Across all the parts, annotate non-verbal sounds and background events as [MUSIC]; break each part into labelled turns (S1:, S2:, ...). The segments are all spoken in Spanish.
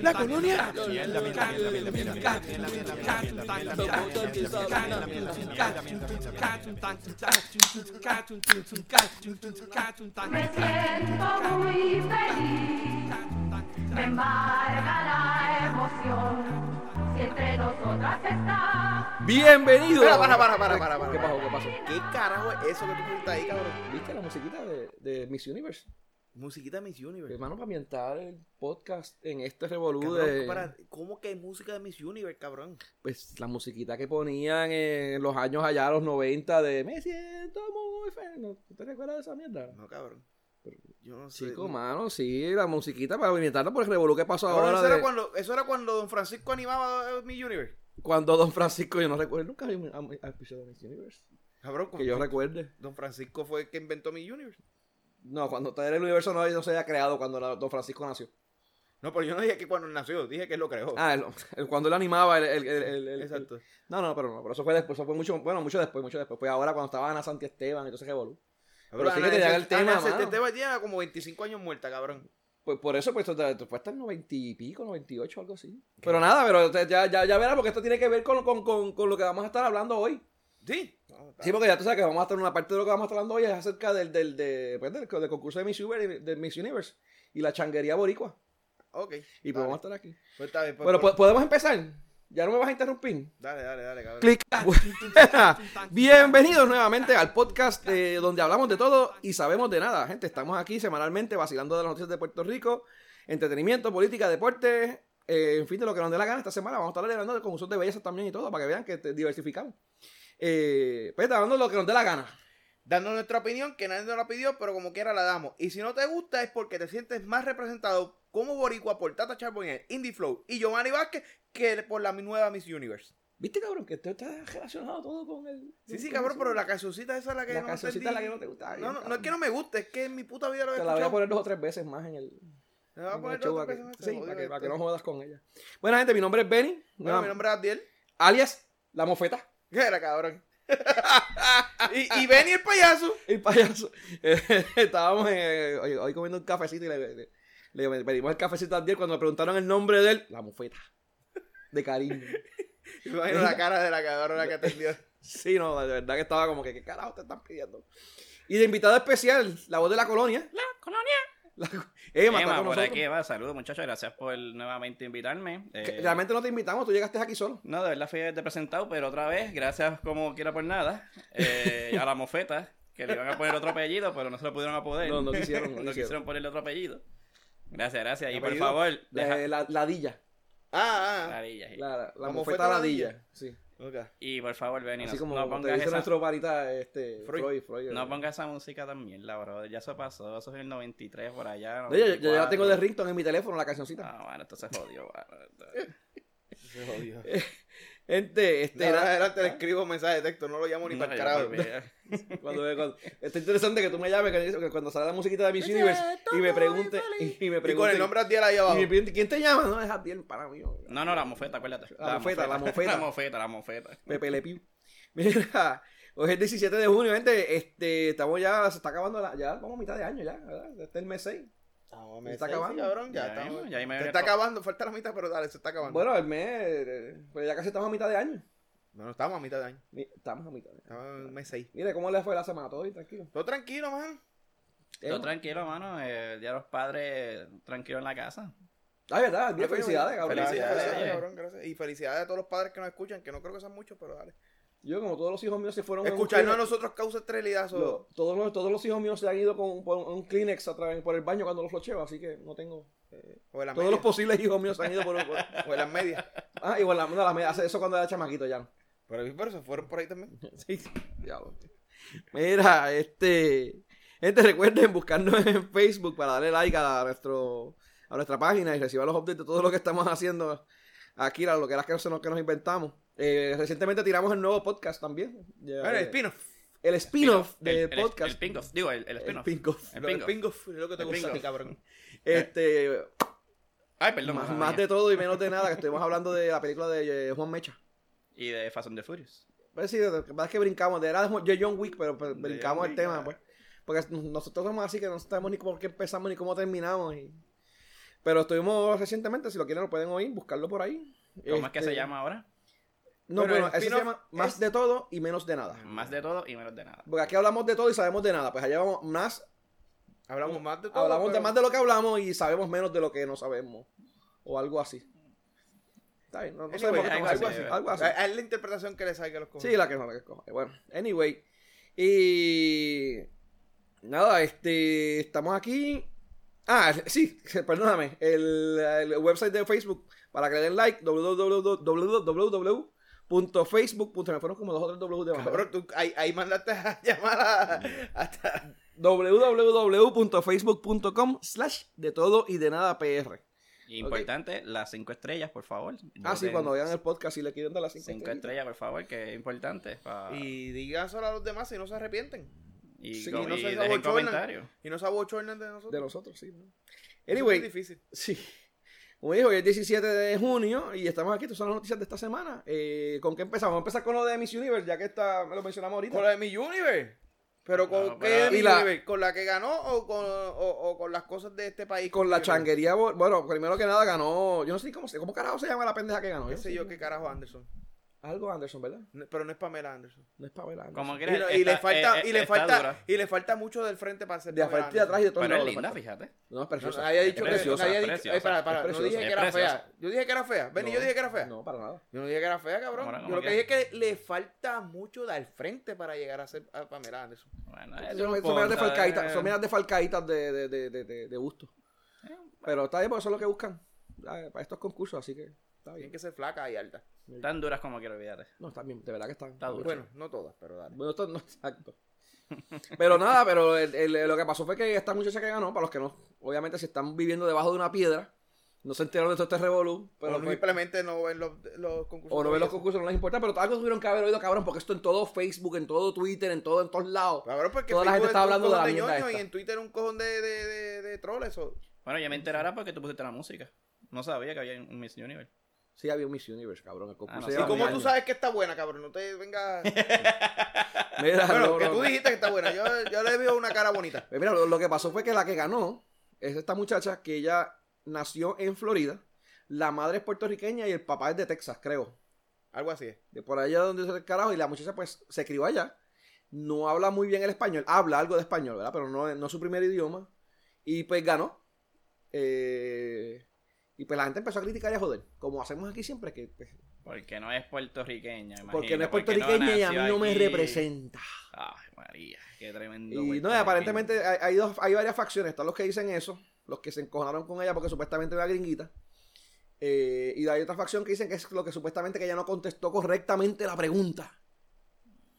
S1: La colonia.
S2: Me siento muy feliz, me embarga la emoción. Si entre nosotras está,
S3: Bienvenido.
S4: Espera, para, para, para, para, para.
S3: ¿Qué pasó? ¿Qué pasó?
S4: ¿Qué carajo es eso que tú pusiste ahí, cabrón?
S3: ¿Viste la musiquita de, de Miss Universe? Pues,
S4: Musiquita de Miss Universe.
S3: Hermano, para ambientar el podcast en este revolú
S4: Cabrón,
S3: de.
S4: para- ¿Cómo que hay música de Miss Universe, cabrón?
S3: Pues la musiquita que ponían en los años allá, los 90, de Me siento muy feliz. ¿No? ¿Tú te recuerdas de esa mierda?
S4: No, cabrón. Yo no sé.
S3: Chico,
S4: no-
S3: mano, sí, la musiquita para ambientarla por el revolú que pasó
S4: Cabrón,
S3: ahora.
S4: eso, era
S3: de- cuando...
S4: cuando, eso era cuando Don Francisco animaba eh, Miss Universe.
S3: Don Francisco, yo no recuerdo, nunca vi un am- episodio de Miss Universe.
S4: Cabrón,
S3: Que yo recuerde.
S4: Don Francisco fue el que inventó Miss Universe.
S3: No, cuando está en el universo no, no se había creado cuando la- Don Francisco nació.
S4: No, pero yo no dije que cuando él nació, dije que él lo creó. [LAUGHS]
S3: Ah, el- el- cuando él animaba el, el- el- el- el-
S4: Exacto.
S3: No, no, pero no, pero eso fue después, eso fue mucho, bueno, mucho después, mucho después. Pues ahora cuando estaba Ana Santi Esteban, entonces revolú. pero sí que te llega el tema, mano.
S4: Te lleva como 25 años muerta, cabrón.
S3: Pues por eso, pues esto esto fue hasta el 90 y pico, 98 o algo así. Pero nada, pero te- ya, ya, ya verás, porque esto tiene que ver con, con, con, con lo que vamos a estar hablando hoy.
S4: Sí. No, está-
S3: Sí, porque ya tú sabes que vamos a estar en una parte de lo que vamos a estar hablando hoy es acerca del, del, de, pues, del, del concurso de Miss, Uber, de Miss Universe y la changuería boricua.
S4: Ok.
S3: Y pues
S4: Dale.
S3: vamos a estar aquí.
S4: Pues está bien, pues,
S3: Bueno,
S4: pues-
S3: po- podemos empezar. Ya no me vas a interrumpir.
S4: Dale, dale, dale, cabrón.
S3: Clic. [LAUGHS] Bienvenidos nuevamente al podcast eh, donde hablamos de todo y sabemos de nada. Gente, estamos aquí semanalmente vacilando de las noticias de Puerto Rico, entretenimiento, política, deporte, eh, en fin, de lo que nos dé la gana esta semana. Vamos a estar hablando de concursos de belleza también y todo, para que vean que te- diversificamos. Eh, pues hablando de lo que nos dé la gana.
S4: dando nuestra opinión, que nadie nos la pidió, pero como quiera la damos. Y si no te gusta es porque te sientes más representado como boricua por Tata Charbonnier, Indie Flow y Giovanni Vázquez que por la nueva Miss Universe.
S3: ¿Viste, cabrón? Que esto está relacionado todo con el...
S4: Sí, sí,
S3: con
S4: cabrón,
S3: eso.
S4: pero la cancioncita esa es la que
S3: La
S4: no
S3: cancioncita es la que no
S4: entendí.
S3: te gusta. Ay,
S4: No, no, no es
S3: cabrón.
S4: que no me guste, es que en mi puta vida lo he
S3: Te la voy a
S4: escuchado.
S3: poner dos o tres veces más en el...
S4: Me voy a
S3: en el
S4: poner
S3: show
S4: otra
S3: para que-
S4: vez en
S3: sí,
S4: ese
S3: para que,
S4: jodido
S3: para que no
S4: esto.
S3: jodas con ella. Bueno, gente, mi nombre es Benny.
S4: Bueno, mi nombre es Adiel.
S3: alias La Mofeta.
S4: ¿Qué era, cabrón? [LAUGHS] y, y Benny el
S3: [LAUGHS]
S4: payaso.
S3: El payaso. Eh, Estábamos eh, hoy, hoy comiendo un cafecito y le, le- le pedimos el cafecito a Diel cuando le preguntaron el nombre de él. La Mofeta. De cariño.
S4: Me Imagino la cara de la cabrona que atendió.
S3: Sí, no, de verdad que estaba como que, ¿qué carajo te están pidiendo? Y de invitado especial, la voz de la colonia. La colonia. Emma, está
S5: Emma,
S3: con
S5: por
S3: nosotros.
S5: aquí va. Saludos, muchachos. Gracias por nuevamente invitarme. Eh,
S3: Que Realmente no te invitamos, tú llegaste aquí solo.
S5: No, de verdad fui de presentado, pero otra vez, gracias como quiera por nada, eh, a la mofeta, que le iban a poner otro apellido, pero no se lo pudieron a poder.
S3: No, no quisieron, no
S5: [LAUGHS] No,
S3: quisieron.
S5: quisieron ponerle otro apellido. Gracias, gracias. Y por
S4: ¿Apellido?
S5: favor, deja...
S3: Eh,
S5: Eh,
S3: La, la, la Dilla.
S4: Ah, ah.
S5: Maravilla.
S3: La, la,
S4: La
S3: Mofeta
S4: Mofeta
S3: la
S4: la Dilla.
S3: Dilla. Sí.
S4: Ok.
S5: Y por favor, Benny,
S3: Así
S5: no,
S3: como
S5: no
S3: te
S5: pongas
S3: dice
S5: esa...
S3: nuestro varita este,
S4: Freud.
S3: Freud. Freud,
S5: No
S3: ¿verdad?
S5: pongas esa música también, la bro. Ya eso pasó, eso es el 93 por allá.
S3: Oye, yo, yo ya la tengo de
S5: 94.
S3: ringtone en mi teléfono, la cancioncita.
S5: Ah, bueno, entonces jodió. mano.
S4: [LAUGHS] Se jodió.
S3: Gente, este,
S4: De ahora en
S3: na-
S4: adelante le escribo mensaje de texto, no lo llamo ni
S5: No,
S4: para el
S5: ya
S4: carajo. [LAUGHS]
S5: volví.
S3: [LAUGHS] cuando, cuando- está interesante que tú me llames que- que cuando sale la musiquita de Miss Universe y me pregunte y me
S4: Y con
S3: pregunte
S4: el nombre Adiel ahí abajo.
S3: y me pregunte, ¿quién te llama? No, es Adiel para mí. hombre.
S5: No, no, la mofeta, acuérdate.
S3: La mofeta, la mofeta.
S5: [LAUGHS] La mofeta, la mofeta.
S3: Pepe Le Pew. Mira, hoy es 17 de junio, gente, este, estamos ya, se está acabando la, ya vamos a mitad de año ya, ¿verdad? Este es el mes 6.
S4: Estamos
S3: Se
S4: meses,
S3: está acabando.
S4: cabrón, ya,
S5: Ya
S4: estamos-
S5: mismo, ya ahí me
S4: Se
S5: viene
S4: está
S5: todo.
S4: acabando, falta la mitad, pero dale, se está acabando. Bueno,
S3: Bueno, el mes, eh, pues ya casi estamos a mitad de año.
S4: no, no, estamos a mitad de año.
S3: Mi- Estamos a mitad de año.
S4: Estamos en mes 6.
S3: Mire, ¿cómo le fue la semana? Todo bien, tranquilo.
S4: Todo tranquilo, man.
S5: Todo tranquilo, mano. eh, El día de los padres, tranquilo en la casa.
S3: Ah, verdad, mira, felicidades, cabrón.
S4: Felicidades,
S5: Felicidades,
S4: gracias,
S5: eh.
S4: cabrón, gracias. Y felicidades a todos los padres que nos escuchan, que no creo que sean muchos, pero dale.
S3: Yo, como todos los hijos míos se fueron. en un
S4: Escucharnos a
S3: Kleenex,
S4: nosotros causa esterilidad. so-
S3: lo- todos, los, todos los hijos míos se han ido con, por un Kleenex a través- por el baño cuando los flocheo, así que no tengo.
S4: O en las
S3: Todos los
S4: medias.
S3: posibles hijos míos se han ido por. por-
S4: O en las medias.
S3: ah, igual la, no, la media- hace eso cuando era chamaquito ya.
S4: Pero, pero se fueron por ahí también.
S3: Sí, diablo. Mira, este. Gente, recuerden buscarnos en Facebook para darle like a, nuestro, a nuestra página y recibir los updates de todo lo que estamos haciendo aquí, a lo que era que nos, que nos inventamos. Eh, recientemente tiramos el nuevo podcast también. Ya,
S4: Bueno, el
S3: eh,
S4: spin-off.
S3: el spin-off
S5: El-
S3: del
S5: el- el-
S3: podcast.
S5: El ping-off, digo, el, el spin-off. Eh,
S3: El spin-off.
S5: El
S4: Lo- El
S5: bingo.
S4: spin-off es lo que te
S5: El
S4: gusta a ti,
S5: bingo.
S4: cabrón.
S3: Este,
S5: Ay, perdón.
S3: más,
S5: mala
S3: más
S5: mía.
S3: de todo y menos de nada, que estuvimos hablando de la película de eh, Juan Mecha.
S5: Y de Fast and the Furious.
S3: Pues sí, lo que pasa es que brincamos, de era de Ju- de John Wick, pero pues,
S5: De
S3: brincamos
S5: John
S3: el
S5: Wick,
S3: tema,
S5: ah.
S3: pues. Porque nosotros somos así que no sabemos ni por qué empezamos ni cómo terminamos. y- Pero estuvimos recientemente, si lo quieren lo pueden oír, buscarlo por ahí.
S5: ¿Cómo es que
S3: Este,
S5: se llama ahora?
S3: No,
S4: Pero
S3: bueno,
S4: el
S3: eso se
S4: spin-off
S3: llama Más
S4: es-
S3: de todo y menos de nada.
S5: Más de todo y menos de nada.
S3: Porque aquí hablamos de todo y sabemos de nada. Pues allá vamos más,
S4: Hablamos más de todo.
S3: hablamos de
S4: pero-
S3: más de lo que hablamos y sabemos menos de lo que no sabemos. O algo así. Está bien, no, no
S4: Anyway,
S3: sabemos qué
S5: algo
S3: estamos
S5: así,
S3: haciendo,
S5: eh.
S3: algo así.
S4: Es la interpretación que le salga a los cojones.
S3: Sí, la que no, la que coge. Bueno, anyway. Y. Nada, este. Estamos aquí. Ah, sí, [LAUGHS] perdóname. El, el website de Facebook para que le den like: www.facebook.com. Fueron como dos o tres W de más, ¿verdad?
S4: Cabrón, tú ahí, ahí mandaste a llamar a. Hasta,
S3: www.facebook.com slash de todo y de nada PR.
S5: Importante, las cinco estrellas, por favor.
S3: Ah, sí,
S5: Voten
S3: cuando vean el podcast y le quieren dar las cinco,
S5: Cinco estrellas, por favor, que es importante. pa- Y,
S4: Y dígaselo a los demás si no se arrepienten.
S3: sí,
S5: com-
S3: y
S5: y
S4: no se
S5: dejen
S4: abochornan.
S5: comentarios.
S4: Y no se abochornan de nosotros.
S3: de nosotros, sí. ¿no?
S4: Eso es
S3: Anyway,
S4: muy difícil.
S3: Sí. Como dijo, hoy es 17 de junio y estamos aquí. Estas son las noticias de esta semana. Eh, ¿Con qué empezamos? Vamos a empezar con lo de Miss Universe, ya que esta, me lo mencionamos ahorita.
S4: Con la de mi Universe. Pero con
S5: No,
S4: qué
S5: pero-
S4: de mi
S3: Y la-
S4: Universe? ¿Con la que ganó o con, o, o con las cosas de este país?
S3: Con la
S4: Que-
S3: changuería. bo- Bueno, primero que nada ganó. Yo no sé ni cómo se. ¿Cómo carajo se llama la pendeja que ganó?
S4: Qué
S3: no
S4: sé
S3: sé
S4: yo
S3: cómo-
S4: qué carajo Anderson.
S3: Algo Anderson, ¿verdad?
S4: No- Pero no es Pamela Anderson.
S3: No es Pavela. Anderson.
S5: Como
S4: Y,
S5: quiera,
S4: no- y le
S5: está-
S4: falta,
S5: eh,
S4: y le
S5: está
S4: falta,
S5: dura.
S4: y le falta mucho del frente para ser
S3: De
S4: Pamela
S3: frente y de atrás y de todos
S5: Pero es
S3: lados. le
S5: linda,
S3: falta.
S5: fíjate.
S3: No, es
S4: Anderson.
S3: preciosa.
S4: No, había dicho
S5: Es
S4: que,
S5: preciosa,
S4: no había
S5: es
S4: dicho- eh,
S5: preciosa.
S4: para, para,
S3: Es
S4: no dije
S3: preciosa.
S4: que
S5: Es
S4: era
S5: preciosa.
S4: fea. Yo dije que era fea. Ven, y
S3: No,
S4: yo dije que era fea.
S3: No, para nada.
S4: Yo no dije que era fea, cabrón.
S5: Ahora,
S4: yo
S5: ¿cómo
S4: lo que
S5: que?
S4: dije es que le falta mucho dar frente para llegar a ser a Pamela Anderson.
S5: Bueno,
S3: Son
S5: eso no
S3: son meras de
S5: importa,
S3: falcaitas,
S5: eh.
S3: son meras de falcaitas de, de, de, de, de- de gusto.
S4: Eh,
S3: Pero está bien, porque eso es lo que buscan eh, para estos concursos, así que está
S4: Tiene
S3: bien.
S4: que ser flaca y alta.
S5: Tan duras como quiero olvidarte.
S3: No, está bien, de verdad que están.
S5: Está duro.
S4: Bueno, no todas, pero dale.
S3: Bueno, esto no [LAUGHS] exacto. Pero nada, pero el- el- lo que pasó fue que esta muchacha que ganó, para los que no, obviamente si están viviendo debajo de una piedra, no se enteraron de todo este revolú, pero
S4: o
S3: fue-
S4: simplemente no ven los, los concursos.
S3: o no ven los
S4: de belleza.
S3: concursos, no les importa, pero algo tuvieron que haber oído, cabrón, porque esto en todo Facebook, en todo Twitter, en todo, en todos lados.
S4: Cabrón, porque
S3: Toda la gente
S4: Facebook
S3: está
S4: es un
S3: hablando de la
S4: cojón
S3: mierda
S4: ñoños
S3: esta.
S4: Y en Twitter un cojón de, de, de, de troles. o-
S5: Bueno, ya me enterará porque tú pusiste la música. No sabía que había un Miss Universe.
S3: Sí, había un Miss Universe, cabrón. El concurso
S5: no,
S3: se
S5: sí.
S4: Ah, ¿Y
S3: lleva
S4: cómo
S3: mil
S4: tú
S3: años.
S4: sabes que está buena, cabrón? No te
S3: [LAUGHS]
S4: vengas...
S3: Mira,
S4: bueno,
S3: no,
S4: que
S3: no,
S4: tú
S3: no.
S4: dijiste que está buena. Yo, yo le veo una cara bonita.
S3: Pues mira, lo, lo que pasó fue que la que ganó es esta muchacha que ella nació en Florida, la madre es puertorriqueña y el papá es de Texas, creo.
S4: Algo así es.
S3: de por allá donde es el carajo, y la muchacha pues se crió allá, no habla muy bien el español, habla algo de español, ¿verdad? Pero no, no es su primer idioma, y pues ganó. Eh, y pues la gente empezó a criticar y a joder, como hacemos aquí siempre, que pues,
S5: Porque no es puertorriqueña, imagino.
S3: porque no es puertorriqueña y a mí no
S5: nació
S3: me
S5: aquí.
S3: representa.
S5: Ay, María, qué tremendo.
S3: Y no, y
S5: puertorriqueño.
S3: aparentemente hay, hay dos, hay varias facciones, están los que dicen eso, los que se encojonaron con ella porque supuestamente era gringuita. eh, y hay otra facción que dicen que es lo que supuestamente que ella no contestó correctamente la pregunta.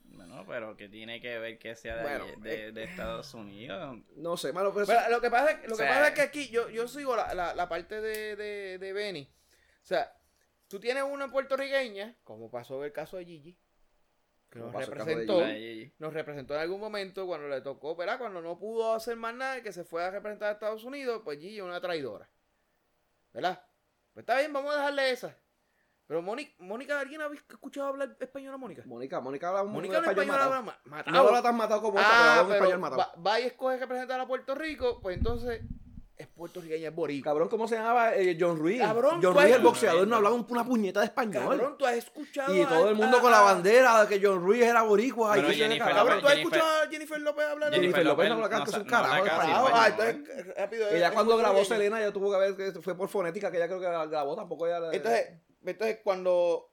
S5: Bueno, pero que tiene que ver que sea de,
S3: Bueno, eh.
S5: ahí- de- de Estados Unidos.
S3: No sé, mano, pues, pero-
S4: Pero lo que pasa, es- lo que,
S5: O sea,
S4: pasa es que aquí yo, yo sigo la, la, la parte de, de, de Benny. O sea, tú tienes una puertorriqueña, como pasó el caso de Gigi, que
S3: Como
S4: nos
S3: pasó el caso de
S4: representó.
S3: Gigi.
S5: La de-
S4: nos representó en algún momento cuando le tocó, ¿verdad? Cuando no pudo hacer más nada y que se fue a representar a Estados Unidos, pues Gigi es una traidora. ¿Verdad? Pues está bien, vamos a dejarle esa. Pero Mónica, Mónica ¿alguien ha escuchado hablar español a Mónica?
S3: Mónica, Mónica habla un
S4: Mónica habla español,
S3: matado.
S4: habla ma-
S3: No
S4: matado.
S3: habla tan matado como esta, pero habla
S4: ah,
S3: un
S4: pero
S3: español matado.
S4: va, va y escoge representar a Puerto Rico, pues entonces es puertorriqueña, es boricua.
S3: Cabrón, ¿cómo se llamaba eh, John Ruiz?
S4: Cabrón,
S3: John
S4: ¿cuál
S3: Ruiz, el
S4: es?
S3: boxeador, no hablaba un- una puñeta de español.
S4: Cabrón, ah, tú has escuchado
S3: y
S4: a-
S3: todo el mundo
S4: a-
S3: con la
S4: a-
S3: bandera de que John Ruiz era boricua.
S5: Pero
S3: y que se-
S5: Jennifer-
S4: Cabrón, tú has
S5: Jennifer-
S4: escuchado a Jennifer López hablar de
S3: Jennifer López no habla
S5: sa-
S3: canto, es un
S5: no habla
S3: carajo,
S5: casi,
S3: parado.
S5: bueno,
S4: Ah,
S5: no.
S4: entonces, rápido. eh,
S3: Ella
S4: es
S3: cuando grabó
S4: puertorriqueña.
S3: Selena, ella tuvo que ver que fue por fonética, que ella creo que la grabó, tampoco ella... la-
S4: Entonces, entonces cuando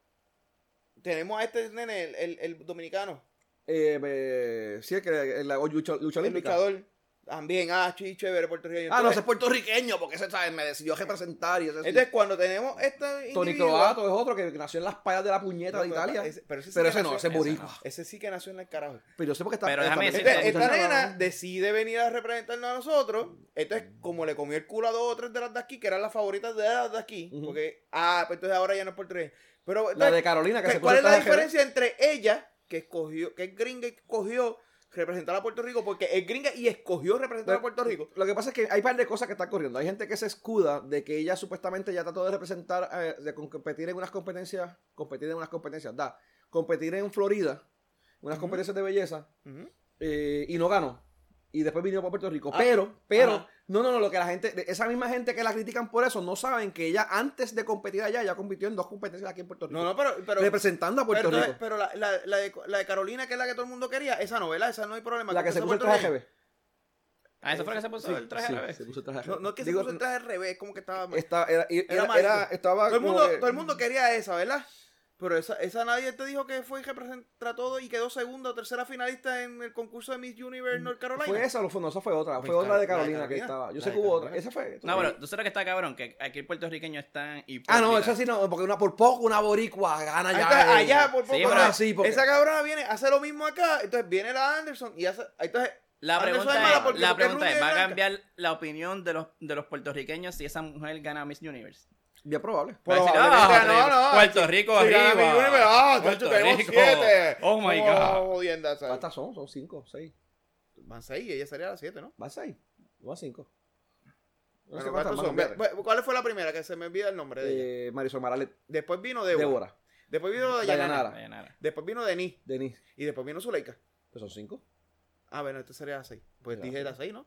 S4: tenemos a este nene, el, el- el dominicano,
S3: Eh, eh, sí, es que eh, la o lucha, lucha
S4: el
S3: olímpica.
S4: luchador, también, ah, chi, chévere, puertorriqueño.
S3: Ah, no, ese
S4: Entonces-
S3: es puertorriqueño, porque ese ¿sabes? me decidió representar y ese sí.
S4: Entonces, cuando tenemos este
S3: Tony
S4: individuo-
S3: Croato es otro que nació en las payas de la puñeta
S4: No,
S3: de
S4: pero-
S3: Italia.
S4: ese- pero ese sí
S3: pero
S4: que
S3: ese no,
S4: nació-
S3: ese es
S5: ese
S3: boricua.
S5: no.
S4: Ese sí que nació en el carajo.
S3: Pero yo sé porque está...
S5: Pero déjame
S3: esta-
S5: Sí,
S4: Entonces,
S5: está
S4: esta
S3: muchacha
S4: nena
S3: no-
S4: decide venir a representarnos a nosotros. Entonces, como le comió el culo a dos o tres de las de aquí, que eran las favoritas de las de aquí,
S3: Ujú.
S4: porque, ah, pues entonces ahora ya no es puertorriqueña. Pero,
S3: La
S4: entonces,
S3: de Carolina que
S4: ¿Cuál-
S3: se puso
S4: ¿Cuál es
S3: el
S4: la
S3: traje,
S4: diferencia entre ella, que escogió, que es gringa y escogió representar a Puerto Rico? Porque es gringa y escogió representar
S3: Pero-
S4: a Puerto Rico.
S3: Lo que pasa es que hay un par de cosas que están corriendo. Hay gente que se escuda de que ella supuestamente ya trató de representar, eh, de con- competir en unas competencias, competir en unas competencias, da, competir en Florida, unas competencias de belleza, eh, y no ganó. y después vinieron para Puerto Rico. pero, pero,
S4: Ah, ajá.
S3: no, no, no, lo que la gente, de- esa misma gente que la critican por eso, no saben que ella antes de competir allá, ya compitió en dos competencias aquí en Puerto Rico.
S4: No, no, pero. pero
S3: representando a Puerto
S4: pero,
S3: Rico.
S4: pero la, la- la de, la de Carolina, que es la que todo el mundo quería, esa novela, esa no hay problema.
S3: la que se puso el
S4: Puerto
S3: traje
S4: Rico.
S3: GB.
S5: Ah, eso fue lo que se puso el traje
S3: sí,
S5: al revés.
S3: se puso el traje GB.
S4: No, no es que
S3: Digo,
S4: se puso el traje al revés, como que estaba. mal.
S3: Estaba, era, era-
S4: Era
S3: era-
S4: amarillo.
S3: estaba
S4: todo, el
S3: como
S4: mundo,
S3: que-
S4: todo el mundo quería esa, ¿verdad? Pero esa, esa nadie te dijo que fue y representó todo y quedó segunda o tercera finalista en el concurso de Miss Universe North Carolina.
S3: Fue esa, o fue- no, esa fue otra.
S4: Pues
S3: Fue otra
S4: está,
S3: de
S4: la de
S3: Carolina que
S4: Carolina.
S3: estaba. Yo
S4: La
S3: sé
S4: de
S3: que hubo otra.
S4: Carolina.
S3: Esa fue.
S5: No, pero tú sabes lo que está cabrón, que aquí el puertorriqueño está
S3: Ah, no, esa sí no, porque una, por poco una boricua gana
S4: Ahí
S3: ya.
S4: está,
S3: eh.
S4: allá, por poco.
S5: Sí, pero
S4: nada.
S3: así, porque-
S4: Esa cabrona viene, hace lo mismo acá. Entonces viene la Anderson y hace. Entonces,
S3: Ah,
S5: La
S4: Anderson
S5: pregunta,
S4: es mala
S5: es,
S4: porque-
S5: la
S4: porque
S5: pregunta
S4: Rubia
S5: es, ¿va a
S4: blanca.
S5: cambiar la opinión de los, de los puertorriqueños si esa mujer gana Miss Universe?
S3: Bien probable.
S5: Va a decir,
S4: Probablemente,
S5: "Ah,
S4: no, no,
S5: Puerto
S4: si-
S5: Rico
S4: si gana
S5: arriba.
S4: Miss Universe, ah, chacho,
S5: Puerto
S4: tenemos
S5: Rico.
S4: siete.
S5: Oh, my
S4: Como
S5: God.
S4: jodienda, ¿sabes?
S3: ¿Cuántas son? Son cinco, seis.
S4: Van seis, ella sería la siete, ¿no?
S3: ¿Va a seis? ¿Va a cinco? No
S4: Bueno,
S3: sé cuántas
S4: ¿cuántos
S3: más
S4: son?
S3: cambiaron.
S4: Ve- ve- ¿Cuál fue la primera? Que se me olvida el nombre de ella.
S3: Eh, Marisol Morales,
S4: Después vino Débora.
S3: Débora,
S4: Después vino Dayanara.
S3: Dayanara.
S5: Dayanara.
S4: Después vino Denis.
S3: Denise.
S4: Y después vino Zuleika.
S3: Pues son cinco.
S4: Ah, bueno, este sería la 6. Pues
S3: Claro.
S4: dije la 6, ¿no?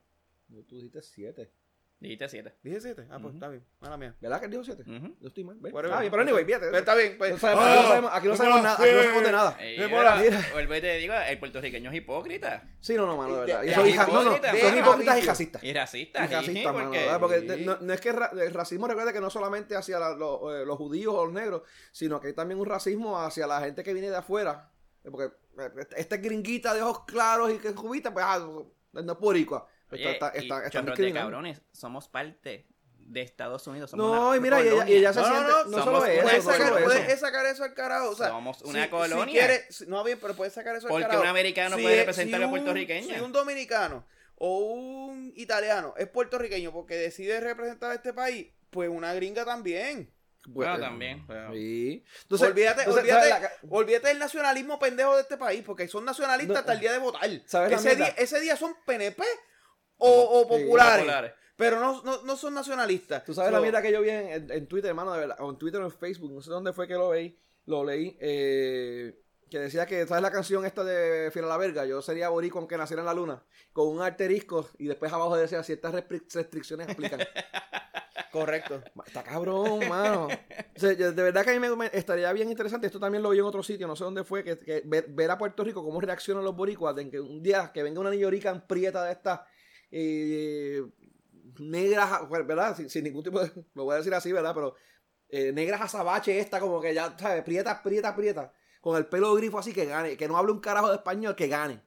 S3: Tú dijiste siete.
S5: Dijiste siete.
S4: Dije 7. Ah, pues
S5: Ujú.
S4: está bien. Mala mía.
S3: ¿Verdad que él dijo siete?
S5: Ujú.
S3: Yo estoy mal. ¿ves?
S4: Whatever.
S3: Ah, bien, pero anyway, fíjate.
S4: Pero está bien. Pues,
S3: No sabemos- aquí no
S4: Ah,
S3: sabemos- Aquí no
S4: no
S3: sabemos
S4: me la
S3: nada. Aquí no
S4: sé.
S3: sabemos de nada.
S5: Ey,
S4: Me
S5: mira,
S4: mola.
S5: Eh, Vuelvo y te digo, el puertorriqueño es hipócrita.
S3: Sí, no, no, mano, de
S4: De-
S3: verdad. Y
S4: de-
S3: son
S5: de-
S3: hija- no, no,
S5: hipócrita.
S3: son
S4: de-
S3: hipócritas y
S4: racistas.
S3: racistas.
S5: Y racista.
S3: Y racista, mano,
S5: porque-
S3: ¿verdad? Porque
S4: Sí.
S3: no, no es que ra- el racismo, recuerda que no solamente hacia la- los, eh, los judíos o los negros, sino que hay también un racismo hacia la gente que viene de afuera. Eh, Porque eh, esta gringuita de ojos claros y que es cubita, pues ah, no no es boricua. Pues
S5: Oye,
S3: está- está-
S5: Eh, y
S3: está- están
S5: chorros de
S3: discriminando.
S5: cabrones, somos parte de Estados Unidos. Somos
S3: No,
S5: una
S3: y mira, y ella, y ella se
S4: No, no,
S3: siente.
S4: no,
S3: No, solo
S5: somos
S3: eso,
S4: Puedes
S5: una
S3: no
S4: sacar,
S3: solo
S4: puedes
S3: eso.
S4: sacar eso al carajo. O sea,
S5: Somos
S4: si-
S5: una
S4: si
S5: colonia.
S4: quieres- si- no, bien, pero puedes sacar eso al
S5: Porque
S4: carajo.
S5: un americano
S4: Si
S5: puede
S3: eh,
S4: es-
S5: representar a
S4: un-
S5: puertorriqueños.
S4: Si un dominicano o un italiano es puertorriqueño porque decide representar a este país, pues una gringa también.
S5: Bueno,
S3: Pues,
S5: también.
S3: Sí. Entonces,
S4: olvídate,
S3: entonces,
S4: olvídate,
S3: ¿sabes la-
S4: olvídate del nacionalismo pendejo de este país, porque son nacionalistas
S3: No.
S4: hasta el día de votar.
S3: ¿Sabes la
S4: Ese
S3: mierda?
S4: día, ese día son PNP o, o
S3: Sí,
S4: populares,
S5: populares.
S4: pero no, no, no son nacionalistas.
S3: Tú sabes
S4: So,
S3: la mierda que yo vi en, en- en Twitter, hermano, de verdad, o en Twitter o en Facebook, no sé dónde fue que lo leí, lo leí, eh, que decía que, ¿sabes la canción esta de Fiel a la Verga? Yo sería boricua aunque naciera en la luna, con un asterisco, y después abajo decía, ciertas restric- restricciones aplican.
S4: [LAUGHS] Correcto.
S3: Ma- Está cabrón, mano. O sea, yo- de verdad que a mí me, me- estaría bien interesante, esto también lo vi en otro sitio, no sé dónde fue, que, que ver, ver a Puerto Rico, cómo reaccionan los boricuas, de que un día que venga una niñorica prieta de estas... eh, negras, ja- ¿verdad? Sin, sin ningún tipo de. [LAUGHS] Lo voy a decir así, ¿verdad? Pero eh, negras azabache esta, como que ya, ¿sabes? Prieta, prieta, prieta. Con el pelo grifo así que gane. Que no hable un carajo de español, que gane.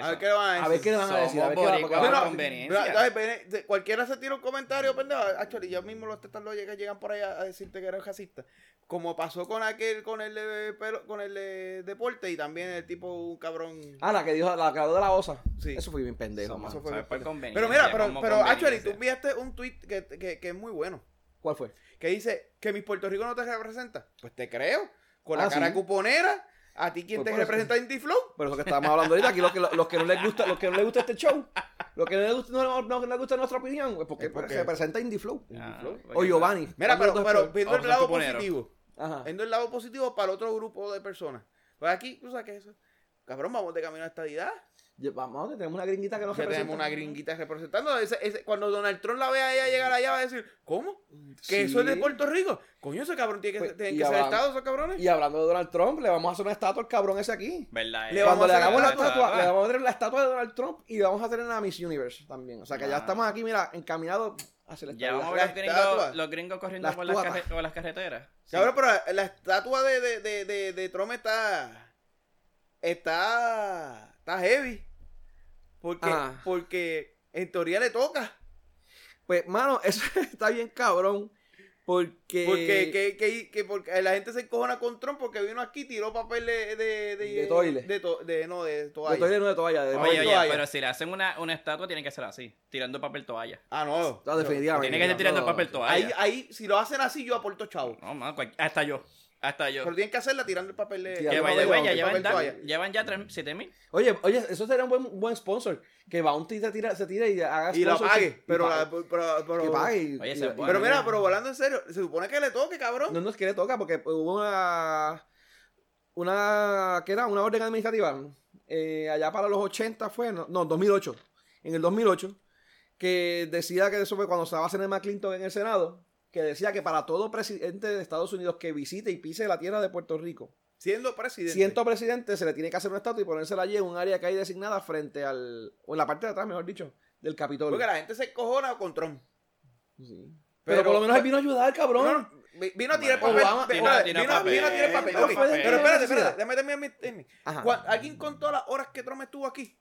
S4: A ver qué le van a decir.
S3: A ver qué le van a decir. A ver qué le van a- porque-
S5: Somos
S3: Bueno,
S5: boricuas.
S4: Mira,
S5: conveniencia.
S4: mira, dale, ven, de- cualquiera se tira un
S5: Mm.
S4: comentario, pendejo. Actually, ya mismo los tetas lo llegan, llegan por ahí a, a decirte que eres racista. Como pasó con aquel, con el de pelo- con el de deporte y también el tipo un cabrón.
S3: Ah, la que dijo, la que habló de la osa.
S4: Sí.
S3: Eso fue bien pendejo,
S5: Somos-
S3: mano.
S4: eso fue
S5: ¿sabes?
S4: bien
S5: Por conveniencia,
S4: pero mira, pero,
S5: como
S4: pero actually, tú
S5: conveniencia.
S4: enviaste un tweet que, que, que es muy bueno.
S3: ¿Cuál fue?
S4: Que dice que mis Puerto Rico no te representa. Pues te creo. Con
S3: Ah,
S4: la cara
S3: sí.
S4: cuponera, a ti quien
S3: Pues
S4: te
S3: por eso.
S4: representa Indie Flow.
S3: Por eso que estábamos hablando ahorita, aquí los que, los que no les gusta, los que no les gusta este show, los que no les gusta, no, no- no les gusta nuestra opinión, pues porque,
S4: Es porque-
S3: se presenta Indie Flow.
S5: Ah, porque-
S3: o Giovanni.
S4: Mira, pero,
S3: ¿Cuál de los Ah. dos
S4: pero
S3: fue?
S4: viendo el
S5: son
S4: lado
S5: cuponeros.
S4: positivo.
S3: Ajá.
S4: Viendo el lado positivo para el otro grupo de personas. Pues aquí, tú sabes que eso. Cabrón, vamos de camino a estadidad.
S3: Yo- Vamos, tenemos una gringuita que nos
S4: Ya
S3: representa.
S4: tenemos una gringuita representando. Ese- ese- cuando Donald Trump la vea a ella llegar allá, va a decir, ¿cómo? ¿Que eso es de
S3: Sí.
S4: Puerto Rico? Coño, ese cabrón tiene que,
S3: Pues,
S4: tienen
S3: y
S4: que ser
S3: ahora-
S4: Estado, esos cabrones.
S3: Y hablando de Donald Trump, le vamos a hacer una estatua al cabrón ese aquí.
S5: ¿Verdad?
S4: Le
S5: eh?
S4: vamos
S3: Cuando le
S4: a hacer
S3: hagamos
S4: una
S3: la estatua, le vamos a hacer la estatua de Donald Trump y le vamos a hacer en la Miss Universe también. O sea que ya
S5: Ah.
S3: estamos aquí, mira, encaminados hacia la
S5: Ya vamos a
S3: estatua.
S5: ver los
S4: La estatua.
S5: gringos, los gringos corriendo
S3: Las
S5: por las,
S3: tuapas.
S5: carre- por las carreteras.
S4: Cabrón, pero la estatua de, de, de, de, de Trump está. Está. Está heavy. Porque,
S3: Ah.
S4: porque en teoría le toca.
S3: Pues, mano, [LAUGHS] eso está bien cabrón. Porque.
S4: Porque, que, que, que porque la gente se encojona con Trump porque vino aquí, tiró papel de. De,
S3: De toile.
S4: de to- de- no, de toalla.
S3: De toalla, no de toalla, de
S5: Oye,
S3: rollo.
S5: oye,
S4: toalla.
S5: pero si le hacen una, una estatua, tiene que ser así, tirando papel toalla.
S4: Ah, no.
S3: No, definitivamente.
S5: Tiene que ser tirando
S3: No,
S5: papel
S3: no,
S5: toalla.
S4: Ahí, ahí, si lo hacen así, yo aporto chavo.
S5: No, mano, cual- hasta yo. Hasta yo.
S4: Pero tienen que hacerla tirando el papel de.
S3: Sí,
S5: Que
S3: Ya
S5: by
S3: no
S5: the way,
S3: veo,
S5: ya
S3: que
S5: llevan,
S4: papel
S5: da-
S4: toalla.
S5: llevan ya 3- 7000.
S3: Oye, oye, eso sería un buen, buen sponsor. Que Bounty se, tira, se tire y haga
S4: Y la
S3: sponsor
S4: pague.
S3: que- y
S4: pero,
S3: pague.
S4: la- pero, pero-
S3: Que pague. y-
S5: Oye,
S3: y-
S5: se
S3: y-
S5: puede.
S4: pero mira, pero volando en serio, se supone que le toque, cabrón.
S3: No nos quiere tocar porque hubo una. Una. ¿Qué era? Una orden administrativa. eh, allá para los 80 fue. No, no, 2008. en el 2008 que decía que eso fue cuando estaba Senema Clinton en el Senado, que decía que para todo presidente de Estados Unidos que visite y pise la tierra de Puerto Rico,
S4: Siendo presidente.
S3: siendo presidente, se le tiene que hacer una estatua y ponérsela allí en un área que hay designada frente al, o en la parte de atrás, mejor dicho, del Capitolio.
S4: Porque la gente se cojona con Trump.
S3: Sí. Pero, por lo menos él vino a ayudar, cabrón.
S4: No, no, vi- vino a tirar
S5: Bueno,
S4: papel.
S3: Obama-
S4: Ve-
S5: Vino-
S4: espérate,
S5: vino
S4: vino a-
S5: papel,
S4: vino a tirar papel.
S5: vino
S4: ok.
S5: papel.
S4: Pero espérate, espérate. Déjame terminar mi técnica.
S3: Ajá.
S4: Cu- ¿Alguien contó las horas que Trump estuvo aquí?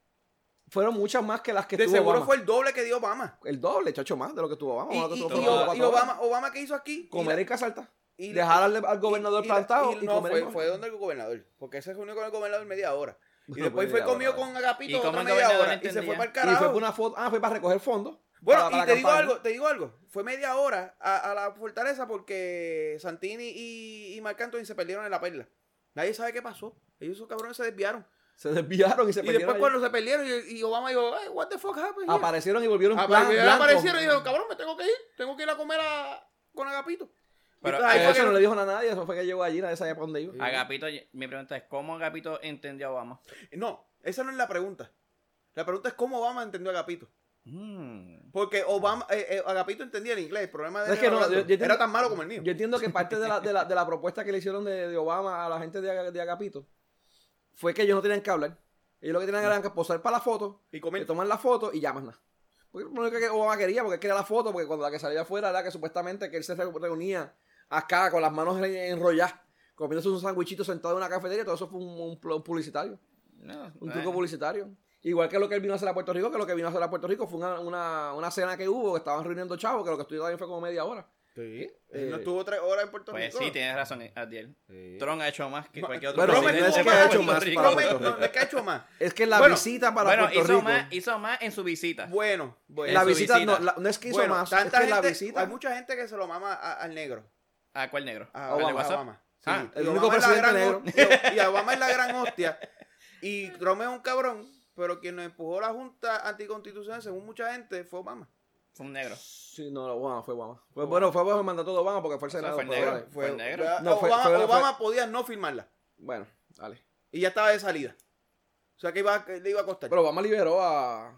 S3: Fueron muchas más que las que
S4: De
S3: tuvo
S4: seguro
S3: Obama.
S4: fue el doble que dio Obama.
S3: el doble, chacho, más de lo que tuvo Obama.
S4: Y,
S3: Obama
S4: y-
S3: tuvo
S4: y
S3: como
S5: como
S4: Ob-
S3: cuatro
S4: y
S3: horas.
S4: Obama, Obama, ¿qué hizo aquí?
S3: comer
S4: Y
S3: en casa alta.
S4: la- y-
S3: Dejar al, al gobernador
S4: y- y la-
S3: plantado
S4: y
S3: y,
S4: no,
S3: comer en
S4: fue,
S3: casa.
S4: fue donde el gobernador. Porque se reunió con el gobernador media hora. Y
S3: No
S4: después
S3: puede
S4: fue
S3: ir
S4: comido
S3: ahora.
S4: con Agapito
S5: Y como
S4: otra
S5: el
S4: media
S5: gobernador
S4: hora. Y se
S5: entendía.
S4: fue para el
S3: Y fue para
S4: carajo.
S3: una foto, ah, fue para recoger fondos.
S4: Bueno,
S3: para- para
S4: y te digo
S3: acampar.
S4: algo, te digo algo. Fue media hora a, a la fortaleza porque Santini y, y Marc Anthony se perdieron en la perla. Nadie sabe qué pasó. Ellos esos cabrones se desviaron.
S3: Se desviaron y se
S4: y
S3: perdieron.
S4: después
S3: allí.
S4: cuando se perdieron y, y Obama dijo, "Ay, what the fuck happened here?"
S3: aparecieron y volvieron
S4: Apa-
S3: plan
S4: y
S3: blanco.
S4: aparecieron y dijo, cabrón, me tengo que ir. Tengo que ir a comer a, con Agapito.
S5: Pero
S4: Entonces, ahí
S3: Pero
S4: fue
S3: eso
S4: que
S3: no
S4: no-
S3: le dijo nada a nadie, eso fue que llegó allí, nadie sabía para dónde iba.
S5: Agapito, mi pregunta es, ¿cómo Agapito entendió a Obama?
S4: No, esa no es la pregunta. La pregunta es cómo Obama entendió a Agapito.
S5: Mm.
S4: Porque Obama, eh, eh, Agapito entendía el inglés. El problema de
S3: Es que no,
S4: hablando
S3: yo-
S4: era
S3: yo entiendo-
S4: tan malo como el mío.
S3: Yo entiendo que parte de la, de la, de la propuesta que le hicieron de, de Obama a la gente de, Aga- de Agapito fue que ellos no tenían que hablar. Ellos lo que tenían era que posar para la foto,
S4: y
S3: que
S4: comer.
S3: toman la foto y llaman nada. Porque no es que Obama quería, porque él quería la foto, porque cuando la que salía afuera era que supuestamente que él se re- reunía acá con las manos en- enrolladas, comiéndose un sandwichito sentado en una cafetería, todo eso fue un, un pl- publicitario.
S5: No,
S3: Un
S5: eh.
S3: truco publicitario. Igual que lo que él vino a hacer a Puerto Rico, que lo que vino a hacer a Puerto Rico fue una, una, una cena que hubo, que estaban reuniendo chavos, que lo que estudió también fue como media hora.
S4: Sí.
S3: Eh,
S4: no estuvo tres horas en Puerto
S5: Pues
S4: Rico.
S5: sí, tienes razón, Adiel.
S4: Sí.
S5: Tron ha hecho más que
S4: Ma-
S5: cualquier otro
S3: Bueno,
S4: Trump
S3: sí,
S5: presidente
S3: es
S4: estuvo para
S3: que ha
S5: de
S3: hecho
S5: Puerto
S3: más
S5: Rico.
S3: para
S4: Trump
S3: Puerto
S4: es- no, es que ha hecho más.
S3: Es que la
S4: Bueno,
S3: visita para
S5: Bueno,
S3: Puerto
S5: hizo
S3: Rico.
S5: más, hizo más en su visita.
S4: Bueno, bueno.
S3: la
S5: en su
S3: visita,
S5: visita.
S3: No, la- no es que hizo
S4: Bueno,
S3: más, es que
S4: tanta
S3: la
S4: gente-
S3: visita.
S4: Hay mucha gente que se lo mama a- al negro.
S5: ¿A cuál negro?
S4: A
S5: ¿Al de
S4: Obama. a
S5: WhatsApp?
S4: Obama. Sí,
S5: Ah,
S4: y
S3: el
S4: Obama
S3: único
S4: es la gran
S3: presidente
S4: ho-
S3: [LAUGHS]
S4: Y Obama es la gran hostia. Y Trump es un cabrón, pero quien nos empujó la Junta Anticonstitucional, según mucha gente, fue Obama.
S5: Fue un negro.
S3: Sí, no, no, Obama, fue Obama. Fue- bueno, fue bajo el mandato de Obama porque fue el
S5: sea,
S3: Senado.
S5: fue el
S3: pero
S5: negro.
S3: dale.
S5: Fue el negro.
S4: ¿verdad?
S3: No, fue-
S4: Obama,
S3: fue- fue-
S4: Obama podía no firmarla.
S3: Bueno, dale.
S4: Y ya estaba de salida. O sea que iba, que le iba a costar.
S3: Pero Obama liberó a.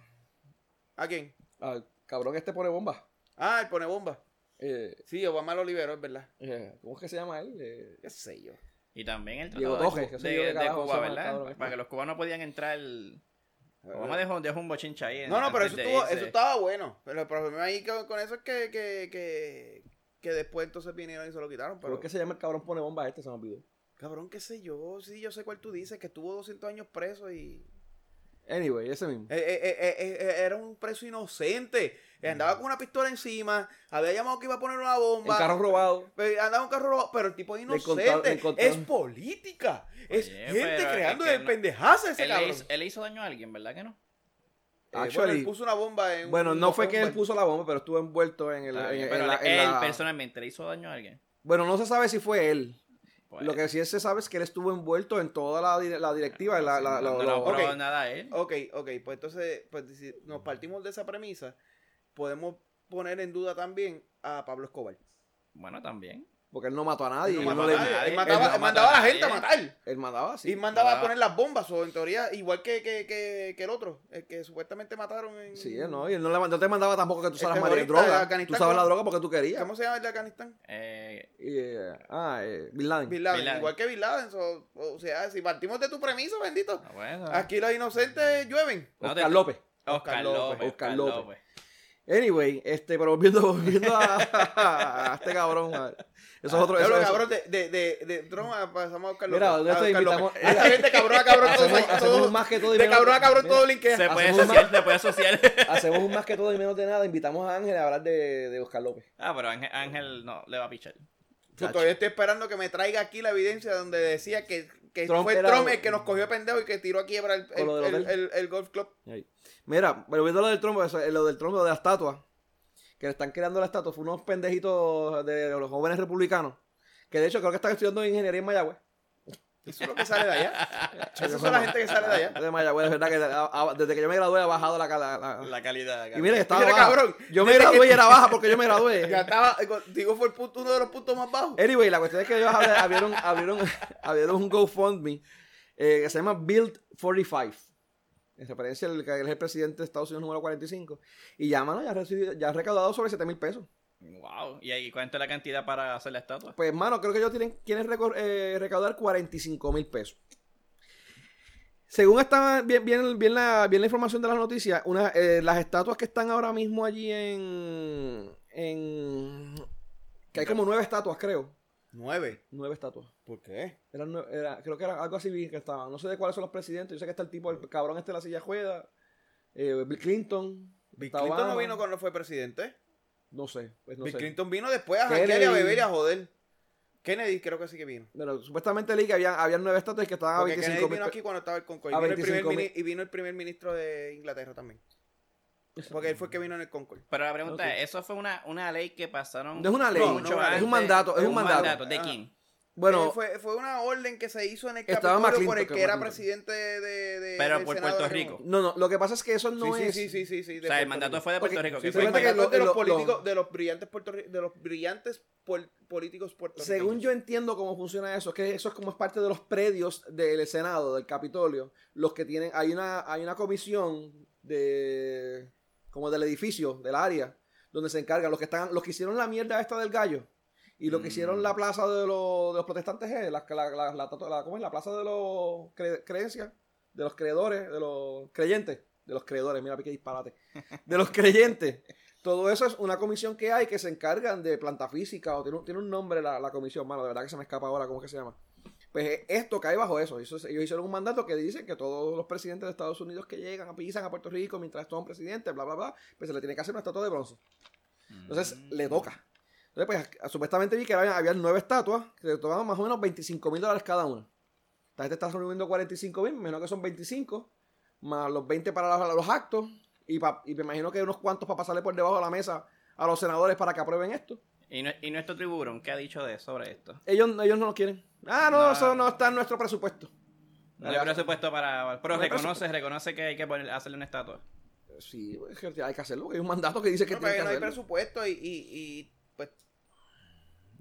S4: ¿A quién?
S3: al cabrón este pone bomba.
S4: Ah, el pone bomba.
S3: Eh,
S4: Sí, Obama lo liberó, es verdad.
S3: eh, ¿Cómo es que se llama él? Eh,
S4: Qué sé yo.
S5: Y también el
S3: Diego
S5: tratado de,
S3: Toje,
S5: Cu-
S3: que soy
S5: de-
S3: yo de
S5: de
S3: carajo,
S5: Cuba,
S3: se llama el
S5: ¿verdad?
S3: cabrón este.
S5: Para que los cubanos podían entrar. Obama dejó, dejó un bochincha ahí. en-
S4: No, no, pero eso,
S5: antes de
S4: estuvo-
S5: irse.
S4: eso estaba bueno. Pero el problema ahí con, con eso es que, que, que, que después entonces vinieron y se lo quitaron.
S3: ¿Pero
S4: Pero,
S3: es que se llama el cabrón pone bomba este? Se me olvidó.
S4: cabrón, qué sé yo. Sí, yo sé cuál tú dices, que estuvo 200 años preso y...
S3: Anyway, ese mismo.
S4: eh, eh, eh, eh, eh, eh, era un preso inocente. Eh, Andaba con una pistola encima, había llamado que iba a poner una
S3: El
S4: bomba.
S3: carro robado.
S4: Eh, Andaba un carro robado, pero el tipo es
S3: Le
S4: inocente.
S3: encontraron- le
S4: es
S3: encontraron-
S4: política. es
S5: Oye,
S4: gente
S5: pero es
S4: creando
S5: que
S4: de
S5: no-
S4: pendejadas ese
S5: Él le,
S4: cabrón.
S5: hizo, él le hizo daño a alguien, ¿verdad que no?
S4: Eh, bueno,
S3: Actually,
S4: él puso una bomba en un-
S3: Bueno, no fue
S4: en
S3: que
S4: un Ah,
S3: él
S4: bar.
S3: puso la bomba, pero estuvo envuelto en el.
S5: Está
S3: en-
S5: bien,
S3: en
S5: pero
S3: la- en
S5: él
S3: la-
S5: personalmente le hizo daño a alguien.
S3: Bueno, no se sabe si fue él.
S5: Pues,
S3: Lo que sí se sabe es que él estuvo envuelto en toda la, di- la
S4: Ah,
S3: directiva. la- la-
S5: no,
S3: la-
S5: no,
S3: lo-
S4: ok.
S5: probó nada a él.
S4: Ok, ok, pues entonces, pues, si nos partimos de esa premisa, podemos poner en duda también a Pablo Escobar.
S5: Bueno, también.
S3: Porque él no mató a nadie.
S4: Él
S3: Él,
S4: no
S3: no
S4: mató
S3: le-
S4: a nadie, él
S5: él
S4: mataba-
S5: no
S4: él
S5: mató
S4: mandaba a
S5: a
S4: la gente a
S5: nadie.
S4: matar.
S3: él mataba, sí.
S4: Y mandaba a
S5: Mandaba-
S4: poner las bombas, o en teoría, igual que, que, que, que el otro, el que supuestamente mataron en...
S3: Sí, él no. Y él no, le mandó- no te mandaba tampoco que tú
S4: El
S3: sabes
S4: terrorista de
S3: droga.
S4: Afganistán,
S3: Tú sabes la
S4: ¿cómo?
S3: droga porque tú querías.
S4: ¿Cómo se llama el de Afganistán?
S5: Eh,
S3: Y, eh, ah, eh, Bin Laden.
S4: Bin Laden,
S5: Bin Laden.
S4: igual que Bin Laden. so- o sea, si partimos de tu premisa, bendito,
S5: ah, bueno.
S4: aquí los inocentes llueven.
S5: No
S3: Oscar
S5: te-
S3: López.
S5: Oscar López.
S3: Oscar
S5: Oscar
S3: López.
S5: López.
S3: Anyway, este, pero volviendo, volviendo a, a este cabrón. a- Eso es otro.
S4: Ya
S3: eso-
S4: lo
S3: eso-
S4: cabrón de, de, de, de Trump a- pasamos a Oscar López.
S3: Mira, ¿dónde
S4: a
S3: te
S4: Oscar
S3: invitamos?
S4: López. A [LAUGHS] esta gente cabrón a cabrón todos,
S3: Hacemos,
S4: todos-
S3: hacemos un más que todo y
S4: de
S3: menos-
S4: cabrón a cabrón
S3: mira,
S4: todo linkea.
S5: Se puede
S3: Hacemos un
S5: social, se puede social.
S3: Hacemos un más que todo y menos de nada. Invitamos a Ángel a hablar de, de Oscar López.
S5: [LAUGHS] Ah, pero Ángel, Ángel no le va a pichar.
S4: Yo todavía estoy esperando que me traiga aquí la evidencia donde decía que, que
S3: Trump
S4: fue
S3: era-
S4: Trump el que nos cogió de pendejo y que tiró a quiebra el, el,
S3: Con lo del
S4: el-
S3: hotel.
S4: el- el golf club.
S3: Ahí. Mira, pero viendo lo del trombo, eso, eh, lo del trombo de la estatua, que le están creando la estatua, fue unos pendejitos de los jóvenes republicanos, que de hecho creo que están estudiando ingeniería en Mayagüez.
S4: Eso es lo que sale de
S3: [LAUGHS]
S4: allá. Esa es la gente que sale de allá.
S3: De Mayagüez, es verdad que a- a- desde que yo me gradué ha bajado la... la- la-
S5: La calidad.
S3: Ah. Y mira que estaba
S4: Mira,
S3: baja.
S4: cabrón,
S3: Yo me
S4: desde
S3: gradué
S4: que- [LAUGHS]
S3: y era baja porque yo me gradué.
S4: Ya estaba, digo, fue el punto, uno de los puntos más bajos.
S3: Anyway, la cuestión es que ellos abri- abrieron, [LAUGHS] abrieron, abrieron un GoFundMe eh, que se llama Build 45. en referencia al que es el presidente de Estados Unidos número 45. Y ya, mano, ya ha, recibido- ya ha recaudado sobre 7 mil pesos.
S5: Wow. ¿Y ahí cuánto es la cantidad para hacer la estatua?
S3: Pues, mano, creo que ellos tienen, quieren recor- eh, recaudar 45 mil pesos. Según está bien, bien, bien, la, bien la información de las noticias, una, eh, las estatuas que están ahora mismo allí en, en... Que hay como nueve estatuas, creo.
S4: Nueve.
S3: Nueve estatuas.
S4: ¿Por qué?
S3: Eran nue- era- creo que era algo así vi que estaban. No sé de cuáles son los presidentes. Yo sé que está el tipo, el cabrón este de la silla juega. eh, Bill Clinton.
S4: Bill
S3: está
S4: Clinton no
S3: Obama,
S4: vino cuando fue presidente.
S3: No sé, pues no
S4: Bill
S3: sé.
S4: Clinton vino después a
S3: Kennedy.
S4: hackear y a beber y a joder. Kennedy creo que sí que vino.
S3: Pero supuestamente leí que habían, habían nueve estatuas que estaban a
S4: Porque
S3: 25
S4: Kennedy
S3: Ah, mil
S4: vino aquí
S3: pe- Ah,
S4: cuando estaba el Concord. Y
S3: A
S4: vino el, primer
S3: 25.000.
S4: mini- y vino el primer ministro de Inglaterra también. Porque él fue el que vino en el Concord.
S5: Pero la pregunta
S3: Ok.
S5: es, ¿eso fue una, una ley que pasaron?
S3: No es una ley,
S5: mucho
S4: no, es un
S5: antes?
S3: mandato, es un mandato.
S5: ¿De
S4: Ah.
S5: quién?
S3: Bueno,
S4: Eh, fue, fue una orden que se hizo en el
S3: Estaba
S4: Capitolio por
S3: McClintock,
S4: el
S3: que
S4: que era
S3: McClintock.
S4: presidente de, de-
S5: Pero
S4: del
S5: por
S4: Senado
S5: Puerto
S4: de
S5: Rico.
S3: no, no, lo que pasa es que eso no
S4: Sí, sí,
S3: es...
S4: sí, sí, sí, sí, de
S5: o sea, el
S4: Puerto
S5: mandato
S4: Rico.
S5: fue de Puerto
S3: Ok,
S5: Rico.
S3: sí, fue
S5: que fue
S4: El
S3: Fíjate que
S4: mandato
S5: mandato-
S3: lo-
S4: de los
S3: lo-
S4: políticos,
S3: lo-
S4: de los brillantes Puerto Ri- de los brillantes pol- políticos puertorriqueños.
S3: Según yo entiendo cómo funciona eso, es que eso es como es parte de los predios del Senado, del Capitolio, los que tienen, hay una, hay una comisión de como del edificio, del área, donde se encargan, los que están, los que hicieron la mierda esta del gallo, y los que
S5: Mm.
S3: hicieron la plaza de, los- de los protestantes, eh, la, la, la, la- la- ¿cómo es? La plaza de los cre- creencias, de los creedores, de los creyentes, de los creedores, mira qué disparate, de los creyentes. Todo eso es una comisión que hay que se encargan de planta física o tiene un, tiene un nombre la, la comisión, mano, de verdad que se me escapa ahora, ¿cómo es que se llama? Pues eh, esto cae bajo eso. Eso es- Ellos hicieron un mandato que dice que todos los presidentes de Estados Unidos que llegan, pisan a Puerto Rico mientras son presidentes, bla, bla, bla, pues se le tiene que hacer una estatua de bronce. Entonces
S5: Mm.
S3: le toca. Entonces, pues supuestamente vi que había, había nueve estatuas que le tomaban más o menos 25 mil dólares cada una. Esta gente está reuniendo 45 mil, me imagino que son 25, más los 20 para los, los actos, y, pa- y me imagino que unos cuantos para pasarle por debajo de la mesa a los senadores para que aprueben esto.
S5: ¿Y, nue- y nuestro tiburón qué ha dicho de sobre esto?
S3: Ellos, ellos no lo quieren. Ah, no,
S5: No.
S3: eso no está en nuestro presupuesto.
S5: No hay presupuesto para... Pero
S3: No hay
S5: reconoce, reconoce que hay que poner- hacerle una estatua.
S3: Sí, es que hay que hacerlo, porque hay un mandato que dice que
S4: No,
S3: tiene
S4: pero
S3: que
S4: no hay
S3: hacerlo.
S4: presupuesto y, y- y, pues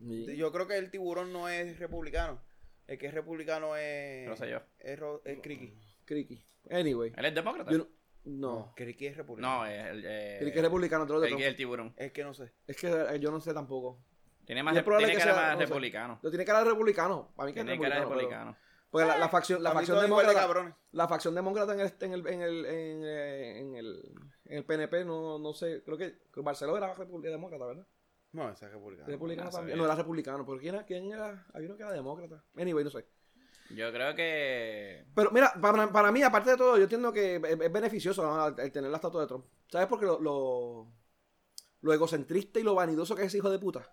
S3: Y-
S4: yo creo que el tiburón no es republicano. El que es republicano
S3: Eh,
S4: es
S5: No sé yo.
S4: es, Ro- es Criqui.
S3: Criqui. Anyway.
S5: ¿Él es demócrata?
S3: yo no- no.
S4: Criqui es republicano.
S5: No, es el... eh,
S3: Criqui es republicano, te lo
S5: el,
S3: digo.
S5: el tiburón.
S4: Es que no sé.
S3: Es que eh, yo no sé tampoco.
S5: Tiene más...
S3: Y es
S5: rep-
S3: probable
S5: tiene
S3: que
S5: cara
S3: sea-
S5: más
S3: no sé.
S5: republicano.
S3: Lo tiene cara de republicano. Para mí que es
S5: Tiene cara de
S3: republicano. pero-
S5: republicano.
S3: Porque la, la facción, la
S4: Para mí
S3: facción
S4: todos igual de
S3: demócrata,
S4: cabrones.
S3: la facción demócrata en el, en el, en el, en, eh, en el, en el PNP, no, no sé, creo que que Barceló era repu- demócrata, ¿verdad?
S4: No, ese es republicano.
S3: republicano
S5: no
S3: también.
S5: sabía.
S3: No, era republicano, pero ¿quién era? ¿Quién era? Había uno que era demócrata. Anyway, no sé.
S5: Yo creo que...
S3: Pero mira, para, para mí, aparte de todo, yo entiendo que es, es beneficioso ¿no? el, el tener la estatua de Trump. ¿Sabes? Porque lo, lo, lo egocentrista y lo vanidoso que es ese hijo de puta.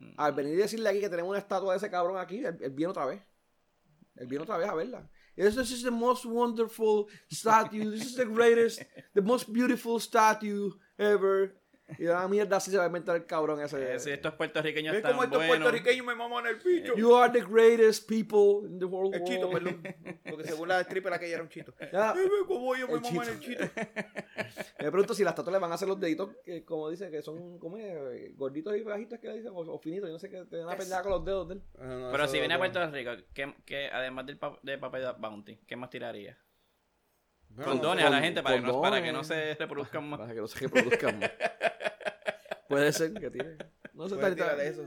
S5: mm,
S3: Al
S5: eh,
S3: venir y decirle aquí que tenemos una estatua de ese cabrón aquí, él, él viene otra vez. Él viene otra vez a verla. This is the most wonderful statue. This is the greatest, the most beautiful statue ever. Y la mierda así se va a inventar el cabrón ese.
S5: Eh, si estos puertorriqueños
S4: Es
S5: están
S4: como estos
S5: buenos...
S4: puertorriqueños me maman el bicho.
S3: You are the greatest people in the world.
S4: El chito,
S3: War.
S4: perdón. Porque según la stripper aquella era un [LAUGHS] chito.
S3: Ya.
S4: Ay, ve cómo yo me
S3: El
S4: mamo en el chito.
S3: Me pregunto si las tatuas le van a hacer los deditos, que, como dice, que son ¿cómo es? gorditos y bajitos, que le dicen, o, o finitos. Yo no sé qué, te van a pelear con los dedos de él.
S4: Ah,
S5: Pero si viene a Puerto Rico, ¿qué, qué- además del pa- de papel bounty, ¿qué más tiraría? Condones a la
S3: con-
S5: gente para que, no, para que no
S3: condones.
S5: se reproduzcan
S4: [LAUGHS]
S5: más.
S3: Para que no se reproduzcan más. Puede ser que tiene. No sé,
S4: Puede
S3: tal- tal-
S4: tirar eso.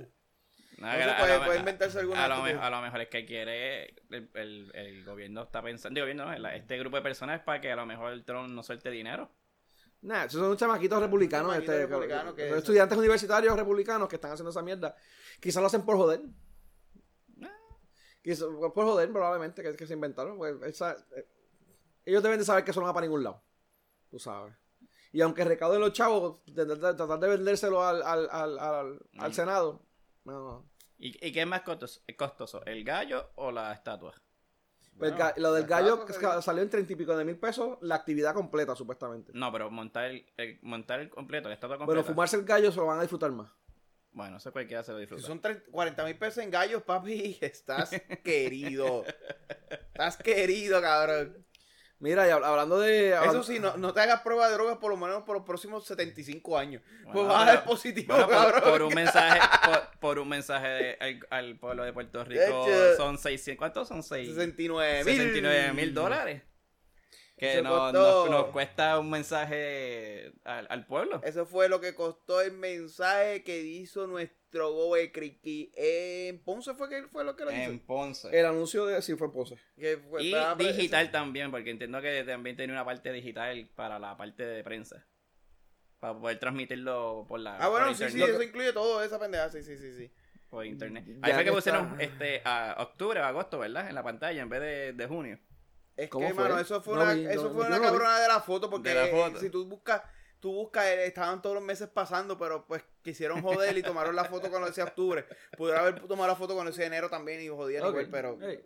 S5: No,
S4: No
S5: que
S4: sé,
S5: a- a
S4: puede,
S5: lo-
S4: puede
S5: a-
S4: inventarse alguna.
S5: a lo, me-
S4: actitud.
S5: a lo mejor es que quiere el, el- el gobierno está pensando, digo, gobierno, no, el- este grupo de personas es para que a lo mejor el Trump no suelte dinero.
S3: Nah, esos son chamaquitos republicanos.
S4: Chamaquitos
S3: este,
S4: republicanos que-
S3: son estudiantes universitarios republicanos que están haciendo esa mierda. Quizás lo hacen por joder. Quizás por joder, probablemente, que, que se inventaron. pues, esa- eh, ellos deben de saber que eso no va para ningún lado. Tú sabes. Y aunque recauden los chavos, de- de- de- tratar de vendérselo al, al, al, al- al
S5: Mm.
S3: Senado. No, no.
S5: ¿Y, y qué es más costos- costoso, el gallo o la estatua?
S3: Pues el
S4: Bueno,
S3: ga- lo del
S4: la
S3: gallo
S4: estatua que-
S3: ca- salió en treinta y pico de mil pesos la actividad completa, supuestamente.
S5: No, pero montar el, el- montar el completo, la estatua completa.
S3: Pero fumarse el gallo se lo van a disfrutar más.
S5: Bueno, eso cualquiera se lo
S4: Si
S5: disfruta.
S4: son 30 40 mil pesos en gallos, papi, [LAUGHS] estás querido. Estás querido, cabrón.
S3: Mira, y hab- hablando de...
S4: Eso
S3: hablando-
S4: sí, no, no te hagas prueba de drogas por lo menos por los próximos 75 años. pues
S5: Bueno,
S4: vas a
S5: pero-
S4: dar positivo,
S5: [LAUGHS] Bueno, por,
S4: cabrón.
S5: por un mensaje, por, por un mensaje de- al, al pueblo de Puerto Rico
S4: Eche.
S5: son 600, ¿cuántos son? 6,
S4: 69 mil.
S5: 69 mil dólares. Que
S4: Eso
S5: nos,
S4: Mm. costó.
S5: nos- nos cuesta un mensaje al, al pueblo.
S4: Eso fue lo que costó el mensaje que hizo nuestro Gobe Criqui. En Ponce fue que fue lo que lo Eh, pues, hizo.
S5: En Ponce.
S3: El anuncio de sí fue en Ponce.
S4: Que fue-
S5: y
S4: estaba-
S5: digital también, porque entiendo que también tiene una parte digital para la parte de prensa. Para poder transmitirlo por la
S4: Ah, bueno,
S5: por
S4: sí, sí,
S5: internet.
S4: eso incluye todo esa pendeja. Sí, sí, sí, sí.
S5: Por internet.
S3: Ya
S5: Ahí fue que
S3: que
S5: pusieron
S3: está.
S5: este, a octubre o agosto, ¿verdad? En la pantalla en vez de, de junio.
S4: Es
S3: ¿Cómo
S4: que,
S3: fue?
S4: mano, eso fue
S3: No
S4: una,
S3: vi,
S4: eso
S3: no-
S4: fue
S3: yo
S4: una
S3: no vi.
S4: cabrona de la foto, porque
S5: De la foto.
S4: si tú buscas, tú buscas, eh, estaban todos los meses pasando, pero pues quisieron joder y tomaron la foto cuando decía octubre. Pudieron haber tomado la foto cuando decía enero también y jodían
S3: Ok.
S4: igual, pero...
S3: Ey.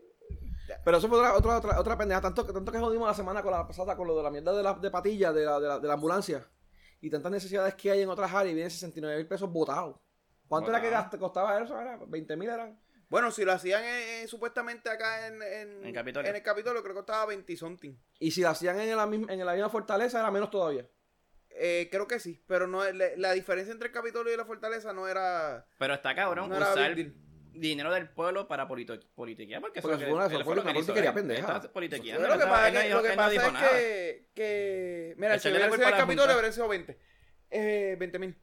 S3: Pero eso fue otra, otra, otra, otra pendeja. Tanto, que- tanto que jodimos la semana con la pasada con lo de la mierda de, la, de patilla de la, de, la, de la ambulancia. Y tantas necesidades que hay en otras áreas y viene 69 mil pesos botados. ¿Cuánto era que
S5: Botado.
S3: gast- costaba eso? Era 20 mil eran.
S4: Bueno, si lo hacían eh, eh, supuestamente acá en, en,
S5: En Capitolio.
S4: en el Capitolio, creo que costaba 20 something.
S3: Y si la hacían en la misma, en la misma fortaleza era menos todavía.
S4: Eh, creo que sí, pero no la, la diferencia entre el Capitolio y la Fortaleza no era...
S5: Pero está cabrón
S4: No era
S5: usar
S4: big deal.
S5: dinero del pueblo para polito- politiquear. Porque,
S3: Porque
S5: eso,
S3: fue una-
S5: es lo que-
S3: eso fue
S5: lo
S3: una
S5: que él hizo,
S3: politiquería
S5: él-
S3: pendeja.
S5: él estaba
S4: Yo
S5: politiqueando,
S4: creo que
S5: él estaba-
S4: pasa
S5: él no
S4: que- Lo
S5: dijo-
S4: que
S5: él no
S4: pasa
S5: dijo
S4: es
S5: nada.
S4: que... que- Mira, si
S5: Echarle la
S4: hubiera
S5: culpa
S4: sido
S5: a
S4: el
S5: la
S4: Capitolio
S5: Junta.
S4: hubiera sido 20. Eh, 20 mil.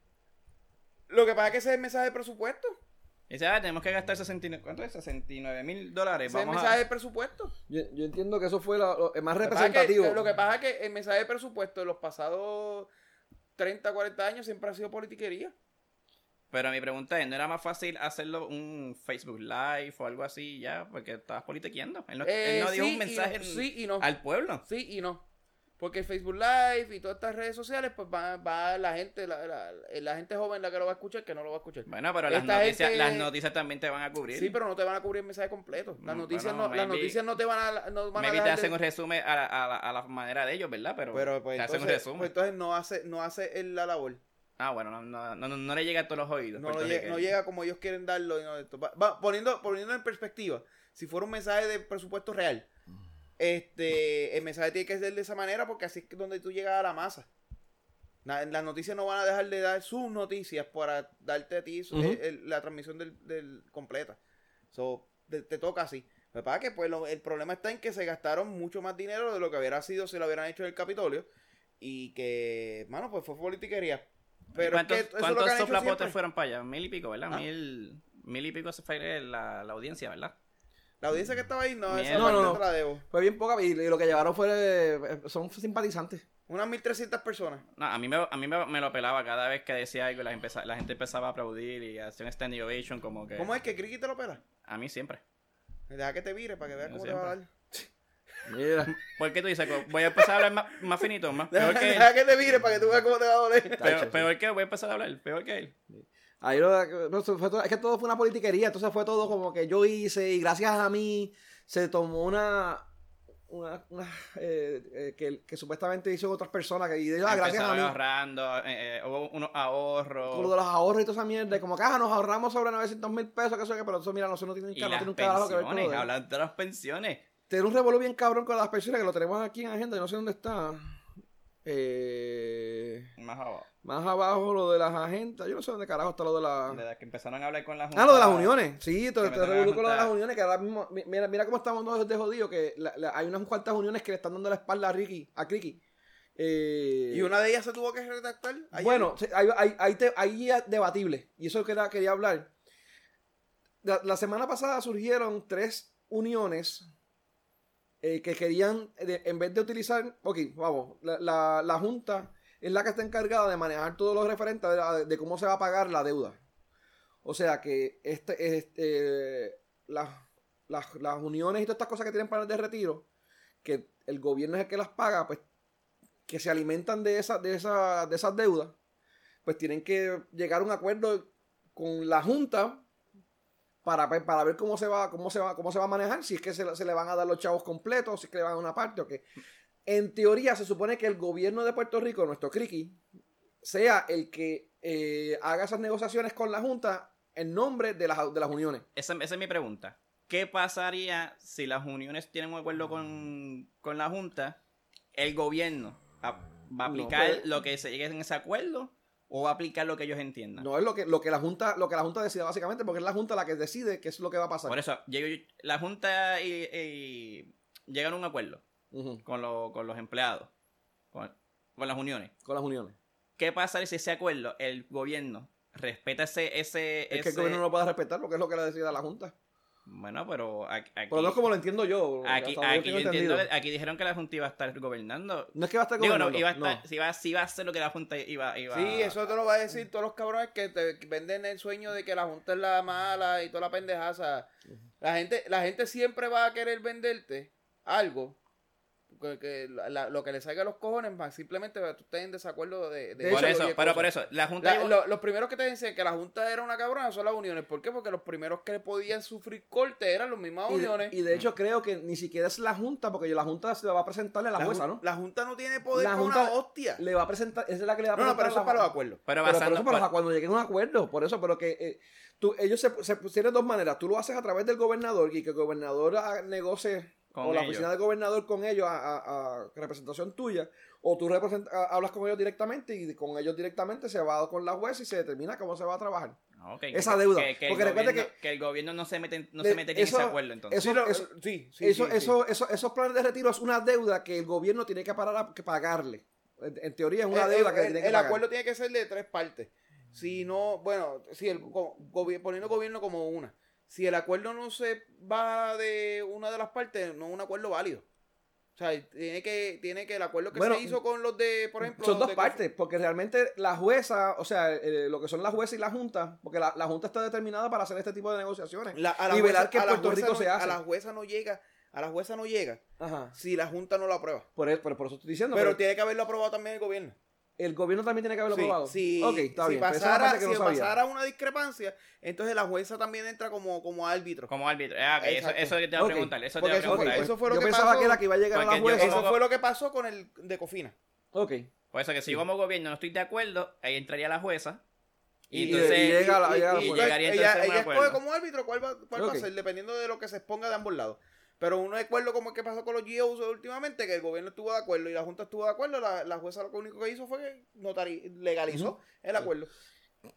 S4: Lo que pasa es que ese es el mensaje de presupuesto.
S5: Dice, ah, tenemos que gastar 69, ¿cuánto es? 69 mil dólares.
S4: Ese es el
S5: Vamos
S4: mensaje
S5: a...
S4: de presupuesto.
S3: Yo, yo entiendo que eso fue la- lo- el más
S4: Lo que pasa es que-
S3: representativo.
S4: Lo que pasa es que el mensaje de presupuesto de los pasados 30, 40 años siempre ha sido politiquería.
S5: Pero mi pregunta es, ¿no era más fácil hacerlo un Facebook Live o algo así ya? Porque estabas politiqueando. Él no, él
S4: Eh,
S5: no dio
S4: sí
S5: un
S4: y
S5: mensaje
S4: no- sí y no.
S5: al pueblo.
S4: Sí y no. Porque el Facebook Live y todas estas redes sociales, pues va, va la gente, la, la- la gente joven la que lo va a escuchar, que no lo va a escuchar.
S5: Bueno, pero las
S4: Esta
S5: noticias,
S4: gente-
S5: las noticias también te van a cubrir.
S4: Sí, pero no te van a cubrir el mensaje completo. Las
S5: Mm,
S4: noticias
S5: bueno,
S4: no, las
S5: maybe-
S4: noticias no te van a, no van a
S5: Maybe te
S4: dejar de-
S5: hacen un resumen a la, a la- a la manera de ellos, ¿verdad? Pero,
S4: Pero pues
S5: te hacen
S4: entonces,
S5: un resumen.
S4: pues, entonces no hace, no hace él la labor.
S5: ah, bueno, no, no, no, no le llega a todos los oídos. pues,
S4: No, lo llega,
S5: puertorriqueños.
S4: no llega como ellos quieren darlo. y no de esto. Va- va, poniendo, poniendo en perspectiva, si fuera un mensaje de presupuesto real, este, el mensaje tiene que ser de esa manera porque así es que donde tú llegas a la masa. Na- las noticias no van a dejar de dar sus noticias para darte a ti su-
S3: Ujú.
S4: el- el- la transmisión del, del completa. So, te, te toca así. Lo que pasa es que pues, lo- el problema está en que se gastaron mucho más dinero de lo que hubiera sido si lo hubieran hecho en el Capitolio. Y que, mano, pues fue politiquería. Pero es que
S5: ¿Cuántos,
S4: eso es lo
S5: cuántos
S4: que han hecho
S5: soplapotes
S4: siempre.
S5: fueron para allá? Mil y pico, ¿verdad?
S4: Ah.
S5: Mil, mil y pico se fue la, la audiencia, ¿verdad?
S4: La audiencia que estaba ahí, no, esa parte
S5: Mierda.
S3: No, no,
S4: no
S3: no.
S4: te la debo.
S3: Fue bien poca y, y lo que llevaron fue eh, son simpatizantes.
S4: Unas 1300 personas.
S5: No, a mí, me, a mí me, me lo pelaba cada vez que decía algo, la, empeza- la gente empezaba a aplaudir y hacía un standing ovation como que...
S4: ¿Cómo es que Criqui te lo pela?
S5: A mí siempre.
S4: Deja que te vire para que veas
S5: No
S4: cómo te va a dar.
S3: Mira,
S5: ¿Por qué tú dices? co- Voy a empezar a hablar más, más finito, más
S4: Deja, [LAUGHS]
S5: peor que
S3: [LAUGHS]
S5: él.
S4: deja que te vire para que tú veas cómo te va a doler.
S5: Peor, peor que él, voy a empezar a hablar, peor que él.
S3: ahí lo, no, eso fue todo- es que todo fue una politiquería, entonces fue todo como que yo hice y gracias a mí se tomó una una, una, eh, eh, que, que supuestamente hizo otras personas que y de, ah, gracias a
S5: Empezaron
S3: mí
S5: ahorrando, eh, eh, hubo unos ahorros.
S3: con lo de los ahorros y toda esa mierda, y como que ah, nos ahorramos sobre 900 mil pesos, que eso que, pero eso mira, no, eso no tiene,
S5: Y
S3: no
S5: las
S3: tiene un carajo que ver con lo
S5: pensiones,
S3: de-
S5: hablando de las pensiones.
S3: Tener un revolú bien cabrón con las pensiones que lo tenemos aquí en agenda, yo no sé dónde está. Eh,
S5: Más abajo.
S3: más abajo lo de las agendas, yo no sé dónde carajo está lo de la...
S5: De las que empezaron a hablar con las
S3: Ah, lo de las uniones. Sí, te,
S5: me
S3: te
S5: tengan
S3: revolú con lo de
S5: juntada.
S3: las uniones, que ahora mismo, mi- mira, mira cómo estamos todos de jodido, que la- la- hay unas cuantas uniones que le están dando la espalda a Ricky, a Criqui. Eh,
S4: Y una de ellas se tuvo que redactar. ayer.
S3: Bueno, sí, hay, hay, hay te- hay debatible, y eso quería, quería hablar. La, la semana pasada surgieron tres uniones eh, que querían, eh, de- en vez de utilizar, ok, vamos, la, la- la Junta es la que está encargada de manejar todos los referentes de, la- de cómo se va a pagar la deuda. O sea que este, este, eh, las, las- las uniones y todas estas cosas que tienen planes de retiro, que el gobierno es el que las paga, pues que se alimentan de, esa, de, esa, de esas deudas, pues tienen que llegar a un acuerdo con la Junta para, ver- para ver cómo se, va, cómo, se va, cómo se va a manejar, si es que se, le- se le van a dar los chavos completos, si es que le van a dar una parte o qué. En teoría se supone que el gobierno de Puerto Rico, nuestro criqui, sea el que eh, haga esas negociaciones con la Junta en nombre de las, de las uniones.
S5: Esa, esa es mi pregunta. ¿Qué pasaría si las uniones tienen un acuerdo
S3: Mm.
S5: con, con la Junta? ¿El gobierno a- va a
S3: No, pues.
S5: aplicar
S3: pero-
S5: lo que se llegue en ese acuerdo o va a aplicar lo que ellos entiendan?
S3: No es lo que, lo que la Junta, lo que la Junta decida básicamente, porque es la Junta la que
S5: e-
S3: decide qué es lo que va a pasar.
S5: Por eso, llego yo- la Junta y, y llegan a un acuerdo.
S3: Ujú.
S5: con, lo- con los empleados, con, con las uniones.
S3: Con las uniones.
S5: ¿Qué pasa si ese acuerdo, el gobierno, respeta ese... ese,
S3: Es que el
S5: ese-
S3: gobierno no lo puede respetar porque es lo que le decida la Junta.
S5: Bueno, pero aquí...
S3: Por lo menos como lo entiendo yo. hasta donde
S5: aquí, aquí yo
S3: tengo
S5: entiendo
S3: entendido.
S5: que- aquí dijeron que la Junta iba a estar gobernando.
S3: No es que va a estar
S5: Digo, no,
S3: gobernando,
S5: iba a estar,
S3: no.
S5: Si, iba, si iba a hacer lo que la Junta iba, iba
S4: Sí, eso te lo va a decir todos los cabrones que te venden el sueño de que la junta es la mala y toda la pendejaza. La gente, la gente siempre va a querer venderte algo. que- que la- la- lo que le salga a los cojones, más simplemente tú estés en desacuerdo de, de
S5: Por
S4: de
S5: eso,
S4: cualquier
S5: pero
S4: cosa.
S5: por eso, la Junta...
S4: La-
S5: llevó-
S4: lo- los primeros que te dicen que la Junta era una cabrona son las uniones. ¿Por qué? Porque los primeros que podían sufrir corte eran las mismas
S3: Y de-
S4: uniones.
S3: Y de, hecho creo que ni siquiera es la Junta, porque la Junta se la va a presentarle a la,
S4: La
S3: jueza,
S4: jun-
S3: ¿no?
S4: La Junta no tiene poder
S3: La
S4: para una
S3: Junta-
S4: hostia.
S3: Le va a presentar, esa es la que le va a
S4: no, no,
S3: presentar.
S4: pero eso es
S3: a la
S4: para los
S3: Junta.
S4: acuerdos.
S5: pero
S3: Pero por
S5: basando...
S3: eso, pero
S5: pa-
S3: hasta cuando lleguen a un acuerdo, por eso, pero que eh, tú, ellos se, se pusieron dos maneras. Tú lo haces a través del gobernador y que el gobernador ah, negocie
S5: Con
S3: o la
S5: ellos.
S3: oficina del gobernador con ellos a, a- a representación tuya, o tú represent- a- hablas con ellos directamente y con ellos directamente se va con la jueza y se determina cómo se va a trabajar.
S5: Ah, Ok,
S3: esa
S5: que-
S3: deuda.
S5: Que, que el
S3: Porque recuerda
S5: gobierno, que... el gobierno no se mete, no
S3: Le-
S5: se mete en ese
S3: eso-
S5: acuerdo, entonces.
S3: eso-
S4: Sí, lo- eh,
S3: eso-
S4: sí, sí,
S3: eso,
S4: sí, sí.
S3: eso, eso- esos planes de retiro es una deuda que el gobierno tiene que parar a que pagarle. En, en teoría es una
S4: El- Eh,
S3: deuda
S4: el,
S3: que
S4: el-
S3: tiene que
S4: el
S3: pagar.
S4: acuerdo tiene que ser de tres partes. Si no, bueno, si el go- gobi- poniendo gobierno como una. Si el acuerdo no se va de una de las partes, no es un acuerdo válido. O sea, tiene que, tiene que el acuerdo que
S3: Bueno,
S4: se hizo con los de, por ejemplo,
S3: son
S4: los
S3: dos
S4: de-
S3: partes, porque realmente la jueza, o sea, eh, lo que son la jueza y la junta, porque la, la junta está determinada para hacer este tipo de negociaciones.
S4: La- a la
S3: y velar
S4: jueza-
S3: que
S4: a la
S3: Puerto
S4: jueza
S3: Rico
S4: no-
S3: se hace.
S4: A la jueza no llega, a la jueza no llega
S3: Ajá.
S4: si la Junta no lo aprueba.
S3: Por, eso- por- por eso estoy diciendo.
S4: pero
S3: Pero,
S4: tiene que haberlo aprobado también el gobierno.
S3: el gobierno también tiene que haberlo
S4: Sí,
S3: aprobado.
S4: si,
S3: ok, está
S4: si
S3: bien. pero esa es la
S4: pasara,
S3: parte que no
S4: si
S3: sabía.
S4: pasara una discrepancia, entonces la jueza también entra como, como árbitro.
S5: Como árbitro. Ah, ok, eso,
S4: Exacto.
S5: eso te voy a
S3: Ok, pues,
S5: preguntar. Eso te voy
S4: porque
S5: a
S4: eso fue-
S5: preguntar.
S4: eso fue lo
S3: Yo
S4: que
S3: pensaba
S4: pasó-
S3: que era que iba a llegar a la
S5: porque yo
S3: jueza.
S5: como-
S4: Eso fue lo que pasó con el de Cofina.
S3: Ok.
S5: eh. Por eso que si yo como gobierno no estoy de acuerdo, ahí entraría la jueza. Y,
S3: Y-
S5: entonces.
S3: y llega la-
S5: y-
S3: llega la
S5: y
S3: jueza.
S5: llegaría entonces
S4: ella,
S5: un
S4: ella
S5: acuerdo.
S4: escoge como árbitro cuál va, cuál va
S3: Ok.
S4: a ser, dependiendo de lo que se exponga de ambos lados. Pero un acuerdo como el que pasó con los GOs últimamente, que el gobierno estuvo de acuerdo y la Junta estuvo de acuerdo, la, la jueza lo único que hizo fue que notari- legalizó el acuerdo.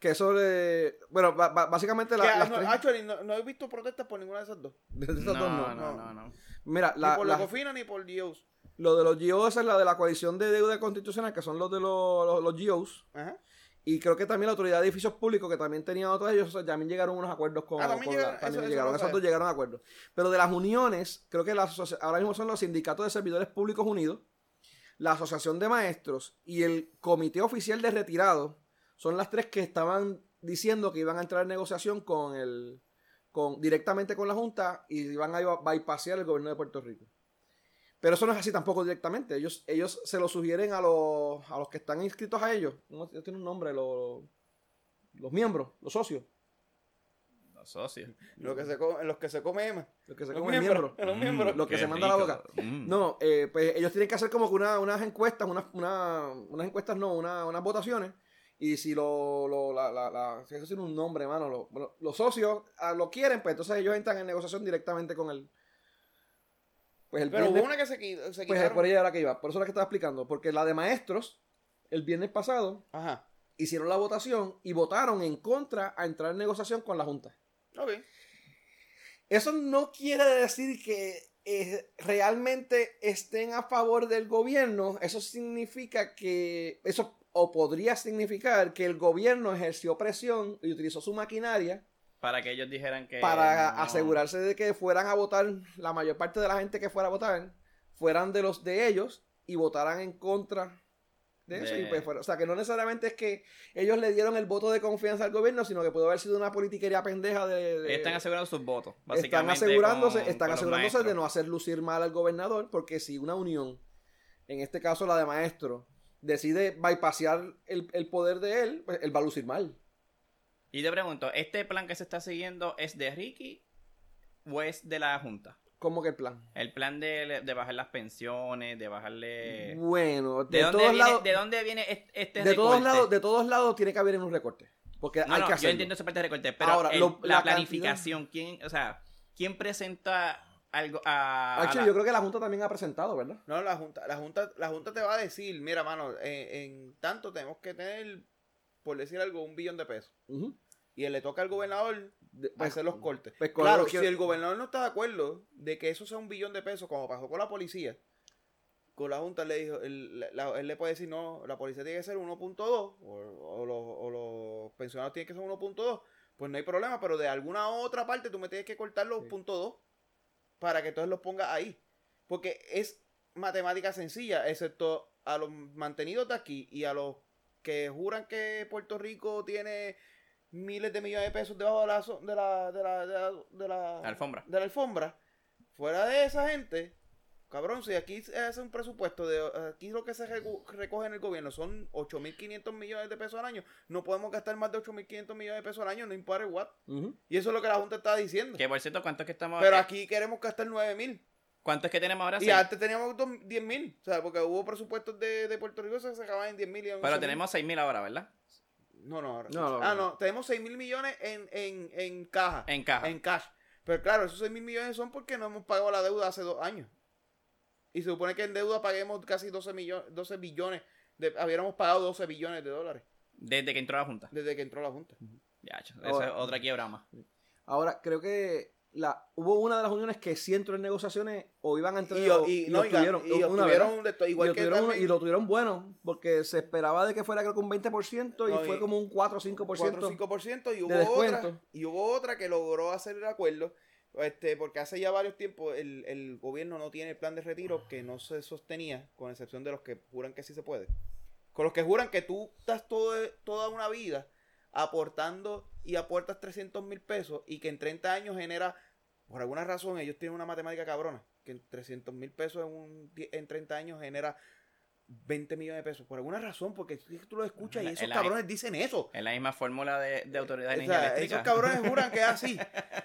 S3: Que eso le- Bueno, ba- ba- básicamente la,
S4: Que, ah,
S3: las
S4: no,
S3: tres-
S4: actually, no, no he visto protestas por ninguna de esas dos.
S3: de esas
S5: No,
S3: dos no.
S5: no, no, no.
S3: Mira, la-
S4: ni por
S3: la-
S4: la Cofina ni por GOs.
S3: lo de los GOs es la de la coalición de deuda constitucional, que son los de los, los, los GOs.
S4: Ajá.
S3: Y creo que también la autoridad de edificios públicos, que también tenía otros ellos, o sea, también llegaron a unos acuerdos con.
S4: Ah, también
S3: con
S4: llegaron,
S3: la- también
S4: eso- eso
S3: llegaron,
S4: no
S3: esos
S4: sabía.
S3: dos llegaron a acuerdos. Pero de las uniones, creo que la asocia- ahora mismo son los sindicatos de servidores públicos unidos, la asociación de maestros y el comité oficial de retirados son las tres que estaban diciendo que iban a entrar en negociación con el. Con, directamente con la Junta y iban a bypassear el gobierno de Puerto Rico. Pero eso no es así tampoco directamente. Ellos, ellos se lo sugieren a los, a los que están inscritos a ellos. No, ellos tienen un nombre, los, los miembros, los socios.
S5: Los socios.
S4: Lo que se co- los que se come Emma.
S3: Los que se
S4: Los
S3: comen
S4: miembros.
S3: miembros. Mm.
S4: Los miembros.
S3: Lo que
S5: Mm, qué
S3: se manda a la
S5: rico.
S3: boca.
S5: Mm.
S3: No, eh, pues ellos tienen que hacer como que una- unas encuestas, unas, una- unas encuestas no, una- unas votaciones. Y si lo, lo- la, la, la- si eso tiene un nombre, mano, lo- lo- los socios ah, lo quieren, pues entonces ellos entran en negociación directamente con el... Pues el
S4: Pero hubo
S3: viernes-
S4: una que se, qui- se
S3: Pues es
S4: quitaron.
S3: por ella era que iba. Por eso es la que estaba explicando. Porque la de maestros, el viernes pasado,
S4: Ajá.
S3: hicieron la votación y votaron en contra a entrar en negociación con la Junta.
S4: Ok.
S3: Eso no quiere decir que eh, realmente estén a favor del gobierno. Eso significa que. Eso o podría significar que el gobierno ejerció presión y utilizó su maquinaria
S5: Para que ellos dijeran que.
S3: para
S5: no.
S3: asegurarse de que fueran a votar, la mayor parte de la gente que fuera a votar, fueran de los de ellos y votaran en contra de eso.
S5: De-
S3: Y pues fuera- o sea, que no necesariamente es que ellos le dieron el voto de confianza al gobierno, sino que pudo haber sido una politiquería pendeja de... de-
S5: Están asegurando sus votos.
S3: Eh, están
S5: Básicamente.
S3: asegurándose,
S5: con-
S3: están
S5: con los
S3: asegurándose de
S5: maestros.
S3: no hacer lucir mal al gobernador, porque si una unión, en este caso la de maestro, decide bypassear el, el poder de él, pues él va a lucir mal.
S5: Y te pregunto, ¿este plan que se está siguiendo es de Ricky o es de la Junta?
S3: ¿Cómo que el plan?
S5: El plan de, de bajar las pensiones, de bajarle.
S3: Bueno, de,
S5: Eh, ¿De, dónde
S3: todos
S5: viene,
S3: lados...
S5: ¿De dónde viene est- este
S3: de todos
S5: recorte?
S3: lados de todos lados tiene que haber un recorte porque
S5: No,
S3: hay
S5: no,
S3: que
S5: yo
S3: hacerlo
S5: entiendo esa parte de recorte, pero
S3: Ahora,
S5: el-
S3: lo-
S5: la,
S3: la
S5: planificación, ¿quién, o sea, ¿quién presenta algo a, a
S3: Actually,
S5: la-
S3: yo creo que la junta también ha presentado verdad
S4: No, la junta, la junta, la junta te va a decir, mira, mano, en, en tanto tenemos que tener, por decir algo, un billón de pesos.
S3: Ujú.
S4: Y le toca al gobernador
S3: De- pues,
S4: hacer los cortes.
S3: pues, con
S4: claro,
S3: lo que-
S4: si el gobernador no está de acuerdo de que eso sea un billón de pesos, como pasó con la policía, con la Junta, él le dijo, él, la- la- él le puede decir, no, la policía tiene que ser 1.2 o, o los, o los pensionados tienen que ser 1.2, pues no hay problema, pero de alguna otra parte tú me tienes que cortar los
S3: Sí.
S4: punto .2 para que entonces los pongas ahí. Porque es matemática sencilla, excepto a los mantenidos de aquí y a los que juran que Puerto Rico tiene miles de millones de pesos debajo de la, so- de la, de la, de la- de la-
S5: Alfombra.
S4: de la alfombra. Fuera de esa gente, cabrón, si aquí se hace un presupuesto de aquí lo que se recu- recoge en el gobierno son 8.500 millones de pesos al año, no podemos gastar más de 8.500 millones de pesos al año, no importa what.
S3: Ujú.
S4: Y eso es lo que la Junta está diciendo.
S5: Que por cierto, ¿cuánto es que estamos
S4: Pero
S5: eh,
S4: aquí queremos gastar 9.000.
S5: ¿Cuánto es que tenemos ahora?
S4: Y
S5: Ah, Sí.
S4: antes teníamos dos- 10.000, o sea, porque hubo presupuestos de, de Puerto Rico que se acababan en 10.000 y en
S5: Pero
S4: 11.000.
S5: tenemos 6.000 ahora, ¿verdad?
S4: No, no, ahora.
S3: No, no,
S4: ah,
S3: no.
S4: no, tenemos 6 mil millones en, en, en caja.
S5: En caja.
S4: En cash. Pero claro, esos 6 mil millones son porque no hemos pagado la deuda hace dos años. Y se supone que en deuda paguemos casi 12, millones, 12 billones. De, hubiéramos pagado 12 billones de dólares
S5: Desde que entró la Junta.
S4: desde que entró la Junta.
S5: Ya, eso
S3: Ahora-
S5: es otra quiebra más.
S3: Ahora, creo que la, hubo una de las uniones que sí entró en negociaciones o iban a entrar
S4: Y,
S3: o-
S4: y-
S3: y
S4: no, y ga-
S3: obtuvieron-
S4: y obtuvieron
S3: una, ¿verdad?
S4: de esto, igual
S3: y,
S4: que
S3: obtuvieron uno-
S4: también-
S3: y lo tuvieron bueno, porque se esperaba de que fuera creo que un 20% y
S4: No, y-
S3: fue como un 4 o 5%.
S4: 4 o 5% y hubo
S3: de descuento.
S4: otra y hubo otra que logró hacer el acuerdo este porque hace ya varios tiempos el, el gobierno no tiene el plan de retiro que no se sostenía con excepción de los que juran que sí se puede con los que juran que tú estás todo, toda una vida aportando y aportas 300 mil pesos y que en 30 años genera por alguna razón ellos tienen una matemática cabrona que en 300 mil pesos en, un, die- en 30 años genera 20 millones de pesos por alguna razón porque tú lo escuchas y
S5: El-
S4: esos
S5: el-
S4: cabrones dicen eso
S5: Es la misma fórmula de, de autoridad de
S4: o
S5: energía
S4: sea,
S5: eléctrica.
S4: esos cabrones juran que es así.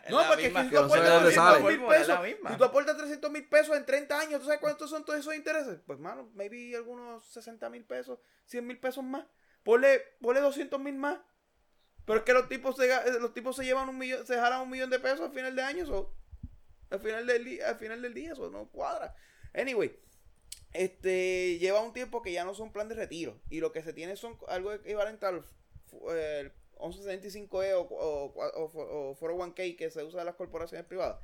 S4: No,
S5: la
S4: porque
S5: misma.
S4: si
S3: Que
S4: tú
S3: no saben
S4: aportas
S3: dónde
S4: 300
S3: sale.
S4: mil
S5: Fórmula,
S4: pesos,
S5: la misma.
S4: si tú aportas 300 mil pesos en 30 años, ¿tú sabes cuántos son todos esos intereses? Pues, mano, maybe algunos 60 mil pesos, 100 mil pesos más. Ponle, ponle 200 mil más. Pero es que los tipos se, ga- eh, los tipos se llevan un millón, se jalan un millón de pesos al final de año, eso. Al final del día, al final del día, eso no cuadra. Anyway, este lleva un tiempo que ya no son plan de retiro. Y lo que se tiene son algo equivalente al fu- el 1175E E o, o, o- o 401K que se usa en las corporaciones privadas.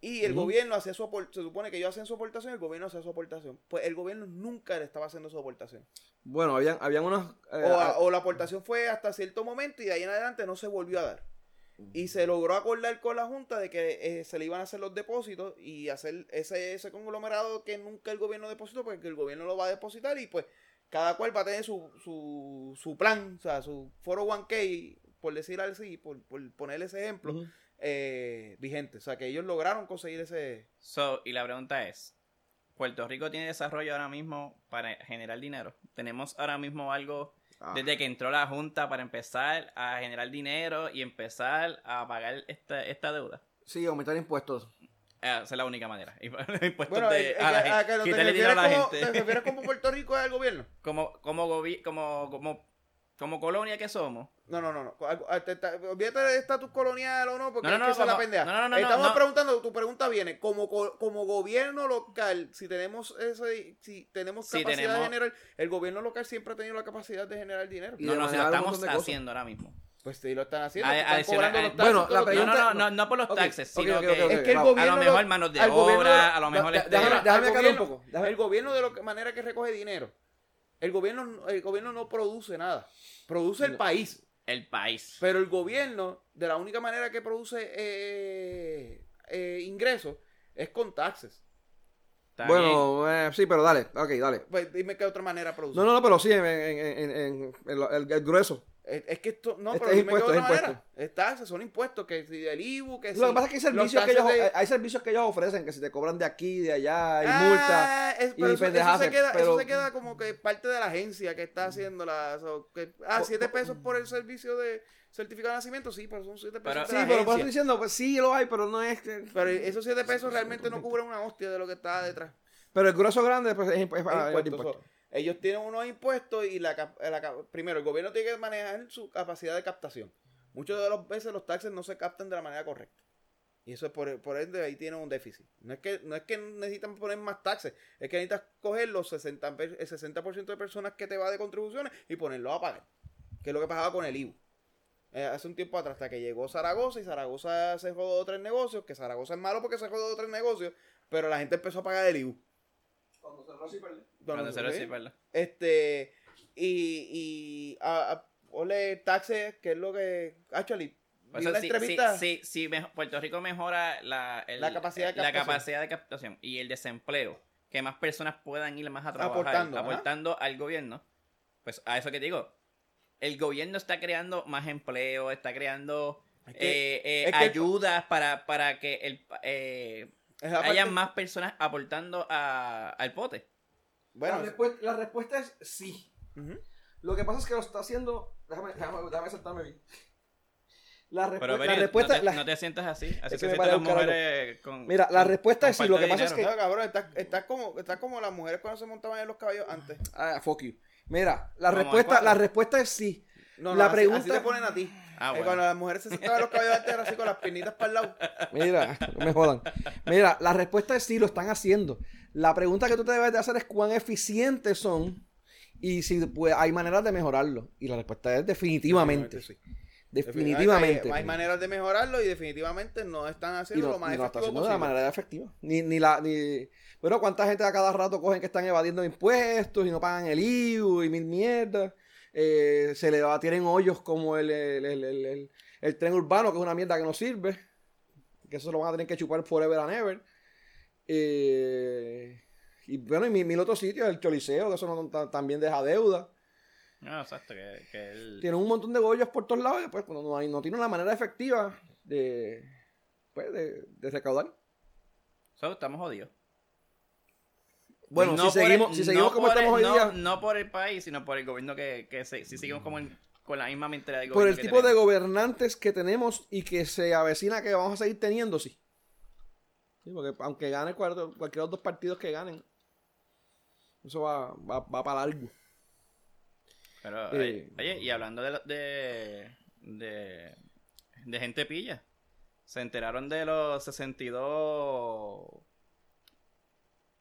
S4: Y el
S3: Ujú.
S4: gobierno hacía su apor- se supone que ellos hacen su aportación, el gobierno hace su aportación. Pues el gobierno nunca le estaba haciendo su aportación.
S3: Bueno, habían, habían unos... eh,
S4: O,
S3: ah,
S4: a- o la aportación fue hasta cierto momento y de ahí en adelante no se volvió a dar. Y se logró acordar con la Junta de que eh, se le iban a hacer los depósitos y hacer ese, ese conglomerado que nunca el gobierno depositó, porque el gobierno lo va a depositar y pues cada cual va a tener su, su, su plan, o sea, su foro 1K, por decir así, por, por poner ese ejemplo,
S3: ujú.
S4: eh, vigente. O sea, que ellos lograron conseguir ese...
S5: So, y la pregunta es, ¿Puerto Rico tiene desarrollo ahora mismo para generar dinero? ¿Tenemos ahora mismo algo
S3: Ah,
S5: desde que entró la Junta para empezar a generar dinero y empezar a pagar esta, esta deuda?
S3: Sí, aumentar impuestos.
S5: Eh, esa es la única manera. [LAUGHS] Impuestos
S4: Bueno,
S5: de-
S4: eh, eh,
S5: a la
S4: a-
S5: gente.
S4: a que lo- te,
S5: Quitarle dinero a
S4: refieres
S5: la
S4: como,
S5: gente.
S4: te refieres como Puerto Rico al gobierno.
S5: [LAUGHS] como, como, gobi- como, como, como colonia que somos.
S4: No, no, no, no. Al- al- te- te- Olvídate de estatus colonial o no, porque
S5: No, no,
S4: es
S5: no,
S4: que esa es la
S5: como-
S4: pendeja.
S5: no, no, no,
S4: Estamos
S5: no.
S4: preguntando, tu pregunta viene, como, co- como gobierno local, si tenemos ese, si tenemos
S5: Si
S4: capacidad de
S5: tenemos-
S4: generar, el gobierno local siempre ha tenido la capacidad de generar dinero.
S3: Y
S5: No,
S3: de
S5: no, si lo
S3: manejar un
S5: estamos
S3: montón de cosas.
S5: haciendo ahora mismo.
S4: Pues sí, lo están haciendo.
S5: A-
S4: te están
S5: adicional-
S4: cobrando los
S5: a-
S4: taxes
S3: bueno,
S4: todos los
S3: la
S5: No, no,
S4: días.
S5: no, no, no por los
S3: Ok,
S5: taxes,
S3: ok,
S5: sino
S3: ok,
S5: que
S3: ok, ok.
S4: Es que el
S3: Va-
S5: a
S4: gobierno
S5: lo mejor manos de
S4: al gobierno
S5: obra,
S4: lo-
S5: a lo mejor
S3: da-
S5: este-
S3: déjame-
S4: Mira, el
S3: aclarar un
S4: gobierno-
S3: poco, déjame-
S4: El gobierno de lo que, manera que recoge dinero. El gobierno, el gobierno no produce nada. Produce el
S3: No.
S4: país.
S5: el país.
S4: Pero el gobierno, de la única manera que produce eh, eh, ingresos, es con taxes.
S5: Está bien.
S3: Bueno, eh, sí, pero dale, ok, dale.
S4: Pues dime qué otra manera produce.
S3: No, no, no, pero sí, en, en- en- en- en lo- el, el grueso.
S4: Es, es que esto, no,
S3: Este
S4: pero
S3: es
S4: dime
S3: impuesto,
S4: qué
S3: es
S4: otra
S3: impuesto.
S4: manera. Es taxes, son impuestos, que si el IBU, que si...
S3: Lo que pasa es que hay
S4: los
S3: servicios que, ellos,
S4: taxes de-
S3: hay servicios que ellos ofrecen, que si te cobran de aquí, de allá, y multa.
S4: Ah, es- pero
S3: y
S4: eso, eso
S3: pendejadas,
S4: se queda, eso
S3: pero-
S4: se queda como que parte de la agencia que está haciendo la... so, que- ah,
S3: Po-
S4: 7
S3: po-
S4: pesos por el servicio de certificado de nacimiento, sí, pero son 7 pesos
S5: Pero-
S4: de
S3: Sí,
S4: la
S3: pero por eso estoy
S4: agencia.
S3: diciendo, pues sí lo hay, pero no es que...
S4: Pero esos 7 pesos realmente no cubren una hostia de lo que está detrás.
S3: Pero el grueso grande pues, es, imp- es para
S4: impuestos,
S3: el impuesto.
S4: so, ellos tienen unos impuestos y la, cap- la cap- primero el gobierno tiene que manejar su capacidad de captación. Muchas de las veces los taxes no se captan de la manera correcta. Y eso es por, por ende ahí tienen un déficit. No es que no es que necesitan poner más taxes, es que necesitas coger los 60, per- el 60% de personas que te va de contribuciones y ponerlo a pagar. Que es lo que pasaba con el IVU. Eh, hace un tiempo atrás, hasta que llegó Zaragoza y Zaragoza se jodó tres negocios, que Zaragoza es malo porque se jodó tres negocios, pero la gente empezó a pagar el IVU.
S3: Cuando cerró ¿eh? Ciperle.
S5: Cuando
S4: Donald
S5: se lo
S4: Trump.
S5: sí, ¿verdad?
S4: Este, y, y a, a- ole taxes, que es lo que. Actually, vi
S5: Por eso,
S4: una
S5: si,
S4: entrevista.
S5: si- si- si mejo- Puerto Rico mejora la, el-
S4: La capacidad de
S5: la
S4: captación.
S5: capacidad de captación y el desempleo, que más personas puedan ir más a trabajar,
S4: Aportando,
S5: aportando,
S4: ajá.
S5: al gobierno, pues a eso que te digo, el gobierno está creando más empleo, está creando
S4: Es que-
S5: eh, eh,
S4: es que el-
S5: ayudas para, para que el, eh,
S4: es la
S5: haya
S4: parte-
S5: más personas aportando a- al pote.
S3: la,
S4: Bueno,
S3: respu- la respuesta es sí.
S4: ujú.
S3: Lo que pasa es que lo está haciendo. Déjame, déjame, déjame saltarme bien. La, respu-
S5: Pero,
S3: la
S5: Benny,
S3: respuesta.
S5: no, te,
S3: la-
S5: no te sientas así, así
S3: que
S5: se
S3: me
S5: sientan
S3: paré a
S5: las
S3: buscar algo.
S5: mujeres con...
S3: Mira, la
S5: con-
S3: respuesta
S5: con
S3: es sí, lo
S5: falta
S3: que
S5: de
S3: pasa es
S5: dinero.
S3: que-
S4: Claro, cabrón, estás está como, está como las mujeres cuando se montaban en los caballos antes.
S3: Ah, fuck you. Mira, la
S5: Vamos al
S3: respuesta,
S5: cuadro.
S3: la respuesta es sí.
S4: No, no,
S3: La
S4: así-
S3: pregunta-
S4: así te ponen a ti.
S5: Ah,
S4: Eh,
S5: bueno.
S4: Cuando las mujeres se sentaban en los caballos antes, era así con las piernitas para el lado.
S3: Mira, no me jodan. Mira, la respuesta es sí, lo están haciendo. La pregunta que tú te debes de hacer es cuán eficientes son y si pues, hay maneras de mejorarlo. Y la respuesta es definitivamente.
S4: sí.
S3: Definitivamente.
S4: Hay, hay maneras de mejorarlo y definitivamente no están
S3: y
S4: haciendo
S3: no,
S4: lo más
S3: y no
S4: efectivo
S3: está haciendo de la
S4: posible.
S3: manera efectiva. Ni, ni la, ni... Bueno, ¿cuánta gente a cada rato cogen que están evadiendo impuestos y no pagan el IVU y mil mierdas? Eh, se le va, tienen hoyos como el, el, el- el- el- el tren urbano, que es una mierda que no sirve. Que eso lo van a tener que chupar forever and ever. Eh, y bueno, y mil, mil otros sitios, el Choliseo, que eso no, ta- también deja deuda.
S5: No, exacto, que, que el-
S3: Tienen un montón de hoyos por todos lados y después cuando no, hay, no tienen una manera efectiva de, pues, de, de recaudar.
S5: So, estamos jodidos.
S3: Bueno,
S5: No
S3: si
S5: por el-
S3: seguimos, si
S5: no
S3: seguimos como
S5: por el-
S3: estamos hoy
S5: no,
S3: día,
S5: No por el país, sino por el gobierno que, que se- si seguimos como en- con la misma mentalidad del
S3: por
S5: gobierno
S3: el
S5: que
S3: tipo de
S5: tenemos.
S3: gobernantes que tenemos y que se avecina que vamos a seguir teniendo, sí. Sí, porque aunque gane cual- cualquiera de los dos partidos que ganen, eso va, va, va para largo.
S5: Pero,
S3: eh,
S5: oye, oye, y hablando de, lo- de, de, de gente pilla, se enteraron de los 62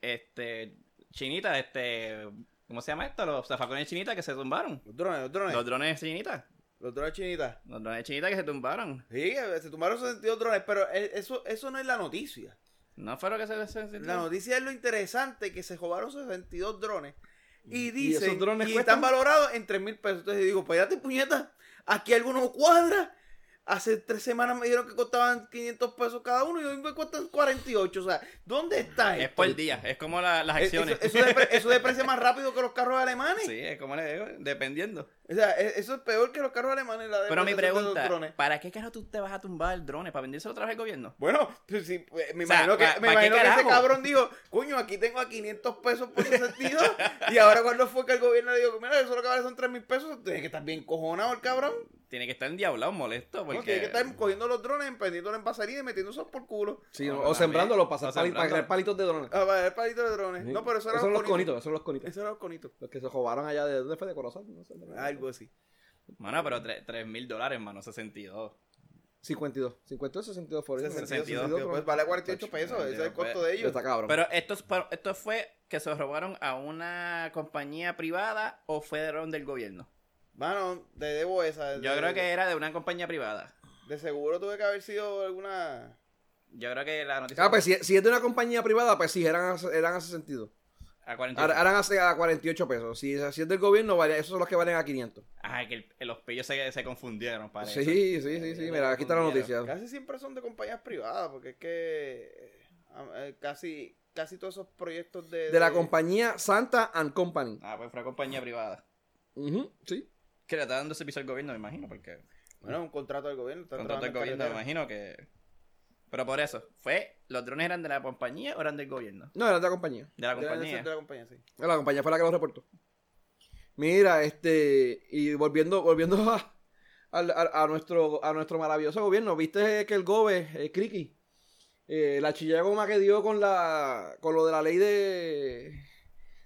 S5: este, chinitas, este, ¿cómo se llama esto? Los zafacones chinitas que se tumbaron.
S4: Los drones, los drones.
S5: Los
S4: Los,
S5: drones chinitas.
S4: drones chinitas.
S5: Los drones chinitas que se tumbaron.
S4: Sí, se tomaron 62 drones, pero eh, eso, eso no es la noticia.
S5: No fue lo que se, se- se-
S4: La noticia es lo interesante que se robaron 62 drones y dicen
S3: esos drones
S4: y
S3: cuestan?
S4: están valorados en 3 mil pesos. Entonces digo, "Pues, espérate puñeta, aquí algunos cuadra. Hace tres semanas me dijeron que costaban 500 pesos cada uno y hoy me cuestan 48. O sea, ¿dónde está
S5: Es
S4: esto?
S5: por día, es como la- las
S4: Eh, Eso,
S5: acciones.
S4: eso depre- eso deprecia más rápido que los carros alemanes.
S5: [LAUGHS] Sí, es como le digo, dependiendo.
S4: O sea, e- eso es peor que los carros alemanes. La
S5: Pero mi
S4: depreciación de los
S5: pregunta,
S4: drones.
S5: ¿para qué carajo tú te vas a tumbar el drone? ¿Para vendérselo otra vez al gobierno?
S4: Bueno, pues sí, eh, me
S5: O sea,
S4: imagino, que,
S5: ¿pa-
S4: me
S5: pa' qué
S4: imagino que ese
S5: carajo?
S4: cabrón dijo, coño, aquí tengo a 500 pesos por ese sentido. y ahora cuando fue que el gobierno le dijo, mira, eso lo que vale son 3 mil pesos, tiene que estar bien cojonado el cabrón.
S5: Tiene que estar endiablado, molesto,
S4: No,
S5: porque...
S4: tiene que estar cogiendo los drones, vendiendo en pasaría y metiéndoselos por culo.
S3: Sí,
S5: Ah,
S3: o- o
S5: también.
S3: sembrándolos para, hacer
S5: O
S3: pali- para
S5: sembrando.
S3: crear palitos de drones.
S4: A ver, el palito de drones. Ah, No, pero eso era
S3: esos son los conitos, esos son los conitos.
S4: Eso era los conitos.
S3: Los que se robaron allá de dónde fue de Corozal, no sé.
S4: Algo así.
S5: Mano, pero 3 mil dólares, mano, 62.
S3: 52, 52, 62 por
S4: 62,
S5: 62,
S4: pues, vale 48 pesos, ese es
S5: Ay,
S4: el
S5: Dios, pues,
S4: costo de ellos.
S3: Está cabrón.
S5: Pero esto, es pa- esto fue que se robaron a una compañía privada o fue dron del gobierno.
S4: Mano, te debo esa.
S5: Yo
S4: de-
S5: creo que era de una compañía privada.
S4: De seguro tuve que haber sido alguna...
S5: Yo creo que la noticia
S3: Ah, pues si, si es de una compañía privada, pues sí, eran, a- eran a 62.
S5: a 48.
S3: Ahora ahora hace a 48 pesos. Si, si es del gobierno, vale, esos son los que valen a 500.
S5: Ay, que el- los pillos se, se confundieron, parece.
S3: Sí, sí, sí, sí. Mira, aquí está la noticia.
S4: Casi siempre son de compañías privadas, porque es que eh, eh, casi, casi todos esos proyectos de...
S3: De la compañía Santa and Company.
S5: Ah, pues fue una compañía privada.
S3: Ujú, sí.
S5: Que le está dando servicio al gobierno, me imagino, porque...
S4: Bueno, es un contrato del gobierno. están
S5: contrato del
S4: trabajando en
S5: gobierno, me
S4: carretera.
S5: imagino que. Pero por eso, fue. ¿Los drones eran de la compañía o eran del gobierno?
S3: No, era de la compañía.
S5: De la
S4: Debe de ser
S5: compañía.
S4: De la compañía, sí.
S3: La compañía fue la que los reportó. Mira, este. Y volviendo, volviendo a, al- a- a nuestro, a nuestro maravilloso gobierno, viste que el GOBE, eh, Criqui, eh, la chilla goma que dio con la. con lo de la ley de.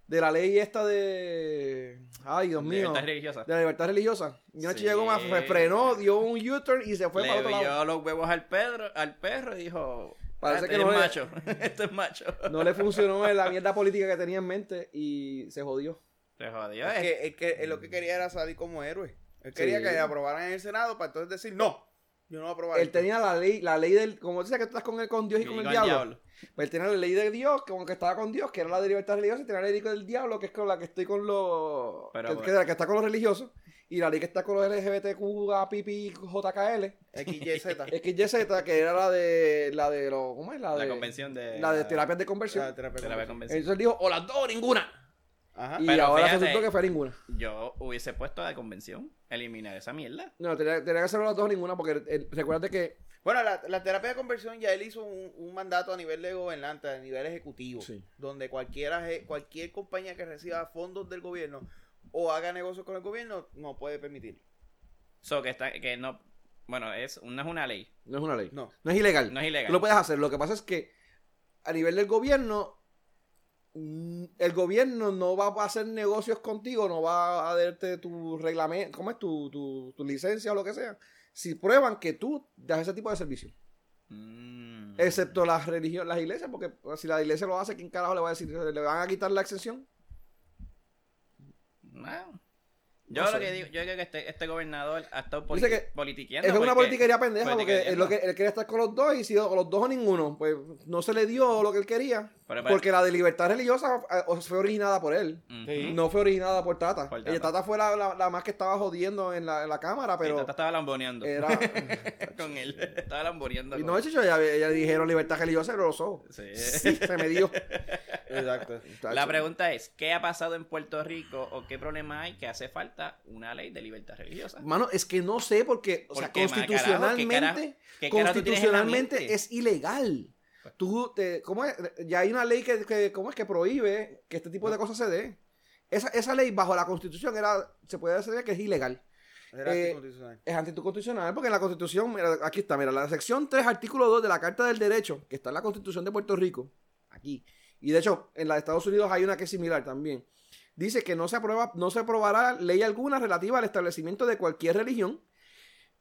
S3: de la ley esta de. Ay, Dios mío.
S5: Libertad
S3: De
S5: religiosa.
S3: la libertad religiosa. Y una
S5: Sí.
S3: chilla goma se frenó, dio un U-turn y se fue
S5: Le
S3: para otro lado.
S5: vio los huevos al Pedro, al perro y dijo.
S3: Parece
S5: "Ah,
S3: que
S5: esto
S3: no
S5: es
S3: es-
S5: macho. [LAUGHS] esto
S3: [LAUGHS]
S5: es macho.
S3: No le funcionó la mierda política que tenía en mente y se jodió.
S5: Te jodió.
S4: Es
S5: eh.
S4: que, es que él lo que quería era salir como héroe. Él quería
S3: Sí.
S4: que le aprobaran en el Senado para entonces decir, no, Yo no voy a probar.
S3: Él
S4: esto.
S3: tenía la ley, la ley del, como dice que tú estás con, el, con Dios y,
S5: Y
S3: con, el
S5: con el
S3: diablo.
S5: diablo.
S3: Pues él tenía la ley de Dios, como que estaba con Dios, que era la de libertad religiosa, y tenía la ley del diablo, que es con la que estoy con los.
S5: Pero
S3: que,
S5: bueno.
S3: que la que está con los religiosos, y la ley que está con los LGBTQ, A, pipi, JKL, [LAUGHS]
S4: XYZ.
S3: XYZ, que era la de. La de los. ¿Cómo es? La de.
S5: La convención de.
S3: la de terapias de conversión.
S4: Ah, La terapia
S5: terapia
S4: convencional.
S5: de convención.
S3: Entonces él dijo, o las dos o ninguna.
S4: Ajá.
S3: y
S5: Ah, Pero
S3: ahora se
S5: fíjate.
S3: resultó que fue ninguna.
S5: Yo hubiese puesto la de convención. Eliminar esa mierda.
S3: No, tenía, tenía que ser las dos o ninguna, porque recuerda recuérdate que.
S4: Bueno, la, la terapia de conversión ya él hizo un, un mandato a nivel de gobernante, a nivel ejecutivo,
S3: Sí.
S4: donde cualquiera, je- cualquier compañía que reciba fondos del gobierno o haga negocios con el gobierno no puede permitirlo.
S5: So, que está, que no. Bueno, es, no es una ley.
S3: No es una ley.
S4: No.
S3: No es ilegal.
S5: No es ilegal.
S3: Tú lo puedes hacer. Lo que pasa es que a nivel del gobierno, mm, el gobierno no va a hacer negocios contigo, no va a darte tu reglamento, ¿cómo es? Tu, tu, tu licencia o lo que sea. Si prueban que tú das ese tipo de servicio.
S5: Mm.
S3: Excepto las religiones, las iglesias, porque si la iglesia lo hace, ¿quién carajo le va a decir? ¿Le van a quitar la exención?
S5: No. Ah. Yo
S3: No
S5: lo
S3: sé.
S5: que digo, yo creo que este, este gobernador ha estado
S3: Dice
S5: politi-
S3: que
S5: politiqueando.
S3: Eso es una
S5: porque-
S3: politiquería pendeja, porque
S5: politiquería,
S3: él, lo que, él quería estar con los dos y si o- los dos o ninguno, pues no se le dio lo que él quería.
S5: Pero- pero-
S3: Porque la de libertad religiosa eh, fue originada por él.
S5: Ujú.
S4: Sí.
S3: No fue originada por Tata.
S5: Por
S3: Ella,
S5: Tata.
S3: Tata. fue la, la- la más que estaba jodiendo en la, en la cámara,
S5: Y
S3: pero
S5: Tata estaba lamboneando [LAUGHS]
S3: era...
S5: con él. Estaba lamboneando
S3: y
S5: con
S3: no, hecho, ella, ella dijeron libertad religiosa y los ojos.
S5: Sí. [LAUGHS]
S3: Sí, se me dio.
S4: Exacto.
S5: La pregunta es, ¿qué ha pasado en Puerto Rico o qué problema hay que hace falta una ley de libertad religiosa?
S3: Mano, es que no sé porque, o sea,
S5: Porque, ma, carajo, ¿qué
S3: constitucionalmente,
S5: carajo- qué carajo tú tienes en la
S3: constitucionalmente
S5: mente? Pues
S3: es ilegal. Tú, te, ¿cómo es? Ya hay una ley que, que- ¿cómo es? que prohíbe que este tipo de cosas se dé. Esa, esa ley bajo la constitución era, se puede decir que es ilegal.
S4: [LAUGHS] Era
S3: Eh,
S4: anticonstitucional.
S3: Es anticonstitucional porque en la Constitución, mira, aquí está, mira, la sección 3, artículo 2 de la Carta del Derecho, que está en la Constitución de Puerto Rico, aquí, y de hecho en la de Estados Unidos hay una que es similar también, dice que no se, aprueba, no se aprobará ley alguna relativa al establecimiento de cualquier religión,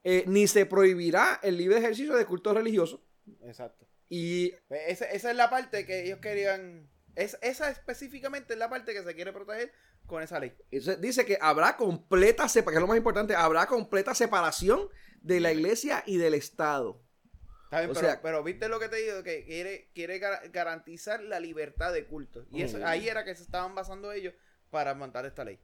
S3: eh, ni se prohibirá el libre ejercicio de cultos religiosos,
S4: Exacto.
S3: y
S4: Eh, Esa, esa es la parte que ellos querían. Es, esa específicamente es la parte que se quiere proteger con esa ley.
S3: Entonces, dice que habrá completa separación, que es lo más importante, habrá completa separación de la iglesia y del Estado.
S4: Está bien,
S3: O
S4: pero,
S3: sea-
S4: pero viste lo que te digo, que quiere, quiere gar- garantizar la libertad de culto. Y eso,
S3: Ujú.
S4: ahí era que se estaban basando ellos para montar esta ley.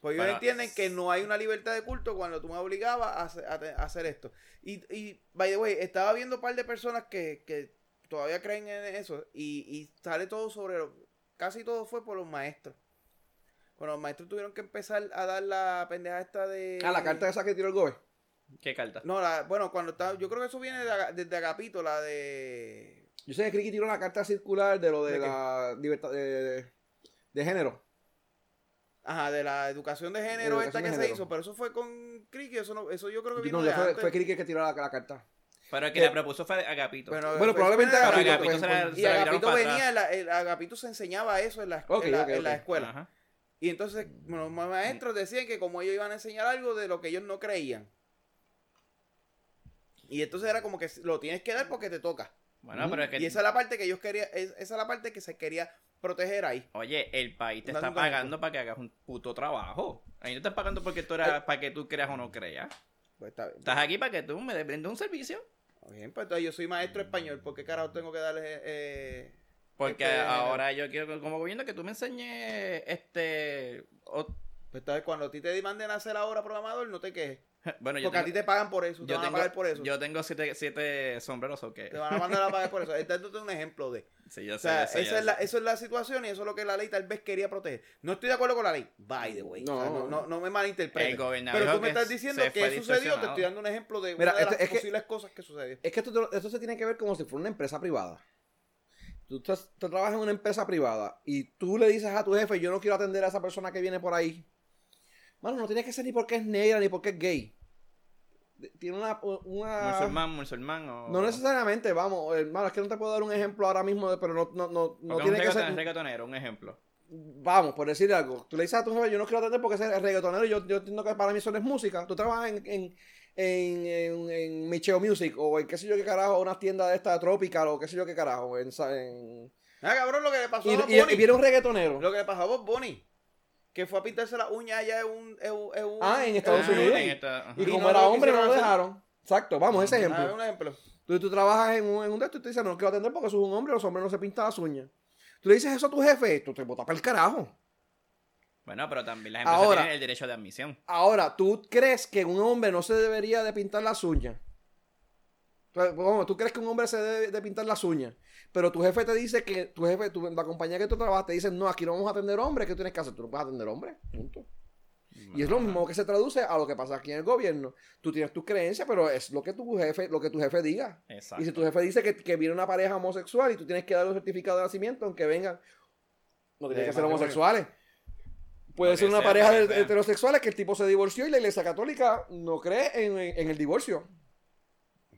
S4: Pues ellos
S5: Para-
S4: entienden que no hay una libertad de culto cuando tú me obligabas a hacer, a te- a hacer esto. Y, y, by the way, estaba viendo un par de personas que, que todavía creen en eso. Y, y sale todo sobre... lo- casi todo fue por los maestros. Cuando los maestros tuvieron que empezar a dar la pendeja esta de...
S3: Ah, la carta esa que tiró el gobe.
S5: ¿Qué carta?
S4: No, la- bueno, cuando estaba... Yo creo que eso viene de Aga- desde Agapito, la de...
S3: Yo sé que Criqui tiró la carta circular de lo de,
S4: ¿De qué?
S3: la libertad de, de- de género.
S4: Ajá, de la educación de género
S3: De
S4: esta
S3: educación
S4: que
S3: de
S4: se
S3: género.
S4: hizo, pero eso fue con Criqui, eso, no, eso yo creo que vino
S3: No,
S4: de
S3: ya fue,
S4: antes.
S3: fue Criqui el que tiró la, la carta.
S5: Pero el que
S3: Eh,
S5: la propuso fue Agapito.
S4: Bueno, pues,
S3: Bueno, probablemente
S4: pero
S3: Agapito.
S5: Agapito
S3: pues,
S5: será-
S3: pues,
S4: Y
S5: Se la viraron
S4: Agapito
S5: para
S4: venía,
S5: atrás.
S4: la- el Agapito se enseñaba eso en la,
S3: Ok,
S4: en la,
S3: ok,
S4: en la
S3: ok.
S4: escuela.
S5: Ajá.
S4: Y entonces los ma- maestros decían que como ellos iban a enseñar algo de lo que ellos no creían. Y entonces era como que lo tienes que dar porque te toca.
S5: Bueno,
S3: Ujú.
S5: pero es que...
S4: Y esa es la parte que ellos querían, es- esa es la parte que se quería proteger ahí.
S5: Oye, el país te
S4: No,
S5: está
S4: no, no, no.
S5: pagando para que hagas un puto trabajo. Ahí no estás pagando porque tú
S3: Eh.
S5: eras, para que tú creas o no creas.
S4: Pues está bien.
S5: Estás aquí para que tú me des- brindes un servicio.
S4: Por ejemplo, pues, entonces yo soy
S5: Mm.
S4: maestro español, ¿por qué carajo tengo que darle eh,
S5: Porque
S4: Este,
S5: ahora yo quiero que- como gobierno que tú me enseñes este... o-
S4: Pues entonces cuando a ti te demanden hacer ahora programador, no te quejes.
S5: bueno, yo
S4: Porque a ti
S5: tengo,
S4: te pagan por eso, te
S5: yo
S4: van
S5: tengo-
S4: a pagar por eso.
S5: yo tengo siete, siete sombreros o qué.
S4: Te van a mandar a pagar por eso. Este es un ejemplo de.
S5: Sí, yo
S4: O
S5: sé,
S4: sea,
S5: yo sé,
S4: esa
S5: yo
S4: es la,
S5: sé.
S4: eso es la situación y eso es lo que la ley tal vez quería proteger. No estoy de acuerdo con la ley. By the way. O sea, No,
S3: No.
S4: no, no me
S5: El
S4: malinterpretes.
S5: gobernador
S4: Pero tú
S5: dijo
S4: me
S5: que
S4: estás diciendo
S5: se fue
S4: que sucedió. Te
S5: distorsionado.
S4: estoy dando un ejemplo de
S3: Mira,
S4: una de
S3: esto-
S4: las
S3: es que-
S4: posibles cosas que sucedió.
S3: Es que esto, te- esto se tiene que ver como si fuera una empresa privada. Tú, estás- tú trabajas en una empresa privada y tú le dices a tu jefe, yo no quiero atender a esa persona que viene por ahí. Mano, no tiene que ser ni porque es negra ni porque es gay. De- Tiene una... una...
S5: Musulmán, musulmán o...
S3: No necesariamente, vamos, hermano, es que no te puedo dar un ejemplo ahora mismo, de- pero no, no, no, no
S5: Porque un
S3: tiene que
S5: reggaeton-
S3: ser...
S5: reggaetonero, un ejemplo.
S3: vamos, por decir algo, tú le dices a tu jefe, yo no quiero atender porque ese es reggaetonero, yo, yo entiendo que para mí eso no es música. Tú trabajas en, en, en, en- en Micheo Music o en qué sé yo qué carajo, una tienda de esta tropical o qué sé yo qué carajo. en sa- en-
S4: Ah, cabrón, lo que le pasó
S3: Y,
S4: a Bob
S3: y- y
S4: Bunny.
S3: viene un reggaetonero.
S4: Lo que le pasó a Bob Bunny. Que fue a pintarse las uñas allá en un. en un- en un-
S3: Ah, en Estados
S5: Ah,
S3: Unidos.
S5: en esta- ajá.
S3: Y
S4: y
S3: como
S4: no
S3: era
S4: lo
S3: hombre, no
S4: quisieron
S3: lo
S4: hacer.
S3: dejaron. Exacto, vamos, ese
S4: Ah,
S3: ejemplo.
S4: un ejemplo.
S3: Tú, tú trabajas en un, en un de estos y te dicen, no, quiero atender porque eso es un hombre, los hombres no se pintan las uñas. Tú le dices eso a tu jefe, tú te botas para el carajo.
S5: Bueno, pero también las empresas
S3: Ahora-
S5: tienen el derecho de admisión.
S3: Ahora, ¿tú crees que un hombre no se debería de pintar las uñas? Tú- bueno, tú crees que un hombre se debe de pintar las uñas, pero tu jefe te dice que tu jefe, tu- la compañía que tú trabajas te dice, no, aquí no vamos a atender hombres, ¿qué tienes que hacer? Tú no vas a atender hombres, punto. Y es lo mismo que se traduce a lo que pasa aquí en el gobierno. Tú tienes tus creencias, pero es lo que tu jefe, lo que tu jefe diga.
S5: Exacto.
S3: Y si tu jefe dice que, que viene una pareja homosexual y tú tienes que darle un certificado de nacimiento, aunque vengan, no tienen
S4: De
S3: que ser
S4: matrimonio.
S3: homosexuales. Puede
S5: Lo
S3: ser
S5: que
S3: una
S5: sea,
S3: pareja
S5: lo que
S3: de-
S5: sea.
S3: heterosexuales que el tipo se divorció y la iglesia católica no cree en, en- en el divorcio.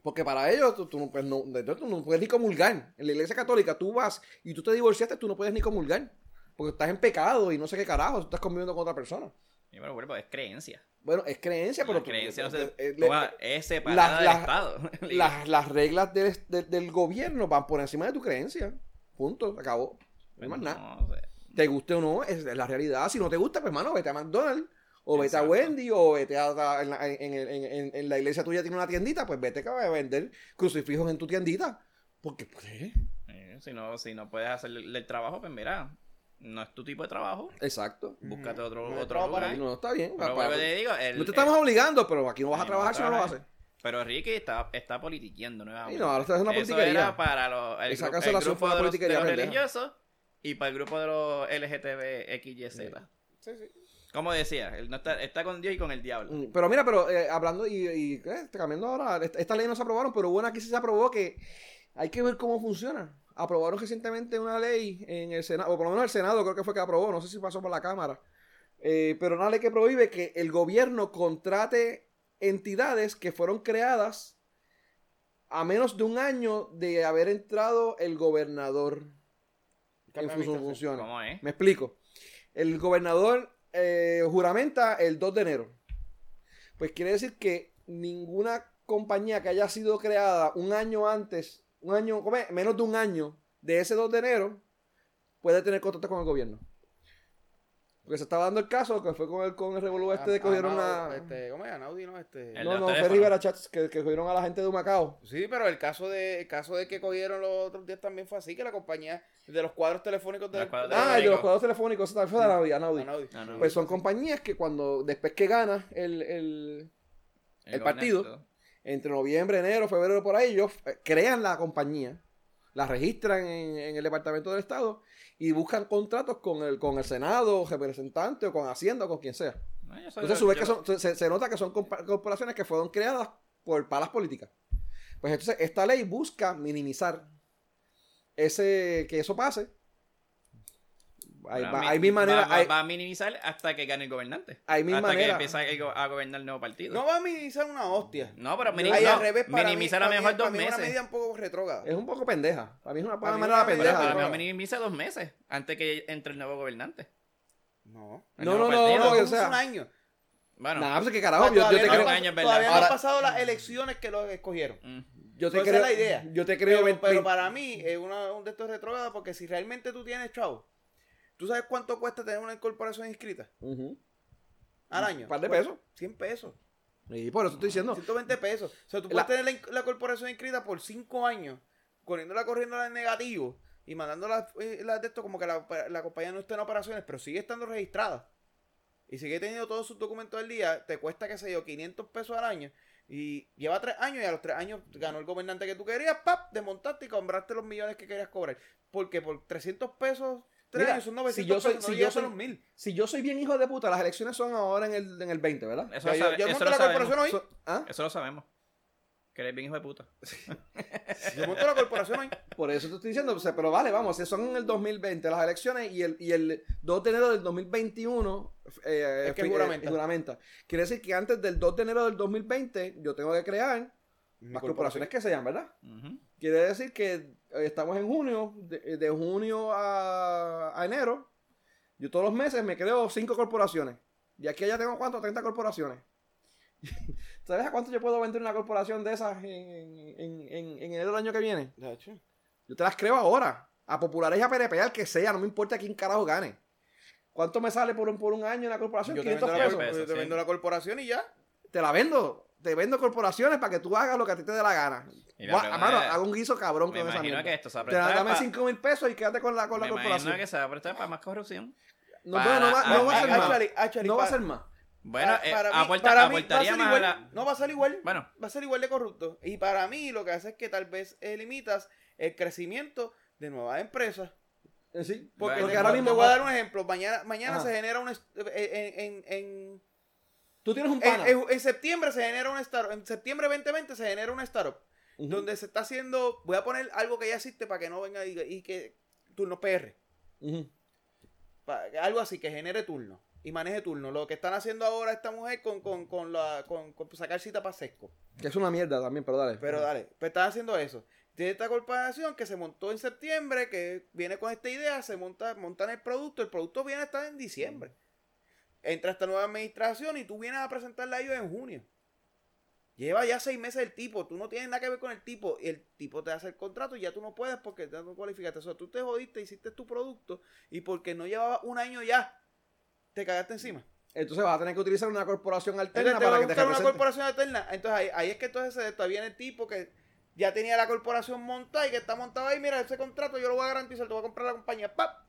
S3: Porque para ellos tú, tú no, pues, no- de- tú no puedes ni comulgar. En la iglesia católica tú vas y tú te divorciaste, tú no puedes ni comulgar. Porque estás en pecado y no sé qué carajo, tú estás conviviendo con otra persona.
S5: Y bueno, bueno, es creencia.
S3: Bueno, es creencia, pero...
S5: la
S3: tú-
S5: Ah, creencia no
S3: eh,
S5: se-
S3: eh,
S5: Bueno, es separada
S3: las-
S5: del
S3: las-
S5: Estado. [LAUGHS]
S3: las, las reglas del, del- del gobierno van por encima de tu creencia. Punto, se acabó. No hay más nada.
S5: Pues, No, o sea,
S3: Te guste o no, es la realidad. Si no te gusta, pues, mano, vete a McDonald's. O vete
S5: Exacto.
S3: a Wendy, o vete a, a- en, la, en- en- en- en la iglesia tuya tiene una tiendita, pues vete que va a vender crucifijos en tu tiendita. Porque, pues,
S5: eh, si, no, si no puedes hacer el, el trabajo, pues mira, no es tu tipo de trabajo.
S3: exacto.
S5: Búscate otro,
S4: No hay
S5: otro
S4: trabajo
S5: lugar.
S4: para
S5: No,
S3: No, está bien.
S5: ¿Eh? pero
S3: para-
S5: vuelvo y te digo, el-
S3: no te estamos
S5: el-
S3: obligando, pero aquí no vas a
S5: Sí,
S3: trabajar si no lo
S5: trabajar.
S3: haces.
S5: Pero Ricky está, está politiqueando nuevamente.
S3: Y no, ahora estás haciendo una
S5: Eso
S3: politiquería.
S5: era para los, el,
S3: Esa
S5: gru- el
S3: cancelación
S5: grupo
S3: fue una
S5: de los, de
S3: politiquería
S5: los
S3: pendeja.
S5: religiosos y para el grupo de los LGTBXYZ.
S4: Sí, sí.
S5: Como decía, él no está, está con Dios y con el diablo.
S3: Mm, Pero mira, pero eh, hablando y, y, eh, cambiando ahora, est- esta ley no se aprobaron, pero bueno, aquí sí se aprobó que hay que ver cómo funciona. Aprobaron recientemente una ley en el Senado, o por lo menos el Senado creo que fue que aprobó, no sé si pasó por la Cámara, eh, pero una ley que prohíbe que el gobierno contrate entidades que fueron creadas a menos de un año de haber entrado el gobernador en
S4: Cambia
S3: sus
S4: de administración.
S3: funciones.
S5: ¿Cómo es?
S3: Me explico. El gobernador eh, juramenta el 2 de enero. Pues quiere decir que ninguna compañía que haya sido creada un año antes, un año, ¿cómo es? menos de un año de ese 2 de enero, puede tener contacto con el gobierno. Porque se estaba dando el caso que fue con el, con el revolú este de que
S4: A-
S3: cogieron
S4: Amado,
S3: a.
S4: Ah, Este, ¿Cómo es? Anaudi, ¿no? Este...
S5: Ah, El- de
S3: No,
S5: los
S3: no, fue
S5: teléfonos.
S3: Rivera Chats que, que cogieron a la gente de Macao.
S4: Sí, pero el caso de el caso de que cogieron los otros días también fue así, que la compañía de los cuadros telefónicos Ah,
S5: Los
S4: del-
S5: cuadros
S4: de
S3: Ah, y de los
S5: telefónicos.
S3: cuadros telefónicos, eso también fue de Anaudi, Anaudi.
S4: Anaudi.
S5: Ah, No, no.
S3: Pues son compañías que cuando, después que ganas el- el, el partido.
S5: gobernador.
S3: entre noviembre, enero, febrero, por ahí, ellos eh, crean la compañía, la registran en, en el Departamento del Estado y buscan contratos con el, con el Senado, representante o con Hacienda o con quien sea.
S5: No, yo soy-
S3: Entonces, su vez
S5: Pues yo-
S3: que son- se, se nota que son compa- corporaciones que fueron creadas por palas políticas. Pues entonces, esta ley busca minimizar ese que eso pase. Ahí,
S5: Bueno,
S3: va-
S5: mi-
S3: ahí mi
S5: va-
S3: manera,
S5: Va,
S3: ahí-
S5: va a minimizar hasta que gane el gobernante.
S3: ahí mi
S5: hasta que
S3: manera.
S5: empiece el go- a gobernar el nuevo partido.
S4: No va a minimizar una hostia.
S5: No, pero mini-
S4: Ahí
S5: no,
S4: al revés, para
S5: minimizar
S4: mí,
S5: a
S4: para mí-
S5: mejor dos
S4: para mí es una
S5: meses.
S4: medida un poco retrógrada.
S3: es un poco pendeja. Para mí es una,
S4: Para mí es
S3: manera
S4: una medida
S5: Pero
S3: pendeja. de-
S5: para mí
S4: no.
S5: minimiza dos meses antes que entre el nuevo gobernante.
S4: No.
S5: El
S3: No,
S5: nuevo
S3: no, no,
S5: partido.
S3: no,
S4: ¿Cómo
S3: o
S4: es
S3: sea-
S4: un año.
S5: Bueno,
S3: Nah, pues que
S4: O
S3: carajo,
S4: sea,
S3: yo- yo,
S4: todavía
S3: te
S4: no han pas-
S5: creo- un
S3: creo.
S5: año es verdad.
S4: Todavía no
S3: Ahora-
S4: han pasado las elecciones que los escogieron.
S5: mm,
S3: Yo te
S4: Pues Esa es
S3: creo.
S4: la idea.
S3: Yo te creo.
S4: Pero,
S3: ve-
S4: pero
S3: ve-
S4: para mí es una, un de estos retrógrados porque si realmente tú tienes chavo, ¿tú sabes cuánto cuesta tener una incorporación inscrita
S3: Ujú.
S4: al año?
S3: Un par de
S4: Pues,
S3: pesos.
S4: 100 pesos.
S3: Y por eso estoy diciendo.
S4: 120 pesos. O sea, tú
S3: La-
S4: puedes tener la, in- la corporación inscrita por 5 años, corriéndola corriéndola en negativo y mandándola eh, la de esto como que la, la compañía no esté en operaciones, pero sigue estando registrada. Y sigue teniendo todos sus documentos al día, te cuesta, qué sé yo, 500 pesos al año. Y lleva 3 años y a los 3 años ganó el gobernante que tú querías, ¡pap! Desmontaste y compraste los millones que querías cobrar. Porque por 300 pesos, 3
S3: Mira,
S4: años son
S3: si
S4: 900
S3: yo soy-
S4: pesos,
S3: si
S4: no
S3: yo
S4: llegas a
S3: soy-
S4: los 1000.
S3: Si yo soy bien hijo de puta, las elecciones son ahora en el, en el 20, ¿verdad?
S5: eso,
S4: Ya,
S5: lo
S4: yo-
S5: sabe-
S4: yo
S5: eso
S4: monto
S5: lo
S4: la
S5: sabemos.
S4: corporación hoy.
S3: So- ¿Ah?
S5: Eso lo sabemos. Que eres bien hijo de puta.
S4: Yo monto la corporación
S3: [LAUGHS]
S4: hoy.
S3: Por eso te estoy diciendo. o sea, pero vale, vamos, si son en el 2020 las elecciones y el, y el 2 de enero del 2021 eh,
S4: Es que
S3: fi- eh,
S4: juramenta.
S3: juramenta. Quiere decir que antes del 2 de enero del 2020 yo tengo que crear
S4: Mi corporación.
S3: las corporaciones que sean, ¿verdad?
S5: Ujú.
S3: Quiere decir que eh, estamos en junio, de, de junio a, a enero, yo todos los meses me creo cinco corporaciones. Y aquí ya tengo cuánto, 30 corporaciones. [LAUGHS] ¿Sabes a cuánto yo puedo vender una corporación de esas en, en, en- en enero del año que viene?
S4: De hecho.
S3: Yo te las creo ahora. A populares y a PRP, al que sea, no me importa quién carajo gane. ¿Cuánto me sale por un, por un año una corporación?
S4: Yo te,
S3: 500
S4: vendo la,
S3: pesos.
S4: cor-
S5: pesos,
S4: yo te
S5: sí.
S4: vendo la corporación y ya.
S3: Te la vendo. te vendo corporaciones para que tú hagas lo que a ti te dé la gana.
S5: Y la
S3: Buah,
S5: pregunta
S3: mano,
S5: es-
S3: hago un guiso cabrón
S5: Me
S3: con esa
S5: imagino
S3: mierda.
S5: que esto se va a
S3: Te da-
S5: prestar
S3: dame
S5: pa-
S3: 5 mil pesos y quédate con la, con la
S5: Me
S3: corporación.
S5: imagino que se va a prestar para más corrupción.
S3: No, bueno, no va,
S5: para-
S3: no va a ser
S5: ah,
S3: más.
S4: actually- actually,
S3: no va a
S4: para-
S3: ser más.
S5: Bueno,
S4: Pa-
S5: eh,
S4: para mí-
S5: aporta-
S4: para mí va a
S5: aportaría
S4: ser
S5: más
S4: igual-
S5: a la...
S4: No va a ser igual.
S5: Bueno,
S4: va a ser igual de corrupto. Y para mí lo que hace es que tal vez eh, limitas el crecimiento de nuevas empresas.
S3: Eh, Sí,
S5: Bueno,
S3: porque, porque
S5: no,
S3: ahora
S4: Te-
S3: mismo
S4: te voy a dar un ejemplo. Mañana, mañana
S3: Ajá.
S4: se genera un... est- eh, En, en- en-
S3: tú tienes un
S4: en-
S3: pana.
S4: en- en septiembre se genera un startup. En septiembre 2020 se genera un startup.
S3: Ujú.
S4: Donde se está haciendo... Voy a poner algo que ya existe para que no venga y, y que... Turno PR.
S3: Ujú.
S4: pa- algo así que genere turno y maneje turno. Lo que están haciendo ahora esta mujer con, con, con, la, con, con sacar cita para sesco.
S3: Que es una mierda también, pero dale.
S4: Pero dale, pues están haciendo eso. Tiene esta corporación que se montó en septiembre, que viene con esta idea, se monta, montan el producto, el producto viene a estar en diciembre. Entra esta nueva administración y tú vienes a presentarla a ellos en junio. Lleva ya seis meses el tipo, tú no tienes nada que ver con el tipo, y el tipo te hace el contrato y ya tú no puedes porque ya no cualificaste. O sea, tú te jodiste, hiciste tu producto y porque no llevaba un año ya, te cagaste encima.
S3: Entonces vas a tener que utilizar una corporación alterna
S4: Entonces te va
S3: para
S4: a
S3: que te
S4: buscar una
S3: represente.
S4: corporación alterna. Entonces ahí, ahí es que entonces se- todavía viene el tipo que ya tenía la corporación montada y que está montado ahí. Mira, ese contrato yo lo voy a garantizar, te voy a comprar la compañía. ¡Pap!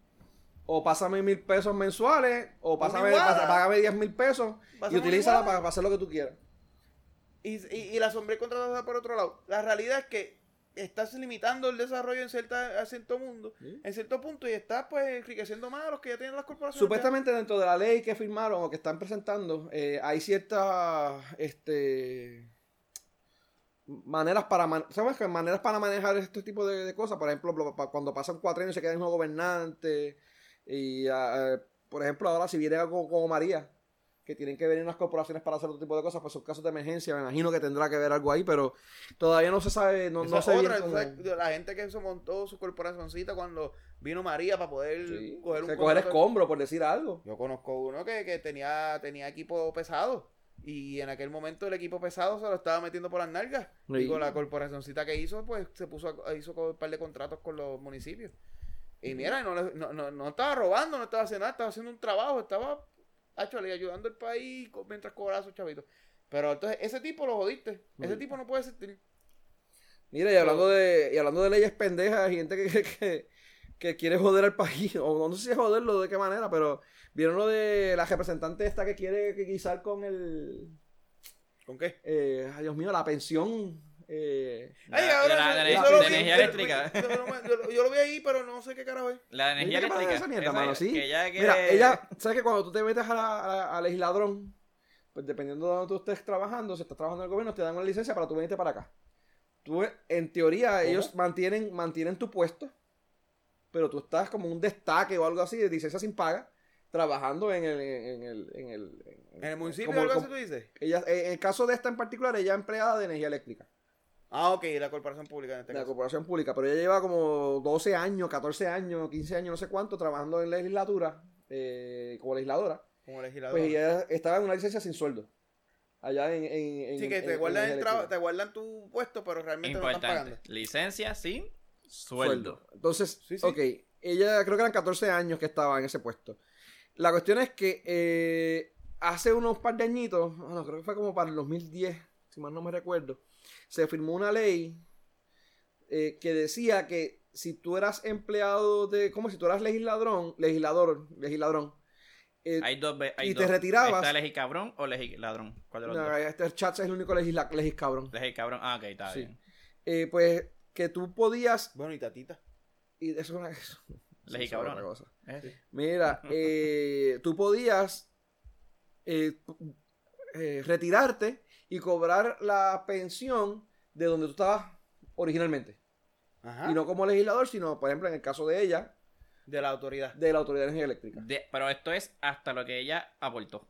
S3: O pásame mil pesos mensuales, o pásame,
S4: iguala.
S3: pasa- págame diez mil pesos y
S4: Pásame
S3: utilízala
S4: iguala.
S3: para, para hacer lo que tú quieras.
S4: Y, y, y la sombra y contratada por otro lado. La realidad es que estás limitando el desarrollo en, cierta, a cierto mundo,
S3: Sí.
S4: en cierto punto, y estás pues enriqueciendo más a los que ya tienen las corporaciones.
S3: Supuestamente dentro de la ley que firmaron o que están presentando, eh, hay ciertas este, maneras para man- ¿sabes? qué? maneras para manejar este tipo de, de cosas. Por ejemplo, lo- pa- cuando pasan cuatro años se queda el mismo gobernante. Y ah, eh, por ejemplo, ahora si viene algo como María, que tienen que venir unas corporaciones para hacer otro tipo de cosas, pues son casos de emergencia, me imagino que tendrá que ver algo ahí, pero todavía no se eh. sabe, no,
S4: Esa
S3: no
S4: es
S3: sé
S4: otra,
S3: bien cómo-
S4: o sea, de la gente que se montó su corporacioncita cuando vino María para poder
S3: Sí,
S4: coger
S3: o
S4: un
S3: sea, coger
S4: contrato.
S3: escombro, por decir algo.
S4: Yo conozco uno que, que tenía, tenía equipo pesado. Y en aquel momento el equipo pesado se lo estaba metiendo por las nalgas.
S3: Sí.
S4: Y con la corporacioncita que hizo, pues se puso a- hizo con un par de contratos con los municipios. Y mira, no, le- no, no, no estaba robando, no estaba haciendo nada, estaba haciendo un trabajo, estaba actually, ayudando al país co- mientras cobraba a sus chavitos. Pero entonces ese tipo lo jodiste. Ese
S3: Sí.
S4: tipo no puede existir.
S3: Mira, y hablando de, y hablando de leyes pendejas, hay gente que, que, que quiere joder al país, o no sé si es joderlo, de qué manera, pero vieron lo de la representante esta que quiere que guisar con el,
S4: ¿Con qué?
S3: eh, ay Dios mío, la pensión. eh,
S5: la-
S4: Ay,
S5: la-
S4: ahora
S5: la-
S4: yo-
S5: la-
S4: yo
S5: la-
S4: lo
S5: la
S4: vi,
S5: energía
S4: yo-
S5: eléctrica.
S4: yo- yo- yo- yo lo vi ahí, pero no sé qué carajo es.
S5: La energía
S3: pues, ¿Viste qué pasa
S5: eléctrica.
S3: esa mierda, mano? Sí.
S5: que ella quiere-
S3: Mira, ella, ¿sabes que cuando tú te metes a la, a la- a legisladrón, pues dependiendo de donde tú estés trabajando, si estás trabajando en el gobierno, te dan una licencia para tú venirte para acá. Tú, en teoría, ellos mantienen, mantienen tu puesto, pero tú estás como un destaque o algo así, de licencia sin paga, trabajando en el... En el, en el,
S4: En el municipio,
S3: como-
S4: algo así
S3: como-
S4: tú dices.
S3: ella- eh, en el caso de esta en particular, ella es empleada de energía eléctrica,
S4: Ah, ok, la corporación pública en este
S3: de la
S4: caso.
S3: corporación pública, pero ella lleva como 12 años, 14 años, 15 años, no sé cuánto, trabajando en legislatura, eh, como legisladora.
S4: Como legislador.
S3: Pues ella estaba en una licencia sin sueldo. Allá en. en, en-
S4: sí, que
S3: en-
S4: te
S3: en
S4: guardan, el
S3: energía
S4: trabajo- te
S3: eléctrica.
S4: guardan tu puesto, pero realmente no están
S5: Importante.
S4: pagando.
S5: Licencia sin sueldo.
S3: Entonces,
S4: Sí, sí.
S3: ok. Ella creo que eran 14 años que estaba en ese puesto. La cuestión es que eh, hace unos par de añitos, ah, no, creo que fue como para el 2010, si mal no me recuerdo, se firmó una ley eh, que decía que si tú eras empleado de. como si tú eras legisladrón, legislador, legisladrón. eh,
S5: Hay dos ve- hay
S3: y te
S5: dos.
S3: retirabas.
S5: Ahí Está elegir cabrón o elegir ladrón. ¿Cuál de los
S3: no,
S5: dos?
S3: este chat es el único legisla, legis cabrón.
S5: Elegir cabrón. Ah, ok, está
S3: Sí.
S5: bien.
S3: eh, pues que tú podías
S4: Bueno, y tatita.
S3: y eso es una [LAUGHS] eso-
S5: Lejí,
S3: eso es otra
S5: cabrón.
S3: cosa.
S5: Eh,
S3: mira eh, tú podías eh, eh, retirarte y cobrar la pensión de donde tú estabas originalmente
S4: Ajá.
S5: Ah.
S3: y no como legislador sino por ejemplo en el caso de ella
S4: De la autoridad.
S3: de la autoridad de energía eléctrica
S5: de- pero esto es hasta lo que ella aportó.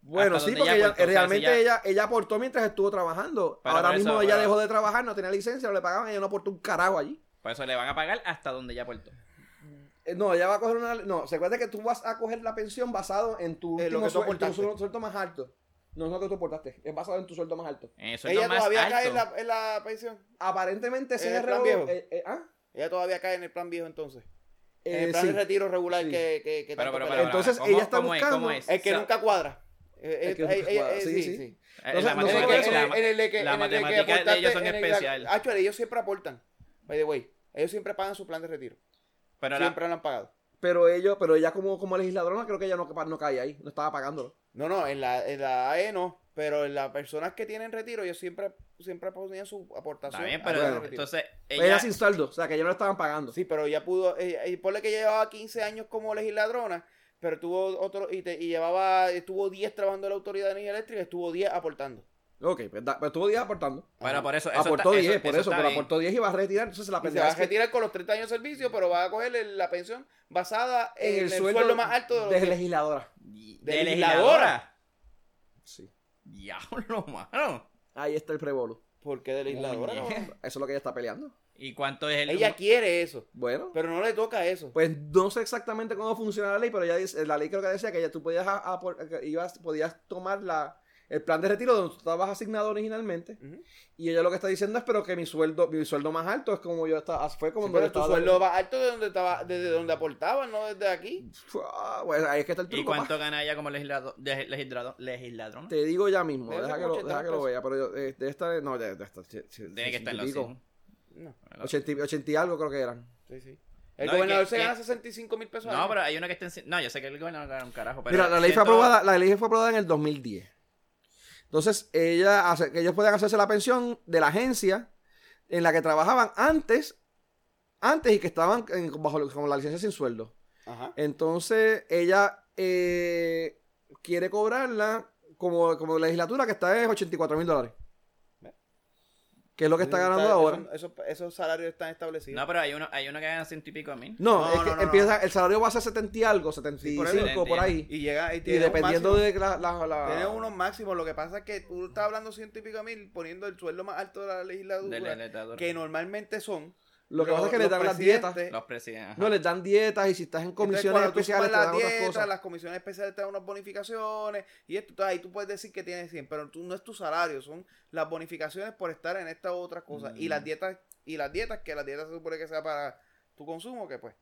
S3: bueno
S5: Hasta
S3: sí
S5: donde
S3: porque
S5: ella
S3: ella-
S5: aportó, o sea, si
S3: realmente
S5: ya-
S3: ella ella aportó mientras estuvo trabajando
S5: Pero
S3: ahora
S5: por eso,
S3: mismo ella
S5: pero-
S3: dejó de trabajar no tenía licencia no le pagaban ella no aportó un carajo allí
S5: Por eso le van a pagar hasta donde ella aportó.
S3: Eh, No, ella va a coger una. No, se acuerda que tú vas a coger la pensión basado en tu,
S4: En lo
S3: último
S4: que tú
S3: suel- en tu
S4: aportaste.
S3: suel- sueldo más alto. No es lo que tú aportaste, es basado en tu sueldo más alto.
S5: En el sueldo
S4: Ella
S5: más
S4: todavía
S5: alto.
S4: cae en la, en la pensión.
S3: Aparentemente ese
S4: ¿En
S3: es
S4: el
S3: el
S4: plan
S3: reo-
S4: viejo?
S3: eh, eh, ¿ah?
S4: Ella todavía cae en el plan viejo entonces. en
S3: Eh,
S4: el plan
S3: sí.
S4: de retiro regular
S3: Sí.
S4: que, que, que
S5: Pero,
S4: tanto
S5: pero, pero,
S4: pelea.
S5: pero,
S3: Entonces,
S5: ¿cómo-
S3: ella está
S5: cómo es? ¿Cómo
S3: buscando-
S5: es?
S4: El que
S5: O sea,
S4: nunca cuadra. Eh,
S3: El
S4: eh,
S3: que nunca
S4: eh, eh,
S3: cuadra,
S4: eh,
S3: sí,
S4: sí,
S3: sí.
S4: sí.
S5: Eh, la
S3: No sé- no sé por eso.
S5: matemática- la- la matemática de ellos son especial.
S4: especiales. ellos siempre aportan. By the way, ellos siempre pagan su plan de retiro.
S5: Pero la,
S4: siempre lo han pagado.
S3: Pero ellos, pero ella como, como legisladora creo que ella no, no cae ahí, no estaba pagándolo.
S4: No, no, en la, en la AE no. Pero en las personas que tienen retiro, ellos siempre, siempre ponían su
S5: está
S4: aportación.
S5: bien,
S4: al
S5: pero
S4: plan de retiro.
S5: entonces
S3: Ella,
S5: ella,
S3: sin sueldo, o sea que ella no la estaban pagando.
S4: Sí, pero ya pudo. eh, Y ponle que llevaba 15 años como legisladrona, pero tuvo otro. Y, te- y llevaba. Estuvo 10 trabajando en la autoridad de energía eléctrica, estuvo 10 aportando.
S3: Ok, pues da- pero estuvo 10 aportando.
S5: bueno, por eso, eso
S3: aportó
S5: está-
S3: 10, por eso,
S5: está
S3: pero
S5: bien.
S3: aportó 10 y va a retirar, entonces se la
S4: Y se va
S3: pendeja
S4: a
S3: es que
S4: retirar con los 30 años de servicio, pero va a coger el- la pensión basada en, el, sueldo, más alto de los
S3: de
S4: que-
S3: legisladora.
S5: de,
S4: de
S5: legisladora.
S3: Sí.
S5: Diablo, [LAUGHS] mano.
S3: Ahí está el prevolo.
S4: ¿Por qué de legisladora?
S5: Muy bien.
S4: no?
S3: Eso es lo que ella está peleando.
S5: ¿Y cuánto es el
S4: Ella quiere eso,
S3: Bueno,
S4: pero no le toca eso.
S3: pues no sé exactamente cómo funciona la ley, pero ella dice, la ley creo que decía que ya tú podías, a- a- por- que ibas, podías tomar la, el plan de retiro donde tú estabas asignado originalmente.
S4: Ujú.
S3: Y ella lo que está diciendo es, pero que mi sueldo, mi sueldo más alto es como yo estaba, ah, fue como
S4: Sí,
S3: yo
S4: pero tu
S3: estaba-
S4: sueldo más alto de donde estaba, desde donde aportaba, no desde aquí.
S3: Ah, bueno, ahí es que está el truco.
S5: ¿Y cuánto
S3: pa.
S5: gana ella como legislador, de- legislador- legisladrona?
S3: Te digo ya mismo,
S4: Debe
S3: deja
S4: ser
S3: que, lo,
S4: como
S3: deja que lo
S4: 80
S3: vea, pero yo, eh, de esta, no, de, de esta,
S5: Tiene que estar en los 100.
S4: No,
S3: 80, y algo creo que eran.
S4: sí, sí. El
S5: No,
S4: gobernador
S5: que-
S4: se
S5: que-
S4: gana 65 mil pesos. al
S5: No,
S4: año.
S5: pero hay una que está en... cien- No, yo sé que el gobernador gana un carajo, pero...
S3: Mira, la ley, fue
S5: siento-
S3: aprobada, la ley fue aprobada en el 2010. Entonces, ella hace- que ellos pueden hacerse la pensión de la agencia en la que trabajaban antes, antes y que estaban en- bajo lo- como la licencia sin sueldo.
S4: Ajá.
S3: Entonces, ella eh, quiere cobrarla como, como legislatura que está en 84 mil dólares. Que es lo que está ganando
S4: Eso-
S3: ahora.
S4: Esos, esos salarios están establecidos.
S5: No, pero hay uno, hay uno que gana ciento y pico mil.
S3: No,
S4: No,
S3: es que
S4: no, no,
S3: empieza, el salario va a ser 70 y algo, 75
S4: Sí,
S5: por ahí.
S3: por ahí.
S4: Y llega y
S3: Y,
S4: tiene
S3: dependiendo
S4: un máximo,
S3: de la... la- la-
S4: tiene unos máximos. Lo que pasa es que tú estás hablando ciento y pico mil, poniendo el sueldo más alto de la legislatura,
S5: Del legislador.
S4: que normalmente son.
S3: lo que pasa es que
S4: los-
S3: les dan
S4: los
S3: las dietas.
S4: presidentes.
S5: Los presidentes. ajá.
S3: No, les dan dietas y si estás en
S4: Entonces,
S3: comisiones
S4: cuando tú
S3: especiales te
S4: sumas
S3: dan
S4: las
S3: otras
S4: dietas,
S3: cosas.
S4: las comisiones especiales te dan unas bonificaciones y esto entonces ahí tú puedes decir que tienes 100 pero tú, no es tu salario son las bonificaciones por estar en esta u otra cosa y
S3: Mm.
S4: las dietas y las dietas que las dietas se supone que sea para tu consumo que pues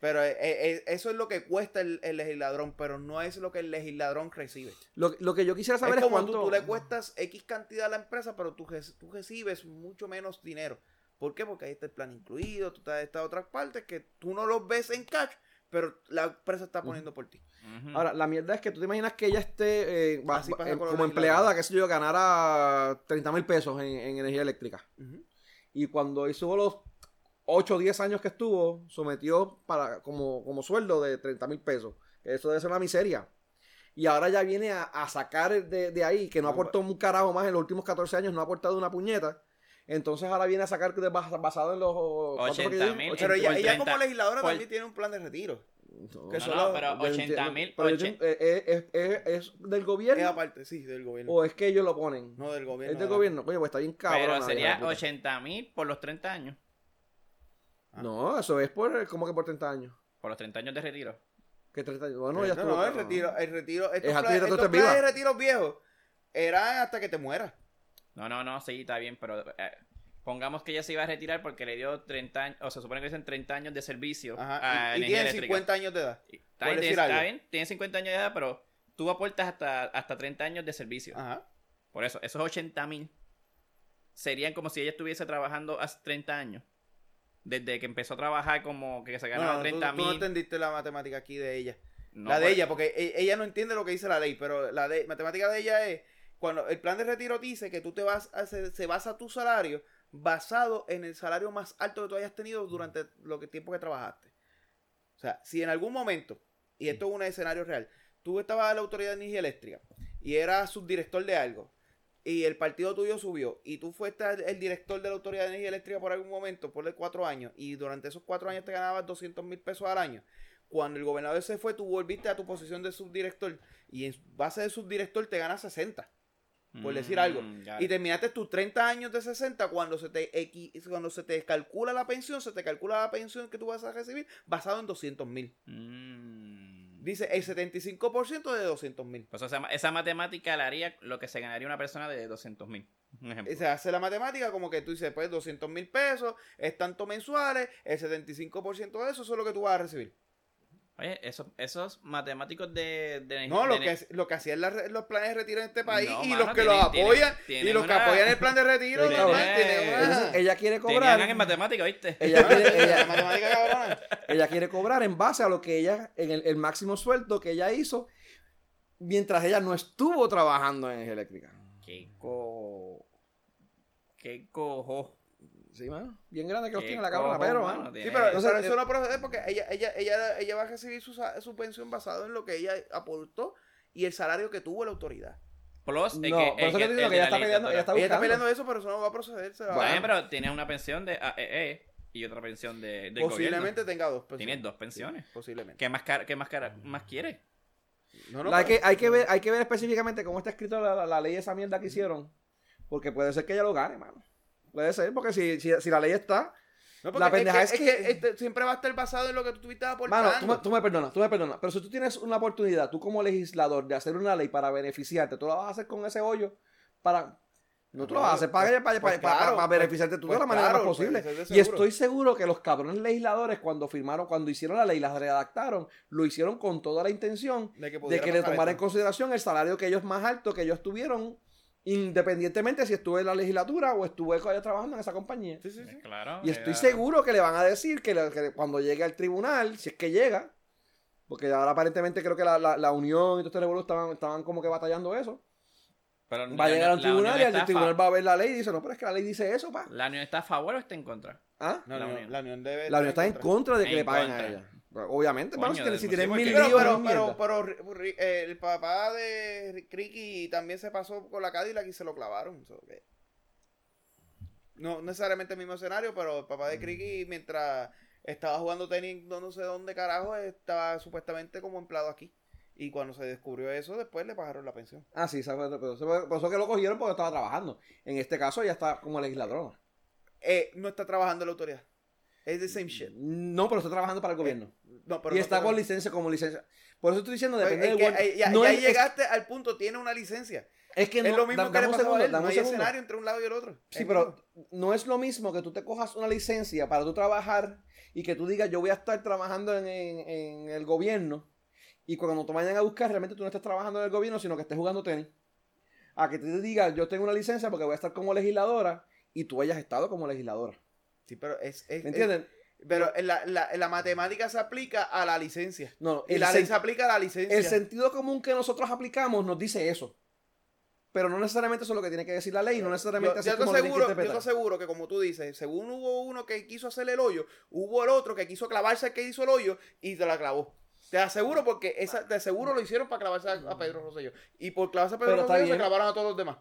S4: pero eh, eh, eso es lo que cuesta el, el legisladrón pero no es lo que el legisladrón recibe
S3: Lo, lo que yo quisiera saber
S4: es
S3: es,
S4: como
S3: cuánto...
S4: tú, tú le cuestas X cantidad a la empresa, pero tú, res- tú recibes mucho menos dinero. ¿Por qué? Porque ahí está el plan incluido, tú estás estas otras partes que tú no los ves en cash, pero la empresa está poniendo por ti.
S5: Ujú.
S3: Mm. Ahora, la mierda es que tú te imaginas que ella esté eh, va-
S4: Así pasa
S3: eh,
S4: con los
S3: como
S4: legisladores.
S3: empleada, que sé yo, ganara 30 mil pesos en, en energía eléctrica. Y cuando hizo los 8 o 10 años que estuvo, sometió para, como, como sueldo de 30 mil pesos. Que Eso debe ser una miseria. Y ahora ya viene a, a sacar de, de ahí, que no
S4: Ah,
S3: aportó un carajo más en los últimos 14 años, no ha aportado una puñeta. Entonces ahora viene a sacar de- bas- basado en los... ¿cuánto fue que yo dije?
S5: 80.000.
S4: Pero ella,
S5: Por
S4: ella como
S5: 30,
S4: legisladora
S5: por-
S4: también tiene un plan de retiro.
S3: No,
S4: Que
S5: No,
S4: solo-
S5: no, pero
S3: yo entiendo,
S5: 80 mil.
S3: pero yo entiendo, eh, eh, es, es- es del
S4: Es
S3: gobierno
S4: aparte, sí, del gobierno.
S3: o es que ellos lo ponen?
S4: no del gobierno.
S3: es del
S4: de la-
S3: gobierno, coño, pues está bien cabrón.
S5: Pero
S3: la
S5: sería
S3: hija de puta.
S5: 80 mil por los 30 años.
S3: No, eso es por como que por 30 años.
S5: Por los 30 años de retiro.
S3: Que 30 años. Bueno,
S4: Eh, No,
S3: ya estuvo,
S4: no, el
S3: pero-
S4: retiro, el retiro, estos,
S3: Es a ti,
S4: planes,
S3: tú
S4: estos
S3: estás
S4: planes de
S3: viva.
S4: retiro viejos eran hasta que te mueras.
S5: No, no, no, sí, está bien, pero eh, pongamos que ella se iba a retirar porque le dio 30 años, o se supone que dicen 30 años de servicio
S4: Ajá.
S3: Ah,
S5: a
S4: Y, y
S5: energía
S4: tiene
S5: eléctrica.
S4: 50 años de edad.
S5: Y-
S4: por
S5: Está bien,
S4: decir
S5: está
S4: algo.
S5: bien, tiene 50 años de edad, pero tú aportas hasta, hasta 30 años de servicio.
S4: Ajá.
S5: Por eso, esos 80 mil serían como si ella estuviese trabajando hace 30 años. Desde que empezó a trabajar como que se
S4: No,
S5: ganaba
S4: no, tú-
S5: 30
S4: tú, no
S5: mil.
S4: entendiste la matemática aquí de ella. la de ella, porque e- ella no entiende lo que dice la ley, pero la de, matemática de ella es cuando el plan de retiro dice que tú te vas a, se, se basa tu salario basado en el salario más alto que tú hayas tenido durante lo que tiempo que trabajaste. O sea, si en algún momento, y esto es un escenario real, tú estabas en la autoridad de energía eléctrica y eras subdirector de algo, y el partido tuyo subió, y tú fuiste el director de la autoridad de energía eléctrica por algún momento, por cuatro años, y durante esos cuatro años te ganabas 200 mil pesos al año cuando el gobernador se fue, tú volviste a tu posición de subdirector y en base de subdirector te ganas 60,
S5: Mm,
S4: por decir algo. Y terminaste tus 30 años de 60 cuando se te equi- cuando se te calcula la pensión, se te calcula la pensión que tú vas a recibir basado en 200 mil. Dice el 75% de 200 mil.
S5: Mm. Pues esa, esa matemática la haría lo que se ganaría una persona de 200 mil. Un ejemplo.
S4: Se hace la matemática como que tú dices, pues 200 mil pesos, es tanto mensuales, el 75% de eso, eso es lo que tú vas a recibir.
S5: Oye, esos, esos matemáticos de, de
S4: No,
S5: de-
S4: lo que, lo que hacían las- los planes de retiro en este país
S5: No,
S4: y
S5: mano,
S4: los que
S5: tienen-
S4: los apoyan
S5: tienen- tienen
S4: y los que
S5: una-
S4: apoyan el plan de retiro,
S5: Tienen-
S4: cabrón, tienen una-
S5: Ah.
S3: Entonces, ella quiere
S5: tenían
S3: cobrar.
S5: en matemática, ¿viste?
S3: Ella
S5: [LAUGHS]
S4: [LAUGHS]
S3: quiere,
S4: La
S3: ella-
S4: matemática cabrona.
S3: ella quiere cobrar en base a lo que ella, en el, el máximo sueldo que ella hizo mientras ella no estuvo trabajando en energía eléctrica.
S5: Qué co... Qué cojo.
S3: Sí, mano. Bien grande que los
S5: Qué
S3: tiene la cabrona,
S5: cojo,
S3: pero,
S5: mano,
S3: mano.
S5: tiene-
S4: Sí, pero,
S3: Entonces,
S4: pero
S3: eh,
S4: eso no procede porque ella, ella, ella, ella va a recibir su, sa- su pensión basado en lo que ella aportó y el salario que tuvo la autoridad.
S5: Plus, es
S3: No, por
S5: es
S3: eso que te digo
S5: es
S3: que
S5: de
S3: ella
S5: la
S3: está peleando- ella
S5: literatura.
S4: Ella está
S3: buscando.
S4: peleando eso, pero eso no va a proceder. se la va a
S5: Está
S3: Bueno.
S5: bien, pero tienes una pensión de AEE y otra pensión de, del
S4: posiblemente tenga
S3: pues
S4: dos pensiones.
S5: Tienes dos pensiones.
S4: Sí, posiblemente.
S5: ¿Qué más, cara- qué más, cara- más quieres?
S4: No, no,
S3: hay,
S4: pero-
S3: que, hay, que ver, hay que ver específicamente cómo está escrita la, la- la ley esa mierda que hicieron. Porque puede ser que ella lo gane, mano. Puede ser, porque si, si, si la ley está.
S4: no, porque
S3: la pendeja es que-
S4: este, siempre va a estar basado en lo que tú estuviste aportando.
S3: Mano, tú me, tú me perdonas, tú me perdonas. Pero si tú tienes una oportunidad, tú como legislador, de hacer una ley para beneficiarte, tú la vas a hacer con ese hoyo para. No tú la vas a hacer para, para,
S4: Pues
S3: para- para-
S4: claro,
S3: para beneficiarte tú
S4: pues
S3: de la manera
S4: claro,
S3: más posible.
S4: pues, eso es
S3: y
S4: seguro.
S3: estoy seguro que los cabrones legisladores, cuando firmaron, cuando hicieron la ley, la redactaron, lo hicieron con toda la intención
S4: de que,
S3: de
S4: pudiera
S3: que le
S4: pasar
S3: tomara en
S4: esto.
S3: consideración el salario que ellos más alto que ellos tuvieron, independientemente si estuve en la legislatura o estuve con ellos trabajando en esa compañía.
S4: Sí, sí, sí.
S5: Claro.
S3: Y estoy
S5: era-
S3: seguro que le van a decir que, le- que cuando llegue al tribunal, si es que llega, porque ahora aparentemente creo que la, la- la Unión y todo este revuelo estaban, estaban como que batallando eso.
S5: pero
S3: Va a
S5: la-
S3: llegar al
S5: la
S3: tribunal
S5: unión
S3: y el
S5: está a
S3: tribunal
S5: fa-
S3: va a ver la ley y dice, no, pero es que la ley dice eso, pa.
S5: ¿La unión está a favor o está en contra?
S3: ¿Ah?
S4: No,
S5: La
S4: la,
S5: unión.
S4: unión, la unión debe.
S3: La Unión está en contra de que
S5: En
S3: le paguen
S5: contra.
S3: a ella. Obviamente,
S5: Coño,
S3: bueno, si tienen, si
S5: sí,
S3: tienen
S5: porque-
S3: mil pues,
S4: Pero,
S3: líos,
S4: pero,
S3: mil
S4: pero,
S3: mierdas.
S4: pero ri- ri- eh, el papá de ri- Ricky también se pasó con la Cadillac y se lo clavaron. so que- No necesariamente el mismo escenario, pero el papá de Ricky,
S3: Mm.
S4: mientras estaba jugando tenis, no no sé dónde carajo, estaba supuestamente como empleado aquí. Y cuando se descubrió eso, después le pagaron la pensión.
S3: Ah, sí, esa fue- pero, pero- pero eso que lo cogieron porque estaba trabajando. En este caso ella está como legisladora.
S4: Eh, no está trabajando la autoridad. Es the same shit.
S3: No, pero está trabajando para el gobierno.
S4: No, pero
S3: Mm. y
S4: no
S3: está con
S4: trabajando.
S3: licencia como licencia. Por eso estoy diciendo,
S4: Pues,
S3: depende
S4: es
S3: del
S4: que,
S3: gobierno.
S4: eh, ya
S3: No
S4: ya
S3: es- es-
S4: llegaste al punto, tiene una licencia.
S3: Es que
S4: Es
S3: no-
S4: lo mismo
S3: da-
S4: que le
S3: dame un
S4: pasó a
S3: segundo,
S4: él.
S3: dame
S4: No
S3: un
S4: hay
S3: segundo.
S4: escenario entre un lado y el otro.
S3: Sí,
S4: Es
S3: pero
S4: mismo.
S3: no es lo mismo que tú te cojas una licencia para tú trabajar y que tú digas, yo voy a estar trabajando en, en- en el gobierno y cuando te vayan a buscar, realmente tú no estás trabajando en el gobierno, sino que estés jugando tenis. A que te digas, yo tengo una licencia porque voy a estar como legisladora y tú hayas estado como legisladora.
S4: Sí, pero es. es-
S3: ¿Me entienden?
S4: es- pero la, la- la matemática se aplica a la licencia.
S3: No, no,
S4: Y
S3: el
S4: la
S3: sen-
S4: ley se aplica a la licencia.
S3: El sentido común que nosotros aplicamos nos dice eso. Pero no necesariamente eso es lo que tiene que decir la ley, no necesariamente
S4: yo,
S3: así
S4: yo te
S3: como la tienen que
S4: aseguro, yo te
S3: interpretar.
S4: aseguro que como tú dices, según hubo uno que quiso hacer el hoyo, hubo el otro que quiso clavarse al que hizo el hoyo y te la clavó. Te aseguro porque esa, te aseguro lo hicieron para clavarse a, a Pedro Rosselló. Y por clavarse a Pedro
S3: Pero está
S4: Rosselló se
S3: bien.
S4: clavaron a todos los demás.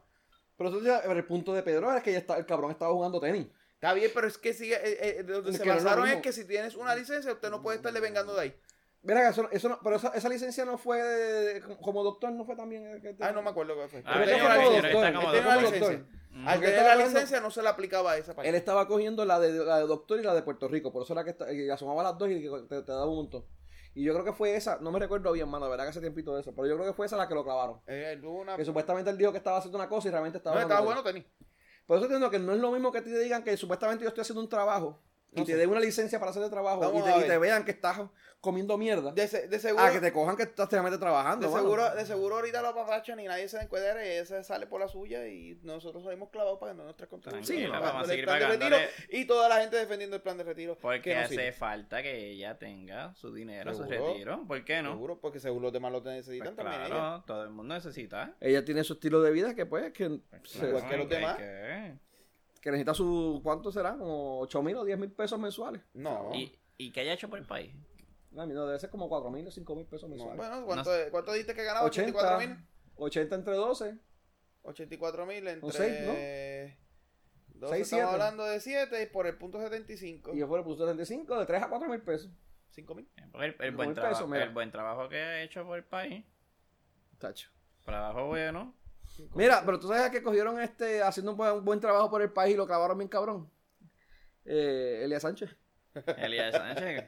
S3: Pero eso ya- el punto de Pedro es que ya está, el cabrón estaba jugando tenis.
S4: Está bien, pero es que sigue, eh, eh, de donde
S3: Es
S4: se
S3: que no es lo
S4: basaron es
S3: mismo.
S4: que si tienes una licencia, usted no puede estarle vengando de ahí.
S3: Mira, eso, eso no- pero esa, esa licencia no fue de- como doctor, no fue también. el que-
S4: Ay, no me acuerdo qué fue.
S5: Ah,
S4: Él
S5: tenía
S4: tenía
S5: una
S4: la
S5: licencia,
S4: licencia.
S5: está como
S4: Él tenía una
S3: doctor.
S4: licencia.
S5: Mm.
S4: Al
S3: Porque
S4: tener
S3: estaba
S4: la
S3: hablando- este-
S4: licencia no se le aplicaba a esa parte.
S3: Él estaba cogiendo la de, la de doctor y la de Puerto Rico, por eso era que, esta- que asomaba las dos y que te, te daba un montón. Y yo creo que fue esa, no me recuerdo bien, mano, la verdad que hace tiempito de eso, pero yo creo que fue esa la que lo clavaron.
S4: Eh, él tuvo una-
S3: Que supuestamente él dijo que estaba haciendo una cosa y realmente estaba.
S4: No,
S3: haciendo
S4: estaba
S3: otra.
S4: bueno tenis.
S3: Por eso entiendo que no es lo mismo que te digan que supuestamente yo estoy haciendo un trabajo y
S4: No
S3: te
S4: sé.
S3: den una licencia para hacer el trabajo y
S4: Vamos a
S3: te, y
S4: ver.
S3: te vean que estás comiendo mierda.
S4: De, se- de seguro,
S3: a Ah, que te cojan que estás realmente trabajando.
S4: de,
S3: mano.
S4: seguro, de seguro ahorita los papachos ni nadie se encuentra y ese sale por la suya y nosotros salimos clavados pagando nuestras contribuciones.
S5: Tranquila, vamos a
S4: pagándole el
S5: seguir
S4: plan de
S5: pagándole.
S4: retiro y toda la gente defendiendo el plan de retiro.
S5: Porque
S4: que no
S5: hace
S4: sirve.
S5: falta que ella tenga su dinero, su
S4: Seguro.
S5: retiro. ¿Por qué no?
S4: Seguro, porque seguro los demás lo necesitan
S5: Pues
S4: también. ¿eh?
S5: claro,
S4: ellos.
S5: todo el mundo necesita.
S3: Ella tiene su estilo de vida que pues que, se-
S4: Igual que los
S5: ¿qué-
S4: demás.
S5: qué?
S3: que necesita su ¿cuánto será? como 8 mil o 10 mil pesos mensuales.
S4: No.
S5: ¿Y, ¿Y qué haya hecho por el país?
S3: No, no, debe ser como 4 mil o 5 mil pesos
S4: no.
S3: mensuales.
S4: Bueno, ¿cuánto, cuánto dijiste que ganaba?
S3: 80,
S4: 84 mil.
S3: 80 entre 12.
S4: 84 mil entre...
S3: Un seis, ¿no?
S4: 12,
S3: Seis, siete.
S4: estamos hablando de 7 y por el punto 75.
S3: Y yo fuera puse 75, de 3 a 4 mil pesos.
S4: 5 mil.
S5: Porque El, el
S3: Como
S5: buen
S3: el peso,
S5: traba-
S3: mira.
S5: el buen trabajo que ha hecho por el país.
S3: Tacho.
S5: Trabajo bueno.
S3: Mira, pero tú sabes a que cogieron este haciendo un buen, un buen trabajo por el país y lo clavaron bien cabrón. Eh, Elia Sánchez. [LAUGHS]
S5: Elías Sánchez.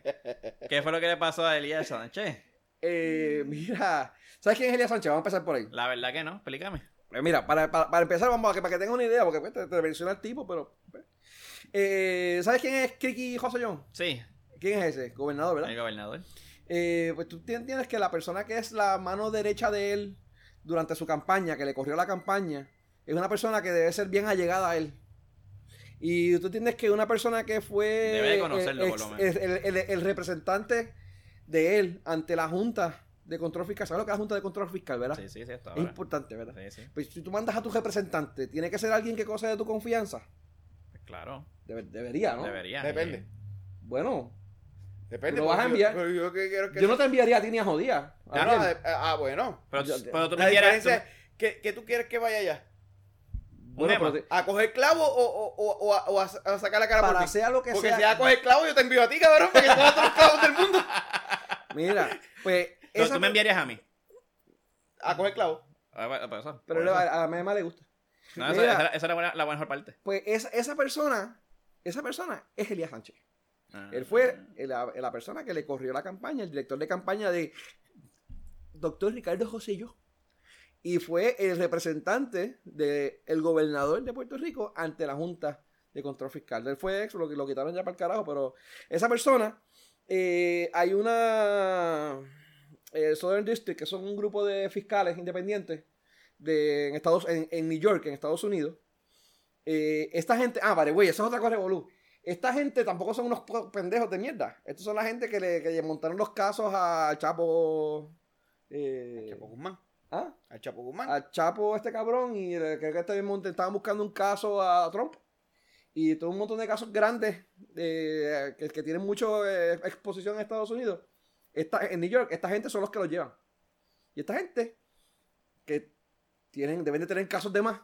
S5: ¿Qué fue lo que le pasó a Elías Sánchez?
S3: Eh,
S4: Mm.
S3: mira, ¿sabes quién es Elia Sánchez? Vamos a empezar por ahí.
S5: La verdad que no, explícame.
S3: Eh, Mira, para, para- para empezar, vamos a que, para que tengas una idea, porque pues, te, te menciona el tipo, pero. pues. Eh, ¿Sabes quién es Kiki José John?
S5: Sí,
S3: ¿Quién es ese? Gobernador,
S5: el
S3: ¿verdad?
S5: gobernador.
S3: eh, pues tú entiendes que la persona que es la mano derecha de él durante su campaña, que le corrió la campaña, es una persona que debe ser bien allegada a él. Y tú entiendes que una persona que fue
S5: Debe de conocerlo,
S3: eh,
S5: por lo
S3: ex- el, el- el representante de él ante la Junta de Control Fiscal, ¿sabes lo que es la Junta de Control Fiscal, verdad?
S5: Sí, sí, sí, hasta
S3: es
S5: ahora.
S3: importante, ¿verdad?
S5: Sí, sí,
S3: Pues si tú mandas a tu representante, tiene que ser alguien que goce de tu confianza.
S5: pues claro.
S3: Debe- debería, ¿no?
S5: Debería.
S4: Depende.
S3: Bueno,
S4: Depende.
S3: Lo vas a
S4: porque
S3: enviar.
S4: Yo, pero yo lo que quiero es que
S3: yo no te enviaría a ti ni a jodida.
S4: No, no, eh, ah, bueno.
S5: Pero,
S3: Yo-
S5: pero tú
S4: La
S5: me quieras.
S4: diferencia es que, que tú quieres que vaya allá.
S3: Bueno,
S5: Nema.
S3: pero te-
S4: ¿A coger clavo o, o- o- o a, o a- a sacar la cara por
S3: para
S4: ti?
S3: sea lo que
S4: Porque
S3: sea.
S4: si vas a coger clavo, yo te envío a ti, cabrón, porque son todos los clavos del mundo.
S3: Mira,
S5: [LAUGHS]
S3: pues.
S5: tú-
S3: esa-
S5: tú me enviarías a mí.
S4: A coger clavo.
S5: Ah, bueno, por eso,
S3: Pero
S5: por
S3: le-
S5: eso.
S3: a, a Mema le gusta.
S5: No, esa,
S3: Mira.
S5: esa era- esa era buena- la mejor parte.
S3: Pues esa, esa persona, esa persona es Elías Sánchez.
S5: Ah.
S3: Él fue el- la, la persona que le corrió la campaña, el director de campaña de doctor Ricardo José y yo. Y fue el representante del gobernador de Puerto Rico ante la Junta de Control Fiscal. Él fue ex, lo, lo quitaron ya para el carajo, pero esa persona, eh, hay una eh, Southern District, que son un grupo de fiscales independientes de, en, Estados, en, en New York, en Estados Unidos. Eh, esta gente, ah, vale, güey, eso es otra cosa, Bolú. Esta gente tampoco son unos po- pendejos de mierda. Estos son la gente que le, que le montaron los casos al Chapo. eh,
S4: Al Chapo Guzmán.
S3: ¿ah?
S4: Al Chapo Guzmán.
S3: Al Chapo, este cabrón, y el- creo que este monte- estaban buscando un caso a Trump. Y todo un montón de casos grandes eh, que, que tienen mucha exposición en Estados Unidos. Esta, en New York, esta gente son los que los llevan. Y esta gente que tienen, deben de tener casos de más,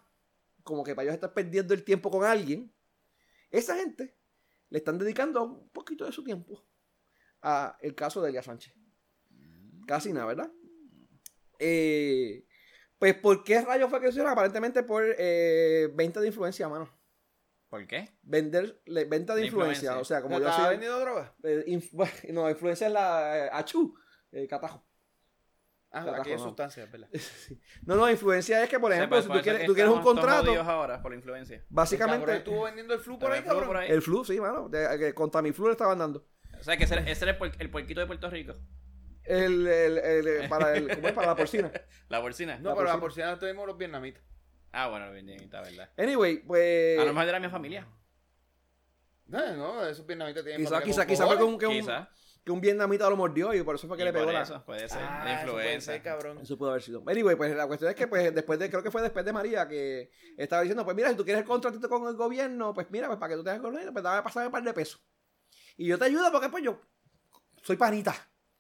S3: como que para ellos estar perdiendo el tiempo con alguien, esa gente le están dedicando un poquito de su tiempo a el caso de Elías Sánchez. Casi nada, ¿verdad? Eh, pues, ¿por qué rayos fue que lo hicieron? Aparentemente por eh, venta de influencia, mano.
S5: ¿Por qué?
S3: Vender, le- venta de
S5: De
S3: influencia.
S5: influencia.
S3: O sea, como
S4: ¿No
S3: yo
S4: estaba
S3: soy...
S4: vendiendo droga?
S3: eh, inf- [LAUGHS] no, influencia es la... eh, achú, eh, catajo.
S4: Ah,
S3: Carajo,
S4: aquí hay
S3: no.
S4: sustancias, ¿verdad.
S3: No, no, influencia es que, por
S5: O sea,
S3: ejemplo,
S5: por-
S3: si
S5: por
S3: tú
S5: eso es
S3: quieres,
S5: que
S3: tú quieres un
S5: estamos todos
S3: contrato,
S5: jodidos ahora por la influencia.
S4: Básicamente.
S3: básicamente...
S4: estuvo vendiendo el flu por ahí,
S5: Pero
S4: cabrón.
S5: por ahí.
S3: El flu, sí, mano. de- que contra mi flu le estaban dando.
S5: O sea, que ese, era- ese era el, puer- el puerquito de Puerto Rico.
S3: El, el- el- el- para, el- ¿cómo es? para la porcina.
S5: La bolsina.
S4: No,
S3: La
S4: pero la porcina
S3: porcina.
S4: la tuvimos los vietnamitas.
S5: Ah, bueno, bien, bien, está verdad.
S3: Anyway, pues.
S5: A lo mejor era mi familia.
S4: No, no, esos vietnamitas tienen
S3: Quizá,
S4: problemas
S3: quizá,
S4: con
S3: quizá fue que
S4: cojones.
S3: un, que, un,
S5: Quizá.
S3: que un vietnamita lo mordió y por eso fue que
S5: Y
S3: le pegó
S5: por
S3: la.
S5: eso, puede ser.
S4: Ah,
S5: la
S4: eso puede
S5: influenza.
S4: ser, cabrón.
S3: Eso pudo haber sido. Anyway, pues la cuestión es que pues después de, creo que fue después de María que estaba diciendo, pues mira, si tú quieres el contratito con el gobierno, pues mira, pues para que tú tengas el gobierno, pues dame pasar un par de pesos. Y yo te ayudo porque pues yo soy panita.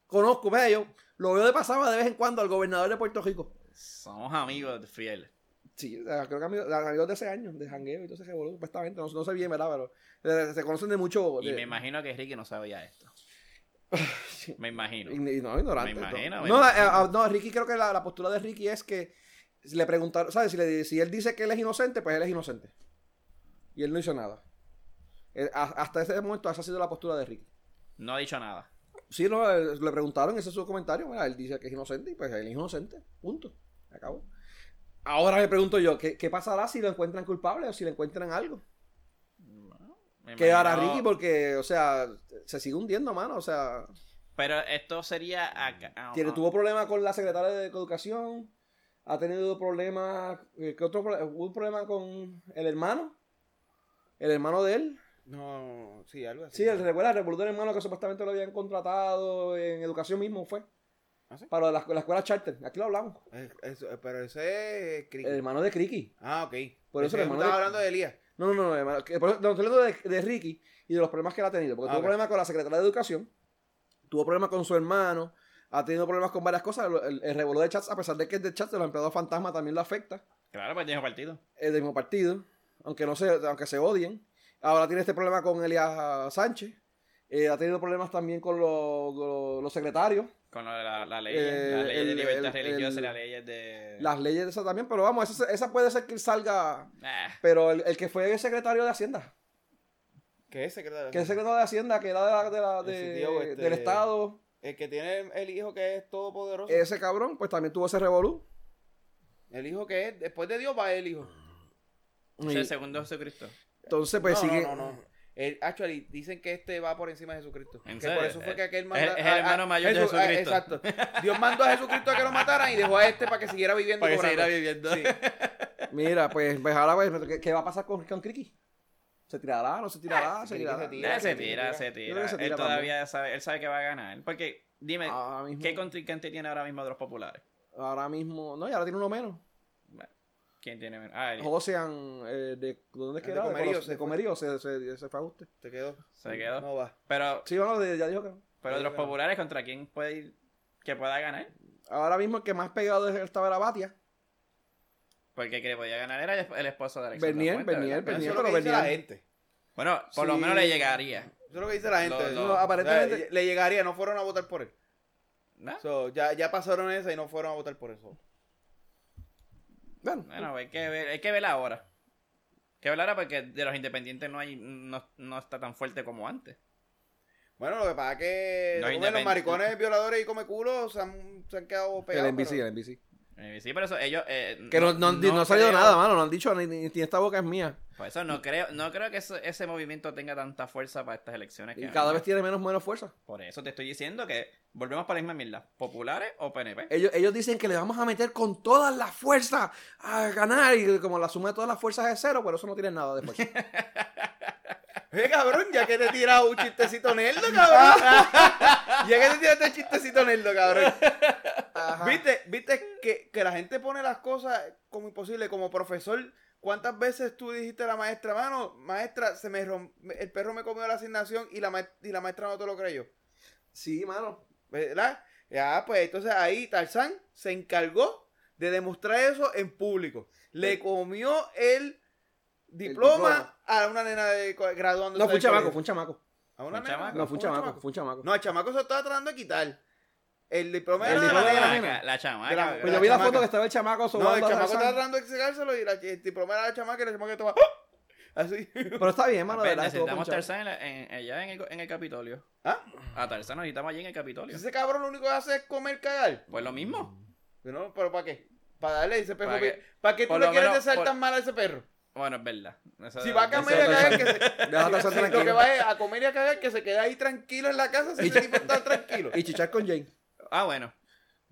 S3: Conozco, vea, yo lo veo de pasada de vez en cuando al gobernador de Puerto Rico.
S5: Somos amigos fieles.
S3: Sí, o sea, creo que amigos, amigos de ese año, de jangueo y todo ese revolú, supuestamente, no, no sé bien, ¿verdad? Pero eh, se conocen de mucho...
S5: Y
S3: de-
S5: me imagino que Ricky no
S3: [LAUGHS]
S5: sabía esto. Me imagino.
S3: ign- ign- no, ignorante.
S5: Me
S3: entonces.
S5: imagino, me
S3: no,
S5: imagino.
S3: eh, ah, no, Ricky, creo que la, la postura de Ricky es que si le preguntaron, ¿sabes? Si, le- si él dice que él es inocente, pues él es inocente. Y él no hizo nada. Él- a- hasta ese momento esa ha sido la postura de Ricky.
S5: No ha dicho nada.
S3: Sí, no, eh, le preguntaron, ese es su comentario, mira, él dice que es inocente y pues él es inocente, punto, Se acabó. Ahora me pregunto yo, ¿qué, qué pasará si lo encuentran culpable o si le encuentran algo?
S5: Me
S3: que hará
S5: imagino-
S3: Ricky porque, o sea, se sigue hundiendo, mano. O sea,
S5: Pero esto sería acá. ah,
S3: tiene,
S5: ah.
S3: tuvo problemas con la secretaria de Educación, ha tenido problemas, eh, ¿qué otro pro- Hubo un problema con el hermano, el hermano de él.
S4: No, sí, algo así.
S3: Sí, el, recuerda, el revolutor hermano que supuestamente lo habían contratado en Educación mismo fue.
S4: ¿Ah, sí?
S3: Para la, la escuela charter, aquí lo hablamos.
S4: Eh, eso- pero ese es
S3: El hermano de Criqui.
S4: Ah, ok.
S3: Eh, Por eso
S4: Ese-
S3: el hermano
S4: estaba
S3: de-
S4: hablando de Elías.
S3: No, no, no, no, hermano, que- por eso- no, estoy hablando de, de Ricky y de los problemas que él ha tenido. Porque
S4: Ah,
S3: tuvo
S4: ok.
S3: problemas con la secretaria de Educación, tuvo problemas con su hermano, ha tenido problemas con varias cosas. El, el, el revolú de chats, a pesar de que es de chats, de los empleados fantasma también lo afecta.
S5: Claro, pues tiene partido.
S3: Es del mismo partido, aunque no se, aunque se odien. Ahora tiene este problema con Elías Sánchez. eh, ha tenido problemas también con los, con los- los secretarios.
S5: Con la, la, la ley,
S3: Eh,
S5: la ley de
S3: el-
S5: libertad
S3: el- el-
S5: religiosa y las leyes de.
S3: Las leyes de esa también, pero vamos, esa, esa puede ser que salga.
S5: Ah,
S3: Pero el, el que fue el secretario de Hacienda,
S4: ¿Qué es secretario?
S3: que es secretario de Hacienda, que era de la- de la-
S4: El
S3: de-
S4: sitio, este,
S3: del Estado.
S4: El que tiene el hijo que es todopoderoso.
S3: ese cabrón, pues también tuvo ese revolú.
S4: El hijo que es, después de Dios va el hijo.
S5: o sea,
S3: Y
S5: segundo Jesucristo.
S3: Entonces, pues
S4: no,
S3: sigue.
S4: no, no, no. El, actually, dicen que este va por encima de Jesucristo.
S5: ¿En
S4: que
S5: serio?
S4: por eso fue que aquel
S5: Es-
S4: manda-
S5: es el hermano mayor de
S4: Jesu- ah,
S5: Jesucristo.
S4: exacto. Dios mandó a Jesucristo a que lo mataran y dejó a este para que siguiera viviendo.
S5: Para que
S4: cobrando.
S5: seguirá viviendo.
S3: [LAUGHS] Mira, pues, pues ahora pues, ¿qué, qué va a pasar con, con Criqui? ¿Se tirará? ¿No se tirará? ¿Se
S4: Ah, Criqui
S3: tirará?
S4: se tira.
S5: Eh, se
S4: se
S5: tira,
S4: tira.
S5: se
S3: Yo creo
S5: tira.
S3: que se tira
S5: Él todavía sabe, él sabe que va a ganar. Porque, dime,
S3: Ahora mismo,
S5: ¿qué contrincante tiene ahora mismo de los populares?
S3: ahora mismo. No, y ahora tiene uno menos.
S5: ¿Quién tiene menos? Ah, él.
S3: Josean, eh, de, ¿dónde es que
S4: De
S3: era? De
S4: Comerío
S3: Colos-
S4: se fue.
S3: de Comerío, se, se, se fue a usted.
S4: Te quedó.
S5: Se quedó.
S4: No va.
S5: Pero,
S3: Sí, bueno, de- ya dijo que no.
S5: pero de los
S4: Ahí va.
S5: populares, ¿contra quién puede ir que pueda ganar?
S3: Ahora mismo el que más pegado estaba era Batia.
S5: Porque el que le podía ganar era el el esposo de Alexander
S3: Bernier,
S5: Fuentes,
S3: Bernier,
S5: ¿verdad?
S4: Eso
S3: Bernier.
S4: es lo que
S3: Pues pero
S4: dice la
S3: venían-
S4: gente.
S5: Bueno, por lo
S3: Sí.
S5: menos le llegaría.
S4: Eso es lo que dice la gente.
S5: Lo- lo-
S4: O sea,
S3: aparentemente-
S4: le llegaría, no fueron a votar por él.
S5: ¿No?
S4: So, ya, ya pasaron esa y no fueron a votar por eso.
S3: Bueno,
S5: Bueno, hay que ver, hay que ver ahora. Hay que ver ahora porque de los independientes no hay, no, no está tan fuerte como antes.
S4: Bueno, lo que pasa es que
S5: No,
S4: como
S5: independ-
S4: los maricones violadores y come culo se han, se han quedado pegados.
S3: el NBC,
S4: pero-
S3: el NBC.
S5: Eh, Sí, pero eso, ellos. eh,
S3: Que no, no, han di- no ha salido
S5: creo-
S3: nada, mano. No han dicho ni, ni, ni esta boca es mía.
S5: Por eso no creo, no creo que eso- ese movimiento tenga tanta fuerza para estas elecciones.
S3: Y
S5: que
S3: cada
S5: hay.
S3: vez tiene menos, menos fuerza.
S5: Por eso te estoy diciendo que volvemos para la misma mierda. ¿Populares o PNP?
S3: Ellos, ellos dicen que le vamos a meter con todas las fuerzas a ganar. Y como la suma de todas las fuerzas es cero, por eso no tienen nada de fuerza.
S4: [LAUGHS] Eh, cabrón, ya que te tiras un chistecito nerdo,
S3: [LAUGHS]
S4: cabrón. ya que te tiraste un chistecito nerdo, cabrón.
S3: Ajá.
S4: ¿Viste, viste que, que la gente pone las cosas como imposible? Como profesor, ¿cuántas veces tú dijiste a la maestra, mano, maestra, se me rom- el perro me comió la asignación y la, ma- y la maestra no te lo creyó?
S3: Sí, mano.
S4: ¿Verdad? Ya, pues entonces ahí Tarzán se encargó de demostrar eso en público. Le
S3: Sí.
S4: comió el diploma,
S3: diploma.
S4: a una nena de co- graduándose.
S3: No, fue un
S4: del
S3: chamaco,
S4: colegio.
S3: fue un chamaco.
S4: ¿A una
S5: ¿Un
S4: nena?
S5: chamaco?
S3: No, fue un chamaco, fue un chamaco.
S4: No, el Ah, chamaco se lo estaba tratando de quitar. El diploma
S3: El
S4: era de la
S3: diploma
S4: nena.
S3: era
S5: chamaca,
S3: nena.
S5: la chamaca,
S4: De la-
S5: ¿verdad?
S3: Pues yo vi la
S4: chamaca.
S3: foto que estaba el chamaco
S4: No, el
S3: sobando a
S4: chamaco estaba
S3: Tarzán.
S4: tratando de sacárselo y la, el diploma era la chamaca y la chamaca estaba ¡ah!
S3: [LAUGHS]
S4: así.
S3: Pero está bien, mano. de
S5: Ven,
S3: verdad, estuvo
S5: necesitamos a
S3: ponchado.
S5: Tarzán en la- en- allá en el, en el Capitolio.
S4: ¿Ah?
S5: A Tarzán necesitamos allí en el Capitolio.
S4: Ese cabrón lo único que hace es comer cagar.
S5: Pues lo mismo.
S4: No, pero ¿para qué? Para darle ese perro.
S5: ¿Para
S4: ¿Para
S5: qué?
S4: qué, ¿Para qué tú
S5: Por
S4: le
S5: lo
S4: quieres
S5: menos,
S4: desear
S5: por-
S4: tan mal a ese perro?
S5: Bueno, es verdad. Eso-
S4: Si va a
S5: eso-
S4: comer y a cagar, que se...
S3: Deja a Tarzán
S4: si [LAUGHS] lo que
S3: tranquilo.
S4: va es a comer y a cagar, que se quede ahí tranquilo en la casa si ese tipo está tranquilo.
S3: Y chichar con Jane.
S5: Ah, bueno.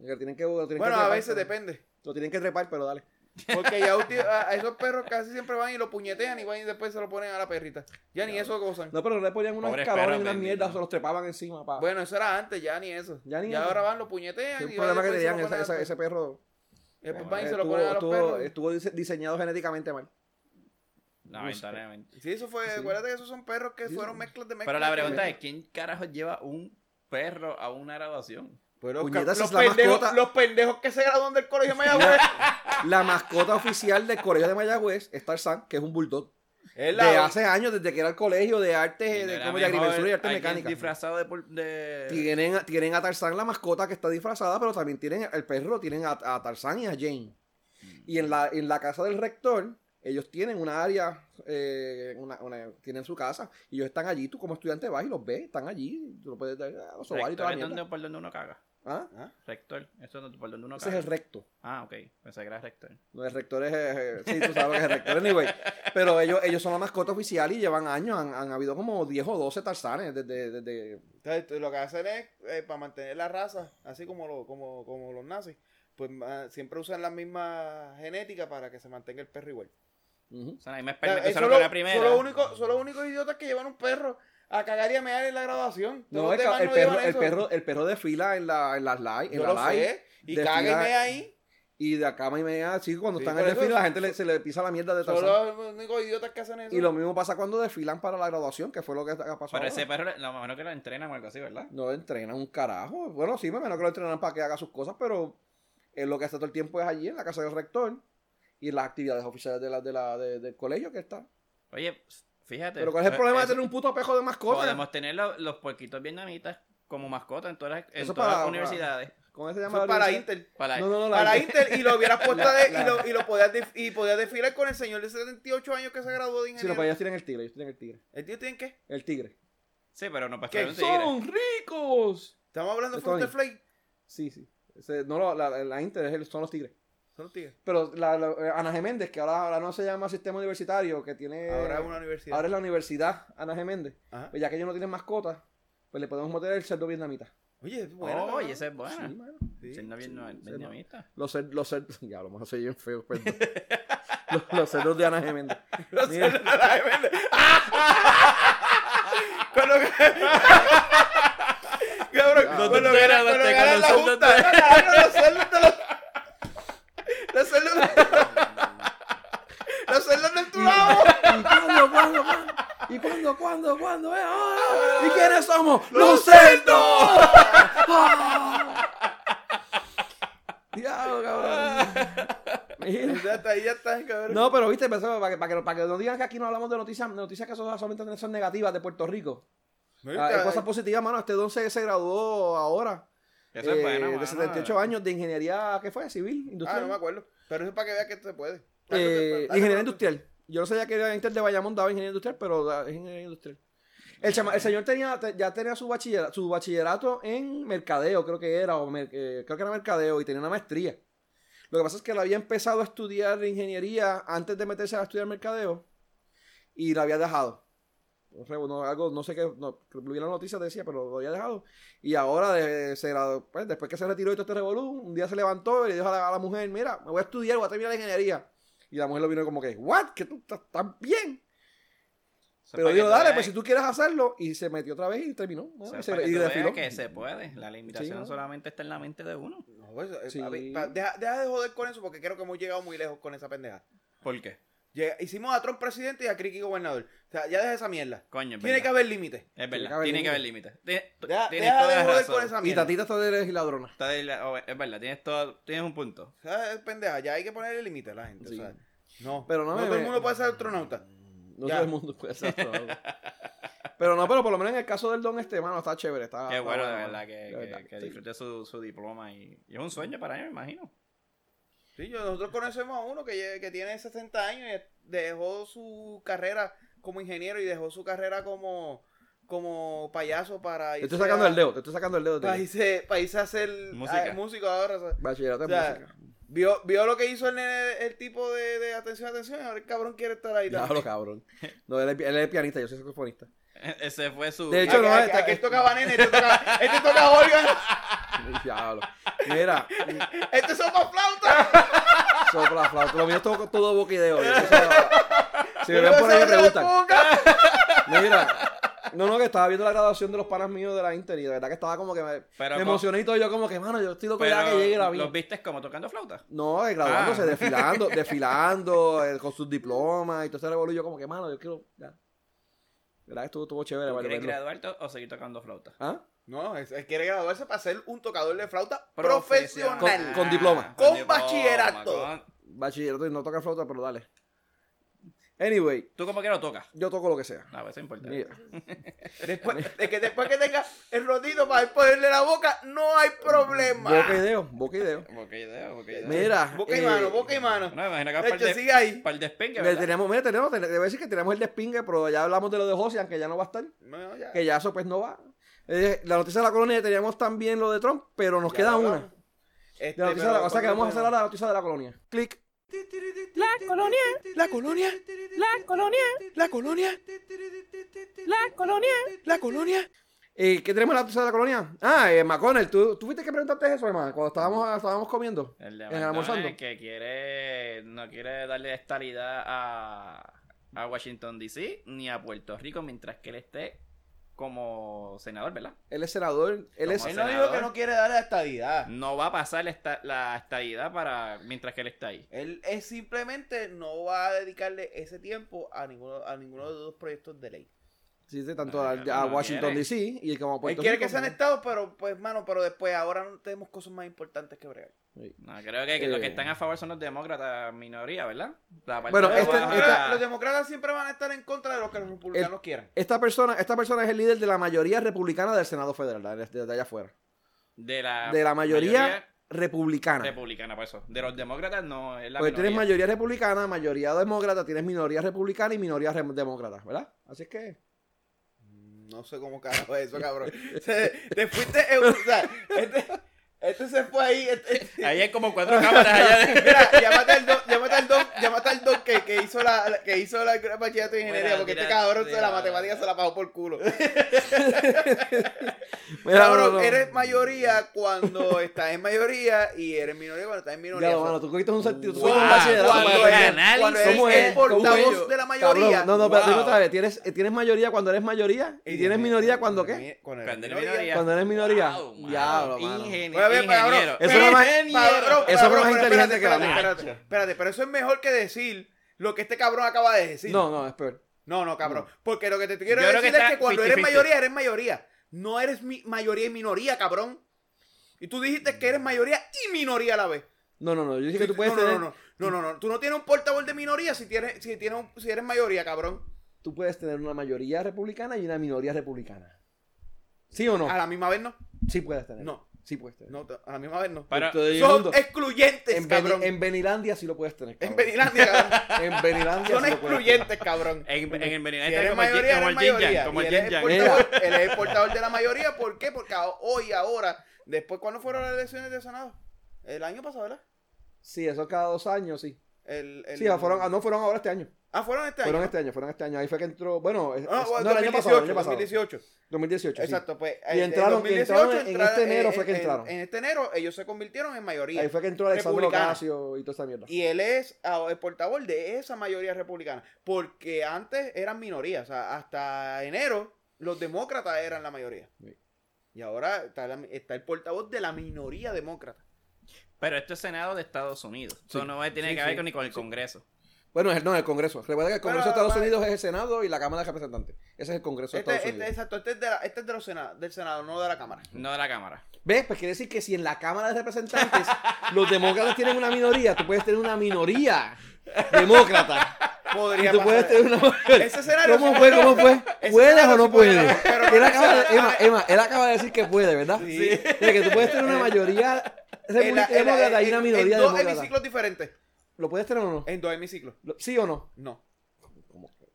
S3: Que tienen que, lo tienen que
S4: Bueno, a
S3: trepar,
S4: veces
S3: pero-
S4: depende.
S3: Lo tienen que trepar, pero dale.
S4: Porque ya ulti- a, a esos perros casi siempre van y lo puñetean y van y después se lo ponen a la perrita. Ya ni eso gozan.
S3: No, pero no le ponían unos
S5: Pobres
S3: escalones
S5: perros,
S3: y unas
S5: bendito.
S3: mierdas, se los trepaban encima. Pa.
S4: Bueno, eso era antes, ya ni eso.
S3: Ya
S4: Ya
S3: ni eso.
S4: ahora van, lo puñetean.
S3: Sí, un
S4: y van
S3: problema que
S4: después se lo
S3: tenían
S4: ponen
S3: esa-
S4: a los
S3: esa-
S4: perros.
S3: ese perro. eh,
S4: Después
S5: Bueno,
S4: van y se lo
S3: estuvo,
S4: ponen a los
S3: estuvo,
S4: perros.
S3: estuvo dise- diseñado genéticamente
S4: [LAUGHS]
S3: mal.
S5: Lamentablemente.
S4: Sí, eso fue,
S3: Sí.
S4: acuérdate que esos son perros que
S3: Sí,
S4: fueron
S3: sí.
S4: mezclas de mezclas.
S5: Pero la pregunta es, ¿quién carajo lleva un perro a una graduación?
S4: Pero,
S3: Puñetas,
S4: ca-
S3: esa
S4: los,
S3: es la mascota.
S4: pendejos, los pendejos que se gradúan del colegio de Mayagüez.
S3: La mascota oficial del colegio de Mayagüez es Tarzán, que es un bulldog.
S4: Es
S3: de
S4: la-
S3: hace años, desde que era el colegio de artes, Eh, de,
S5: Era
S3: como de
S5: mejor
S3: agrimensura y artes
S5: alguien
S3: mecánicas.
S5: disfrazado de... pol- de-
S3: Tienen, a- tienen a Tarzán la mascota que está disfrazada, pero también tienen el perro, tienen a, a Tarzán y a Jane.
S5: Mm.
S3: Y en la, en la casa del rector, ellos tienen una área, eh, una, una- tienen su casa, y ellos están allí, tú como estudiante vas y los ves, están allí, tú lo puedes dar, ah, los sobar y toda
S5: Rector
S3: la
S5: es
S3: mierda.
S5: donde, por donde uno caga.
S3: ¿Ah?
S5: Rector, eso es donde- por donde uno
S3: Ese es
S5: caga.
S3: el recto.
S5: Ah, ok. Pensé que era rector.
S3: No, el rector es. eh, eh, sí, tú sabes lo que es el rector, anyway. Pero ellos, ellos son la mascota oficial y llevan años. Han, han habido como 10 o 12 tarzanes desde. desde-
S4: Entonces, tú- lo que hacen es, eh, para mantener la raza, así como, lo- como, como los nazis, pues ma- siempre usan la misma genética para que se mantenga el perro igual.
S3: Ujú.
S5: O sea, ahí me
S4: O sea,
S5: esperé
S4: eh,
S5: solo
S4: son
S5: con
S4: los-
S5: la primera.
S4: son los únicos- son los únicos idiotas que llevan un perro a cagar y a mear en la graduación.
S3: No,
S4: Todos
S3: el,
S4: los
S3: ca- el
S4: demás
S3: perro,
S4: llevan
S3: el,
S4: eso.
S3: perro, el perro de fila en la, en las live, en
S4: Yo
S3: la
S4: lo
S3: live,
S4: sé. Y
S3: de
S4: caga y
S3: fila-
S4: mea ahí.
S3: y de acá y media, sí, cuando
S4: Sí,
S3: están
S4: por
S3: en
S4: eso
S3: desfile, la
S4: es-
S3: gente le- se le pisa la mierda de
S4: Son
S3: tarzán.
S4: los únicos idiotas que hacen eso.
S3: Y lo mismo pasa cuando desfilan para la graduación, que fue lo que ha pasado.
S5: Pero
S3: ahora.
S5: ese perro, lo mejor que lo entrenan o algo así, ¿verdad?
S3: No entrenan un carajo. Bueno, sí, me menos que lo entrenan para que haga sus cosas, pero él lo que está todo el tiempo es allí en la casa del rector y en las actividades oficiales de la, de la, de- del colegio que está.
S5: Oye, fíjate.
S3: Pero ¿cuál es el problema de
S5: Eh, eso-
S3: tener un puto pejo de mascota?
S5: Podemos tener lo- los puerquitos vietnamitas como mascota en todas las, en
S3: Eso
S5: todas
S3: para-
S5: las universidades.
S3: ¿Cómo se
S4: Eso
S3: llama?
S4: es
S3: la
S4: para
S3: universidad?
S4: Intel.
S5: Para
S3: No, no, no, la
S4: Para
S3: Intel.
S4: Intel. Y lo hubieras puesto de,
S3: [LAUGHS] la-
S4: y lo, y lo podías def- y podías desfilar con el señor de 78 años que se graduó de
S3: Sí, no,
S4: ingeniero.
S3: pero ellos tienen el tigre, ellos tienen el tigre.
S4: ¿El tío tiene qué?
S3: El tigre.
S5: Sí, pero no pues, para
S4: ¿Qué
S5: estar un
S3: ¡Son
S5: tigre.
S3: ricos!
S4: Estamos hablando de
S3: Estoy.
S4: Fruit Flake.
S3: Sí, sí. Ese- no, la, la, la Intel es el- son los tigres.
S4: Son los tigres.
S3: Pero la, la- eh, Ana G. Méndez, que ahora, ahora no se llama sistema universitario, que tiene.
S4: Ahora es una universidad.
S3: Eh, ahora es la universidad Ana G. Méndez.
S4: Ajá.
S3: Pues ya que ellos no tienen mascota, pues le podemos meter el cerdo vietnamita.
S4: Oye, es buena.
S5: Oye,
S4: cabrón.
S5: Oh, esa es buena.
S3: Sí, mano.
S4: Sí.
S5: Siendo bien no-
S3: sí, sí,
S5: vietnamita.
S3: Los cerdos. Los [LAUGHS] cerdos. Ya, a lo mejor soy bien feo,
S4: [LAUGHS]
S3: perdón. los, los cerdos de Ana G. Méndez.
S4: Los
S3: Mira.
S4: cerdos de la Geméndez. Con
S5: [LAUGHS]
S4: lo que. Cabrón,
S3: Ah,
S4: con
S3: bueno.
S4: lo que era- con lo que era la
S5: [LAUGHS]
S4: junta. Los cerdos de los- Los cerdos de- Los cerdos del Turabo.
S3: ¿Y [LAUGHS] cuándo, cuándo, cuándo? ¿Y cuándo, cuándo, cuándo? Eh, ah, ah. ¿Y quiénes somos? ¡Los cerdos! [LAUGHS] Ah. Diablo, cabrón.
S4: [LAUGHS]
S3: Mira.
S4: Ya está, ya está, cabrón.
S3: No, pero viste, para, que, para, que, para que no digan que aquí no hablamos de noticias, noticias que son solamente son negativas de Puerto Rico.
S4: No,
S3: Ah,
S4: está-
S3: Hay cosas positivas, mano. Este don se, se graduó ahora.
S5: Eso
S3: eh,
S5: es buena,
S3: De
S5: mano.
S3: 78 años de ingeniería, ¿qué fue? Civil,
S4: Ah,
S3: industrial.
S4: no me acuerdo. Pero eso es para que veas que se puede.
S3: Eh, ingeniería industrial. Yo no sabía que era Inter de Bayamón daba ingeniería industrial, pero da- es ingeniería industrial. El, chama- el señor tenía, te- ya tenía su, bachillera- su bachillerato en mercadeo, creo que era, o mer- eh, creo que era mercadeo, y tenía una maestría. Lo que pasa es que él había empezado a estudiar ingeniería antes de meterse a estudiar mercadeo y la había dejado. No sé, no, algo, no sé qué, no, creo que vi la noticia, decía, pero lo había dejado. Y ahora, de- se graduó, pues, después que se retiró de todo este revolú, un día se levantó y le dijo a la, a la mujer, mira, me voy a estudiar, voy a terminar la ingeniería. Y la mujer lo vino como que, ¿what? Que tú estás tan bien.
S5: Eso es
S3: Pero
S5: para
S3: digo,
S5: que tú
S3: dale,
S5: veas-
S3: pues si tú quieres hacerlo. Y se metió otra vez y terminó. ¿no?
S5: eso
S3: y
S5: es
S3: se,
S5: para que
S3: y
S5: tú veas
S3: desfiló.
S5: que se puede. La limitación
S3: mano.
S5: solamente está en la mente de uno.
S4: No, pues, eh,
S3: Sí.
S4: papi, pa- deja, deja de joder con eso porque creo que hemos llegado muy lejos con esa pendeja.
S5: ¿Por qué?
S4: Llega- hicimos a Trump presidente y a Criqui gobernador. O sea, ya deja esa mierda.
S5: Coño, es
S4: Tiene que
S5: verdad.
S4: haber límites.
S5: Es
S3: tiene que
S5: verdad,
S3: haber
S5: tiene que
S3: límites.
S5: haber límites. Tienes
S4: Deja,
S5: tienes
S4: deja
S5: toda
S4: de
S5: la
S4: joder
S5: razón.
S4: con esa
S3: Y
S4: mierda.
S3: Tatita está de legisladrona.
S5: Está de la- oh, es verdad, tienes, todo, tienes un punto.
S4: O sea, es pendeja, ya hay que ponerle límites a la gente.
S3: Sí.
S4: O sea, no,
S3: Pero no
S4: no
S3: me-
S4: todo el
S3: me-
S4: mundo puede ser astronauta.
S3: No
S4: Ya.
S3: todo el mundo
S5: [LAUGHS]
S3: puede hacer esto. ¿no? pero no, pero por lo menos en el caso del don este, mano, está chévere. Está,
S5: Qué
S3: está
S5: bueno, de
S3: mano.
S5: verdad, que,
S3: De
S5: que-
S3: verdad,
S5: que
S3: sí.
S5: disfrute su, su diploma. Y, y es un sueño para él, me imagino. [LAUGHS]
S4: Sí, yo- nosotros conocemos a uno que, lle- que tiene 60 años y dejó su carrera como ingeniero y dejó su carrera como, como payaso para
S3: Te
S4: irse
S3: estoy sacando
S4: a-
S3: el dedo, te estoy sacando el dedo.
S4: Para
S3: tío.
S4: irse, para irse a ser
S5: Música.
S4: a- músico ahora. o sea,
S3: Bachillerato
S4: O
S3: en
S4: sea,
S3: música.
S4: Vio, vio lo que hizo el, nene- el tipo de, de atención, atención, y ahora el cabrón quiere estar ahí
S3: Diablo,
S4: también.
S3: cabrón. No, él es, él es pianista, yo soy saxofonista.
S5: Ese fue su.
S3: De hecho,
S4: Aquí-
S3: no,
S4: aquí-
S3: está-
S4: aquí él tocaba nene, este toca, este toca órgano,
S3: [LAUGHS] Diablo. Mira, [LAUGHS]
S4: este sopa flauta.
S3: sopla flauta. Lo mío es todo, todo boquideo. yo, o sea, si me ven por ahí me preguntan. Mira, no, no, que estaba viendo la graduación de los panas míos de la Inter y de verdad que estaba como que me,
S5: Pero
S3: me
S5: con-
S3: emocioné y todo. Yo, como que, mano, yo estoy loco ya
S5: ah, pero
S3: que llegue la vida.
S5: los viste como tocando flauta.
S3: No, eh, graduándose,
S5: Ah. [LAUGHS]
S3: desfilando, desfilando eh, con sus diplomas y todo ese revolú. Yo, como que, mano, yo quiero. Ya. De verdad que estuvo, estuvo chévere.
S5: ¿Tú
S3: vale,
S5: ¿Quieres
S3: verlo.
S5: graduarte o seguir tocando flauta?
S3: ¿Ah?
S4: No, es- él quiere graduarse para ser un tocador de flauta
S5: Profesional.
S4: profesional.
S3: Con- con diploma.
S4: Con
S5: Ah, diploma,
S4: bachillerato.
S5: con-
S3: Bachillerato y no toca flauta, pero dale. Anyway,
S5: Tú como que no tocas.
S3: yo toco lo que sea.
S5: No, pues eso es importante.
S3: Mira,
S4: Después, de que después que tenga el rodito para ponerle la boca, no hay problema.
S3: boca y dedo, boca y dedo.
S5: Boca y dedo, boca y dedo.
S3: Mira.
S4: Boca y
S3: eh,
S4: mano, boca y
S5: No,
S4: mano.
S5: me imagino que
S4: De
S5: para el
S4: hecho,
S5: de-
S4: sigue ahí.
S5: para el despengue,
S3: le
S5: ¿verdad?
S3: tenemos, mira, tenemos, te- debo decir que tenemos el despingue, pero ya hablamos de lo de José, aunque ya no va a estar.
S4: No, ya.
S3: que ya eso pues no va. Eh, la noticia de la colonia teníamos también lo de Trump, pero nos queda
S4: hablamos.
S3: una.
S4: Este,
S3: La noticia de la-
S4: pero-
S3: o sea que vamos a hacer ahora la noticia de la colonia. Clic.
S1: La colonia, la colonia, la colonia, la colonia, la colonia, la colonia.
S3: Eh, ¿Qué tenemos en la noticia de la colonia? Ah, eh, McConnell, ¿tú, ¿tú fuiste que preguntaste eso, hermano? Cuando estábamos, estábamos comiendo.
S5: El de
S3: en
S5: McDonald's
S3: almorzando.
S5: que quiere, no quiere darle estabilidad a, a Washington DC ni a Puerto Rico mientras que él esté como senador, ¿verdad?
S3: Él es senador, él es...
S5: Como
S4: Él no dijo
S5: senador.
S4: que no quiere darle la estadidad.
S5: No va a pasar la, esta- la estadidad para mientras que él está ahí.
S4: Él es simplemente no va a dedicarle ese tiempo a ninguno, a ninguno de los dos proyectos de ley.
S3: Sí, sí, tanto
S5: Ah,
S3: a, a
S5: no
S3: Washington
S5: quiere.
S3: D.C. y como a Puerto
S4: Él quiere
S3: Rico,
S4: que sean
S3: ¿no?
S4: estados, pero pues, mano, pero después ahora no tenemos cosas más importantes que bregar.
S5: No, creo que, que los que
S3: Eh.
S5: están a favor son los demócratas minoría, ¿verdad? La parte
S3: Bueno,
S5: de
S4: Los
S3: este-
S5: abajo-
S4: demócratas- Los demócratas siempre van a estar en contra de lo que los republicanos quieran.
S3: Esta persona, esta persona es el líder de la mayoría republicana del Senado Federal, de, de- de allá afuera.
S5: de la,
S3: De la mayoría, republicana.
S5: republicana, por eso. De los demócratas no es la
S3: Porque tienes
S5: minoría.
S3: mayoría republicana, mayoría demócrata, tienes minoría republicana y minoría re- demócrata, ¿verdad? Así es que.
S4: [LAUGHS]
S3: Mm,
S4: No sé cómo carajo es eso, cabrón. O sea, Te fuiste. eh, o sea, este, Este se fue ahí. este-
S5: Ahí hay como cuatro cámaras allá. de- [LAUGHS]
S4: Mira, llámate al don, llámate al don, llámate al don que, que hizo la, la- que hizo la la bachillerato de ingeniería,
S5: Mira,
S4: porque este
S5: mira,
S4: cabrón se la
S5: mira.
S4: matemática se la pagó por culo.
S3: Mira,
S4: cabrón,
S3: bro, no.
S4: eres mayoría cuando estás en mayoría y eres minoría cuando estás en minoría.
S3: Ya,
S4: So,
S3: mano, tú cogiste un sentido. Tú
S5: Wow,
S3: fuiste un
S5: wow,
S3: bachillerato
S5: wow,
S3: para
S5: wow,
S3: aprender.
S5: ganar. análisis.
S4: cuando eres
S3: ¿Cómo
S4: el
S3: es? ¿Cómo
S4: portavoz
S3: es?
S4: de la mayoría.
S3: Cabrón, no, no, pero dime
S4: Wow.
S3: otra vez. ¿Tienes, ¿Tienes mayoría cuando eres mayoría? ¿Y tienes minoría cuando qué?
S4: Cuando eres
S5: Cuando eres
S4: minoría.
S5: minoría.
S3: Cuando eres minoría.
S5: Wow, mano.
S3: [LAUGHS] Diablo, mano.
S5: Ingeniero.
S4: Bueno, bien, cabrón.
S5: ingeniero.
S3: Eso era más-
S4: Cabrón,
S3: Eso fue más
S4: cabrón,
S3: inteligente que la
S4: espérate,
S3: mía.
S4: Espérate, espérate, pero eso es mejor que decir lo que este cabrón acaba de decir.
S3: No, no, es peor.
S4: No, no, cabrón. Porque lo que te quiero
S5: Yo creo
S4: decir
S5: que
S4: es que
S5: está
S4: cuando
S5: 50-50.
S4: eres mayoría, eres mayoría. No eres mi- mayoría y minoría, cabrón. Y tú dijiste que eres mayoría y minoría a la vez.
S3: No, no, no. Yo dije que tú puedes
S4: no, no,
S3: tener.
S4: no, no, no, no, no. Tú no tienes un portavoz de minoría si tienes, si tienes un- si eres mayoría, cabrón.
S3: Tú puedes tener una mayoría republicana y una minoría republicana. ¿Sí o no?
S4: A la misma vez no.
S3: Sí puedes tener.
S4: Ah, No.
S3: Sí puedes tener.
S4: No, a la misma vez no.
S5: Para-
S3: Todo el
S4: Son
S3: mundo.
S4: excluyentes,
S3: en,
S4: cabrón.
S3: Beni- en Benilandia sí lo puedes tener.
S4: En
S3: cabrón. [LAUGHS]
S4: Benilandia, cabrón.
S3: En
S4: [LAUGHS] Son
S3: Benilandia sí lo puedes tener.
S4: excluyentes, cabrón.
S5: En, en el menino
S4: Si
S5: está
S4: eres
S5: como el Jin-
S4: mayoría,
S5: como el
S4: eres
S5: Jin
S4: mayoría.
S5: Yang, como el
S4: Y él es
S5: Jin
S4: el
S5: Yang.
S4: portavoz-
S3: [LAUGHS]
S4: Él es el portador de la mayoría. ¿Por qué? Porque a- hoy, ahora, después, ¿cuándo fueron las elecciones de Senado? El año pasado, ¿verdad?
S3: Sí, eso cada dos años, sí.
S4: El, el-
S3: Sí, ah, fueron, ah, no fueron ahora este año.
S4: Ah, fueron este año.
S3: Fueron este año, fueron este año. Ahí fue que entró. Bueno, es-
S4: Ah,
S3: es-
S4: bueno,
S3: no, el año
S4: 2018,
S3: pasado. El año pasado.
S4: 2018.
S3: 2018. sí.
S4: Exacto, pues.
S3: Y
S4: eh,
S3: entraron- y
S4: 2018
S3: entraron en- en este enero fue que entraron.
S4: En, este enero ellos se convirtieron en mayoría.
S3: Ahí fue que entró Alexandro
S4: Republicana.
S3: Ocasio y toda esa mierda.
S4: Y él es ah, el portavoz de esa mayoría republicana. Porque antes eran minorías. O sea, hasta enero los demócratas eran la mayoría.
S3: Sí.
S4: Y ahora está, la- está el portavoz de la minoría demócrata.
S5: Pero esto es Senado de Estados Unidos. Eso no tiene
S4: Sí,
S5: que ver
S4: sí.
S5: con- ni con el Congreso.
S3: Bueno, es- no, el Congreso. Recuerda que el Congreso
S4: Pero,
S3: de Estados
S4: vale.
S3: Unidos es el Senado y la Cámara de Representantes. Ese es el Congreso de
S4: Este,
S3: Estados
S4: este-
S3: Unidos.
S4: exacto, este es, de la- este es de los sena- del Senado, no de la
S3: [LAUGHS]
S4: Cámara.
S5: No de la Cámara.
S3: ¿Ves? Pues quiere decir que si en la Cámara de Representantes los demócratas tienen una minoría, tú puedes tener una minoría
S4: [LAUGHS]
S3: demócrata. Y
S4: Podría
S3: tú
S4: pasar.
S3: puedes tener una mayoría.
S4: Ese escenario
S3: ¿Cómo
S4: sí-
S3: fue? ¿Cómo fue?
S4: Ese
S3: ¿Puedes o
S4: escenario
S3: no
S4: sí puede
S3: puedes?
S4: haber, pero
S3: Él
S4: no
S3: acaba de,
S4: ese
S3: Emma,
S4: escenario-
S3: Emma, él acaba de decir que puede, ¿verdad?
S4: Sí.
S3: O sea, que tú puedes
S4: [LAUGHS]
S3: tener una mayoría
S4: En la-
S3: republicana
S4: en la-
S3: demócrata y
S4: en-
S3: una
S4: en
S3: minoría
S4: dos
S3: demócrata.
S4: hemiciclos diferentes.
S3: ¿Lo puedes tener o no?
S4: En dos hemiciclos.
S3: Lo- ¿Sí o no?
S4: No.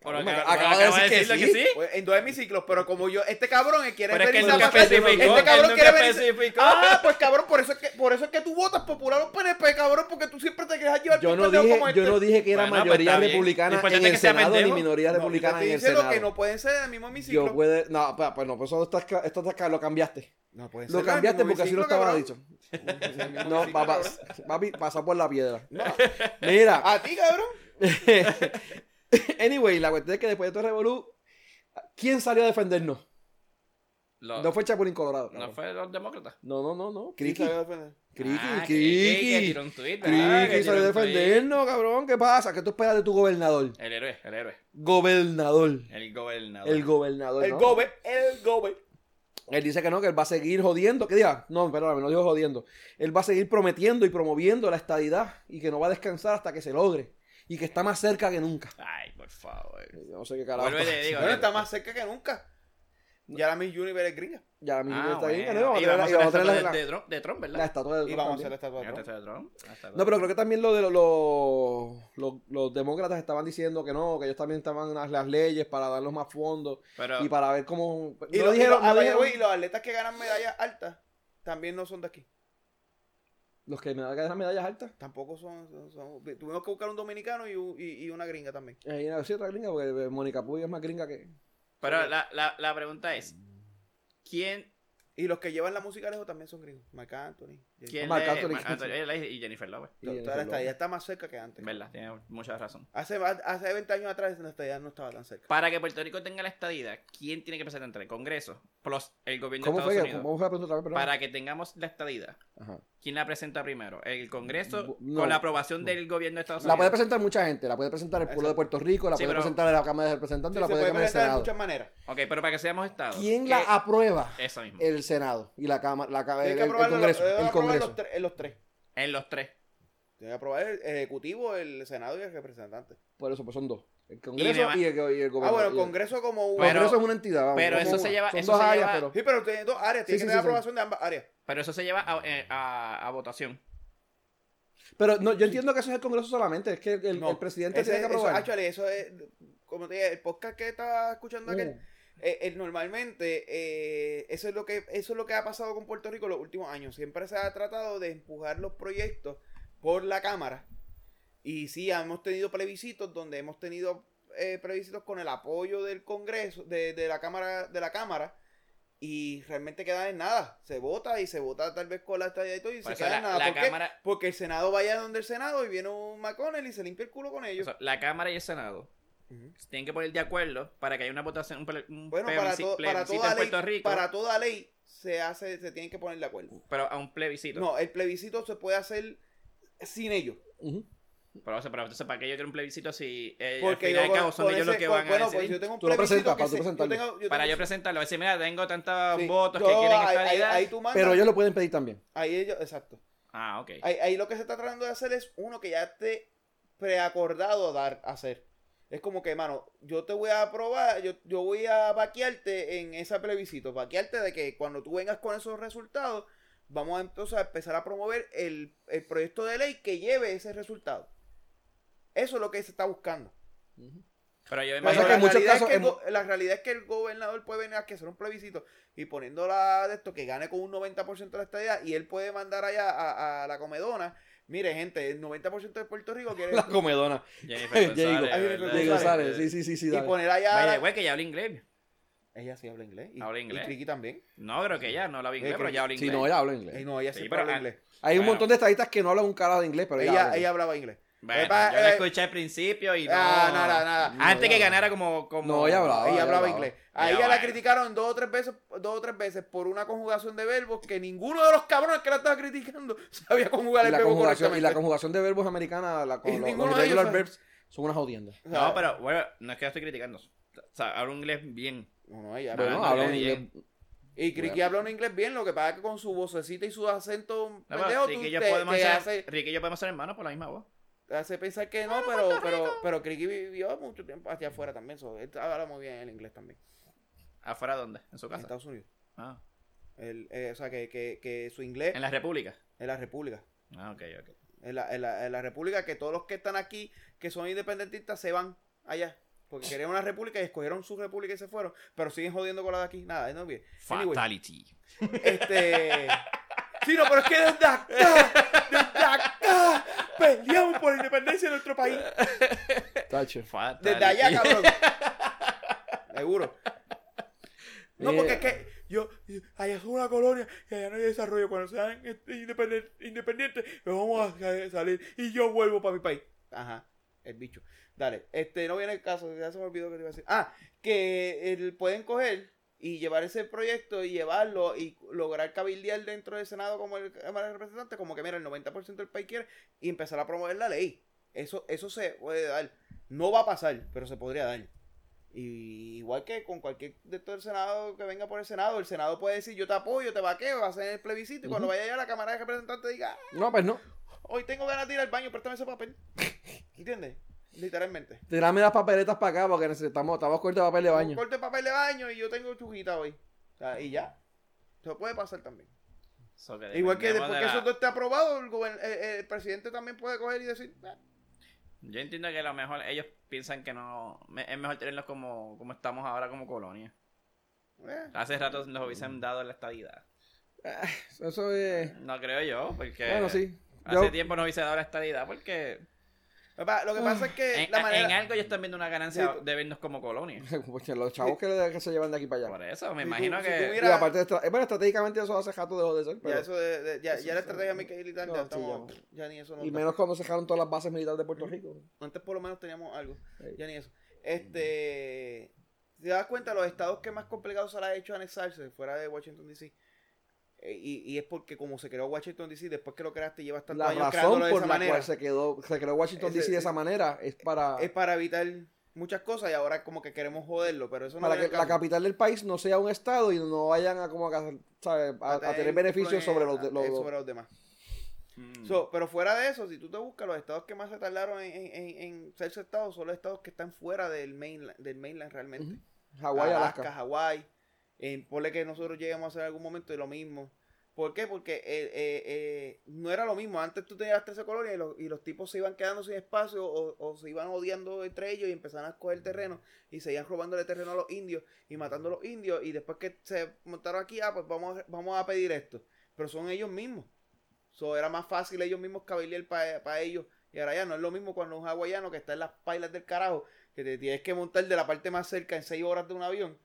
S5: Pero
S3: Hombre,
S5: acaba,
S3: acaba de
S5: acaba de
S3: decir que
S5: decirlo que
S3: sí.
S5: sí.
S4: Pues, En dos hemiciclos, pero como yo, este cabrón él quiere
S5: Pero es que él
S4: a
S5: nunca
S4: Macri,
S5: especificó,
S4: Este cabrón
S5: él
S4: quiere
S5: nunca
S4: ver-
S5: especificó.
S4: Ah, pues cabrón, por eso es que, por eso es que tú votas popular o PNP, cabrón, porque tú siempre te quejas llevar
S3: Yo
S4: por
S3: no
S4: pendejo
S3: dije,
S4: como
S3: yo
S4: este.
S3: no dije que era
S5: Bueno, pues,
S3: mayoría
S5: está bien. Lo
S3: republicana en
S5: importante es
S3: el
S5: que sea
S3: Senado ni
S5: pendejo.
S4: No,
S3: minoría
S4: yo te
S3: republicana
S4: estoy
S3: en el
S4: diciendo
S3: Senado.
S4: que no pueden ser en el mismo hemiciclo.
S3: Yo puede, no, pa- pues no, pues eso estás, ca- esto estás ca- lo cambiaste.
S4: No pueden ser
S3: Lo
S4: en el
S3: cambiaste
S4: mismo
S3: porque así no
S4: hemiciclo,
S3: estaba
S4: cabrón.
S3: dicho.
S4: en el mismo
S3: No,
S4: hemiciclo,
S3: papá, papi, pasa por la piedra.
S4: [LAUGHS]
S3: Mira,
S4: A ti, cabrón.
S3: [LAUGHS] anyway, la cuestión es que después de todo el revolú, ¿quién salió a defendernos?
S5: Lo-
S3: No fue Chapulín Colorado.
S5: no
S3: cabrón.
S5: fue los demócratas.
S3: No, no, no, no. Criqui, Criqui,
S5: Ah, que- que
S3: Criqui.
S5: tiró un tuit, ¿verdad?
S3: Criqui
S5: Que
S3: salió a
S5: tiró un tuit.
S3: defendernos, cabrón. ¿Qué pasa? ¿Qué tú esperas de tu gobernador?
S5: El héroe, el héroe.
S3: Gobernador.
S5: El gobernador.
S3: El gobernador.
S4: El
S3: ¿no?
S4: gobe, el gobe.
S3: Él dice que no, que él va a seguir jodiendo. ¿Qué diga? No, perdóname, no digo jodiendo. Él va a seguir prometiendo y promoviendo la estadidad y que no va a descansar hasta que se logre y que está más cerca que nunca.
S5: Ay, por favor.
S3: Yo No sé qué carajo.
S5: Vuelve y le digo,
S4: Bueno,
S5: eh.
S4: está más cerca que nunca. Ya la Miss Universe es gringa.
S3: Ya, mi niño
S5: Ah,
S3: está bien, que
S5: bueno.
S3: no, vamos a
S5: Y
S3: tener la-
S5: vamos
S3: y vamos
S5: a
S3: a
S5: hacer
S3: tener
S5: la
S3: la-
S5: estatua de- de Trump- de Trump,
S3: la
S5: ¿verdad?
S3: estatua de
S4: Y
S3: Trump
S4: vamos a
S3: también.
S4: hacer la estatua. de
S5: La
S4: Trump.
S5: estatua de Trump. la estatua de
S3: No, pero
S5: Trump.
S3: creo que también lo de lo- lo- los, los demócratas estaban diciendo que no, que ellos también estaban las, las leyes para darlos más fondos
S5: Pero-
S3: y para ver cómo...
S4: Y,
S3: no
S4: los, y los-
S3: dijeron,
S4: ah,
S3: no
S4: by the
S3: dijeron-
S4: way, los atletas que ganan medallas altas también no son de aquí.
S3: los que me dan las medallas altas.
S4: Tampoco son, son- son- Tuvimos que buscar un dominicano y, un- y- y una gringa también.
S3: Eh, y no, sí, otra gringa, porque eh, Mónica Puy es más gringa que...
S5: Pero la, la, la pregunta es: ¿quién,
S4: Y los que llevan la música lejos también son gringos. Marc Anthony. James-
S5: quién
S3: Marc
S5: le-
S3: Anthony.
S5: Marc Anthony y Jennifer López?
S3: y Jennifer
S4: Toda la estadía
S3: López.
S4: está más cerca que antes.
S5: ¿Verdad? Tiene mucha razón.
S4: Hace, hace 20 años atrás la estadía no estaba tan cerca.
S5: Para que Puerto Rico tenga la estadidad, ¿quién tiene que presentar entre el Congreso plus el gobierno de
S3: ¿Cómo fue,
S5: Estados
S3: que,
S5: Unidos?
S3: ¿Cómo fue la pregunta otra vez? Perdón.
S5: Para que tengamos la estadidad,
S3: Ajá.
S5: ¿quién la presenta primero? ¿El Congreso
S3: No.
S5: con la aprobación del gobierno de Estados
S3: La puede
S5: Unidos?
S3: presentar mucha gente, la puede presentar el pueblo de
S4: Exacto.
S3: Puerto Rico, la
S5: Sí,
S3: puede
S5: pero-
S3: presentar la Cámara de Representantes,
S4: Sí,
S3: la
S4: se
S3: puede
S4: puede
S3: presentar el
S4: presentar de
S3: Senado.
S4: muchas maneras.
S5: Ok, pero para que seamos Estados.
S3: ¿Quién la aprueba?
S5: Eso mismo.
S3: El Senado y la Cámara, la, Cámara-
S4: Tiene
S3: el,
S4: que
S3: el
S4: aprobarlo en los-
S3: Congreso.
S4: debe
S3: El
S4: aprobar
S3: Congreso.
S4: los tres- en los tres.
S5: En los tres.
S4: Tiene que aprobar el Ejecutivo, el Senado y el representante.
S3: Por eso, pues son dos. El
S5: me
S3: Congreso
S5: va-
S3: y, el, y el
S4: Ah,
S3: Gobierno.
S4: bueno,
S3: y el-
S4: Congreso como un...
S5: Pero-
S3: Congreso es una entidad. vamos,
S5: pero
S3: son
S5: eso
S3: como-
S5: se lleva-
S3: Son
S5: eso
S3: dos
S5: se
S3: áreas,
S5: lleva-
S3: pero.
S4: Sí, pero tiene dos áreas. Tiene
S3: Sí,
S4: que
S3: sí,
S4: tener
S3: sí,
S4: aprobación de ambas áreas.
S5: Pero eso se lleva a, eh, a- a votación.
S3: Pero no, yo entiendo que eso es el Congreso solamente, es que el, el presidente
S4: ese-
S3: tiene que aprobar.
S4: Eso, actually, eso es... Como te dije, el podcast que estaba escuchando aquel...
S3: Uh,
S4: eh, eh, normalmente eh, eso es lo que eso es lo que ha pasado con Puerto Rico en los últimos años. Siempre se ha tratado de empujar los proyectos por la cámara. Y sí, hemos tenido plebiscitos donde hemos tenido eh, plebiscitos con el apoyo del Congreso, de, de la cámara, de la cámara. Y realmente queda en nada. Se vota y se vota tal vez con la estadía y todo y
S5: Por
S4: se
S5: eso
S4: queda
S5: la-
S4: en nada.
S5: la
S4: ¿Por qué?
S5: Cámara-
S4: Porque el Senado vaya donde el Senado y viene un McConnell y se limpia el culo con
S5: O
S4: ellos.
S5: sea, la Cámara y el Senado
S4: Ujú.
S5: se tienen que poner de acuerdo para que haya una votación, un, ple- un
S4: Bueno, para,
S5: plebisci-
S4: to- para
S5: plebiscito
S4: toda
S5: en
S4: ley,
S5: Puerto Rico,
S4: para toda ley se hace, se tienen que poner de acuerdo.
S5: pero a un plebiscito.
S4: No, el plebiscito se puede hacer sin ellos.
S3: Mm, Ujú.
S5: Pero, o sea, pero entonces, ¿para qué yo quiero un plebiscito si eh, al
S4: Porque
S5: final y
S4: yo
S5: al
S4: con-
S5: cabo son
S4: con
S5: ellos los
S4: ese-
S5: que
S4: con-
S5: van
S4: bueno,
S5: a
S4: pues
S5: decidir?
S4: yo tengo un
S3: Tú lo
S4: plebiscito
S3: presentas,
S4: que
S3: para tú
S4: se- yo
S3: presentarlo.
S4: tengo- yo
S5: para
S4: tengo-
S5: yo presentarlo, decir, mira, tengo tantos
S4: sí,
S5: votos que
S4: yo-
S5: quieren
S4: ahí- ahí,
S5: estabilidad.
S4: ahí tú mandas,
S3: Pero ellos lo pueden
S4: [LAUGHS]
S3: pedir también.
S4: ahí ellos, exacto.
S5: Ah, ok.
S4: Ahí, ahí lo que se está tratando de hacer es uno que ya esté preacordado a dar, a hacer. Es como que, mano, yo te voy a aprobar, yo, yo voy a vaquearte en ese plebiscito, vaquearte de que cuando tú vengas con esos resultados, vamos a, entonces a empezar a promover el, el proyecto de ley que lleve ese resultado. Eso es lo que se está buscando.
S5: Pero
S3: Pasa
S5: yo imagino
S4: Pero
S3: que
S4: la,
S3: en muchos
S4: realidad
S3: casos
S4: es que el
S3: hemos-
S4: go- la realidad es que el gobernador puede venir aquí a hacer un plebiscito y poniéndola de esto que gane con un 90% de la estadía y él puede mandar allá a, a la comedona. Mire, gente, el 90% de Puerto Rico quiere.
S3: [LAUGHS] La comedona.
S5: Jennifer
S3: Diego,
S5: González,
S4: [LAUGHS] Jennifer
S5: ¿verdad?
S3: Diego
S4: dale,
S3: Sárez, sí, sí, sí, sí.
S4: y
S3: dale.
S4: poner allá. a
S5: Vaya,
S4: la-
S5: güey, que ya habla inglés.
S4: Ella sí habla inglés. Y,
S5: Habla
S4: y
S5: inglés.
S4: Criqui también.
S5: No, creo que ella no habla
S4: Eh,
S5: inglés,
S4: que-
S5: pero ya habla
S3: Sí,
S5: inglés.
S3: no, ella habla inglés.
S4: Eh, no, ella
S5: Sí,
S4: sí,
S5: pero ah,
S4: habla
S5: a-
S4: inglés.
S3: Hay un
S5: Bueno.
S3: montón de estadistas que no hablan un carajo de inglés, pero ella,
S4: Ella,
S3: habla.
S4: ella hablaba inglés.
S5: Bueno,
S4: Eh, pa-
S5: yo la
S4: eh,
S5: escuché al principio y no.
S4: Ah, nada, nada.
S5: Antes
S3: No,
S5: que
S3: ella-
S5: ganara como. como...
S3: No, ella hablaba.
S4: ella
S3: ella
S4: hablaba
S3: hablaba.
S4: inglés. A
S5: Ya,
S4: ella la
S5: bueno.
S4: criticaron dos o tres veces, dos o tres veces por una conjugación de verbos que ninguno de los cabrones que la estaba criticando [LAUGHS] sabía conjugar
S3: Y
S4: el
S3: la,
S4: verbo
S3: conjugación, y
S4: correctamente.
S3: la conjugación de verbos americana, la, con
S4: Y
S3: los- los,
S4: ninguno de ellos
S3: regular
S4: sabe.
S3: verbs, son unas jodiendas.
S4: O sea,
S5: No, pero bueno, no es que la estoy criticando. O sea, habla inglés bien.
S4: no, no, ella
S3: Bueno,
S5: no,
S4: habla
S3: habla un
S4: inglés.
S5: bien.
S3: inglés.
S4: Y Criqui
S3: Bueno.
S4: habla un inglés bien, lo que pasa es que con su vocecita y su acento
S5: No,
S4: pendejo,
S5: pero
S4: tú
S5: Ricky y yo
S4: te,
S5: podemos
S4: te
S5: ser-
S4: hace,
S5: Ricky y yo podemos ser hermanos por la misma voz.
S4: te hace pensar que no, pero, pero, pero Criqui vivió mucho tiempo hacia afuera también. so, él habla muy bien el inglés también.
S5: ¿Afuera dónde? ¿En su
S4: En
S5: casa?
S4: Estados Unidos.
S5: Ah,
S4: Él, eh, o sea, que, que, que su inglés
S5: ¿En la República?
S4: en la República.
S5: Ah, ok, ok.
S4: En la, en la- en la República, que todos los que están aquí, que son independentistas, se van allá. Porque querían una república y escogieron su república y se fueron. Pero siguen jodiendo con la de aquí. Nada, no bien. Anyway,
S5: Fatality.
S4: este. Sí, no, pero es que desde acá, desde acá, peleamos por la independencia de nuestro país.
S3: Tacho.
S5: Fatality.
S4: Desde allá, cabrón. Seguro. No, porque es que yo, yo- allá es una colonia y allá no hay desarrollo. Cuando sean este, independen- independientes, nos vamos a sa- salir y yo vuelvo para mi país. Ajá, el bicho. Dale, este no viene el caso, ya se me olvidó que te iba a decir. Ah, que el- pueden coger y llevar ese proyecto y llevarlo y lograr cabildear dentro del Senado como el Cámara de Representantes, como que mira, el 90% del país quiere y empezar a promover la ley. Eso, eso se puede dar. No va a pasar, pero se podría dar. Y igual que con cualquier de todo el Senado que venga por el Senado, el Senado puede decir yo te apoyo, te vaqueo, vas a hacer el plebiscito y cuando
S3: Ujú.
S4: vaya allá la Cámara de Representantes diga, "Ah,
S3: No, pues no.
S4: hoy tengo ganas de ir al baño, préstame ese papel. [LAUGHS] ¿Entiendes? Literalmente.
S3: Tirame las papeletas para acá porque necesitamos, estamos cortos de papel de
S4: Un
S3: baño.
S4: corte de papel de baño y yo tengo chujita hoy. O sea, y ya. Eso puede pasar también.
S5: So
S4: Igual que después
S5: dependemos de
S4: que
S5: la-
S4: eso todo esté aprobado, el, gobern- eh, el presidente también puede coger y decir, "Ah,
S5: Yo entiendo que a lo mejor ellos piensan que no. me- Es mejor tenerlos como, como estamos ahora, como colonia.
S4: eh,
S5: Hace rato nos hubiesen dado la estadidad.
S3: Eso
S4: Eh.
S3: es.
S5: No creo yo, porque.
S3: Bueno, sí.
S5: Hace
S3: Yo-
S5: tiempo nos hubiese dado la estadidad porque.
S4: papá, Lo que pasa es que
S5: En,
S4: Eh, la manera...
S5: en algo ellos están viendo una ganancia
S4: Sí, tú-
S5: de vernos como
S4: [LAUGHS]
S5: colonia.
S3: [LAUGHS] Porque los chavos Pues, que, le- que se llevan de aquí para
S5: Por
S3: allá.
S5: eso,
S4: Si
S5: me
S4: tú-
S5: imagino
S4: si
S5: que.
S4: tú
S3: Y
S4: miras- mira-
S3: aparte, estra- eh, bueno, estratégicamente eso hace jato dejó de ser.
S4: ya
S3: Pero,
S4: eso de, de- ya,
S3: eso
S4: ya la
S3: es-
S4: estrategia militar y tal,
S3: no,
S4: ya
S3: sí,
S4: estamos...
S3: ya
S4: Ya ni eso no
S3: y
S4: da.
S3: menos cuando se dejaron todas las bases militares de Puerto Rico.
S4: Antes por lo menos teníamos algo.
S3: Ey.
S4: Ya ni eso. Este. Si te das cuenta, los estados que más complicados se les ha hecho anexarse fuera de Washington DC. eh, Y, y es porque como se creó Washington DC, después que lo creaste llevas tantos
S3: La
S4: años
S3: razón
S4: creándolo de
S3: por
S4: esa
S3: la
S4: manera.
S3: cual se quedó, se creó Washington
S4: Ese-
S3: DC de esa manera es para,
S4: Es para evitar muchas cosas y ahora como que queremos joderlo, pero eso no
S3: para
S4: viene
S3: que
S4: al
S3: la
S4: caso.
S3: capital del país no sea un estado y no vayan a como a, ¿sabes? a- a tener beneficios sobre los,
S4: influencia,
S3: los-
S4: eh,
S3: los-
S4: sobre los demás.
S5: Mm.
S4: So, pero fuera de eso, si tú te buscas, los estados que más se tardaron en, en, en, en serse estados son los estados que están fuera del mainland, del mainland realmente.
S3: Hawái, Alaska.
S4: Hawái. Eh, ponle que nosotros lleguemos a hacer en algún momento de lo mismo. ¿Por qué? Porque eh, eh, eh, no era lo mismo. Antes tú tenías 13 colonias y los, y los tipos se iban quedando sin espacio o, o se iban odiando entre ellos y empezaban a coger terreno y se iban robándole terreno a los indios y matando a los indios. Y después que se montaron aquí, ah, pues vamos, a- vamos a pedir esto. Pero son ellos mismos. So, era más fácil ellos mismos cabildear para ellos. Y ahora ya no es lo mismo cuando un hawaiano que está en las pailas del carajo, que te tienes que montar de la parte más cerca en 6 horas de un avión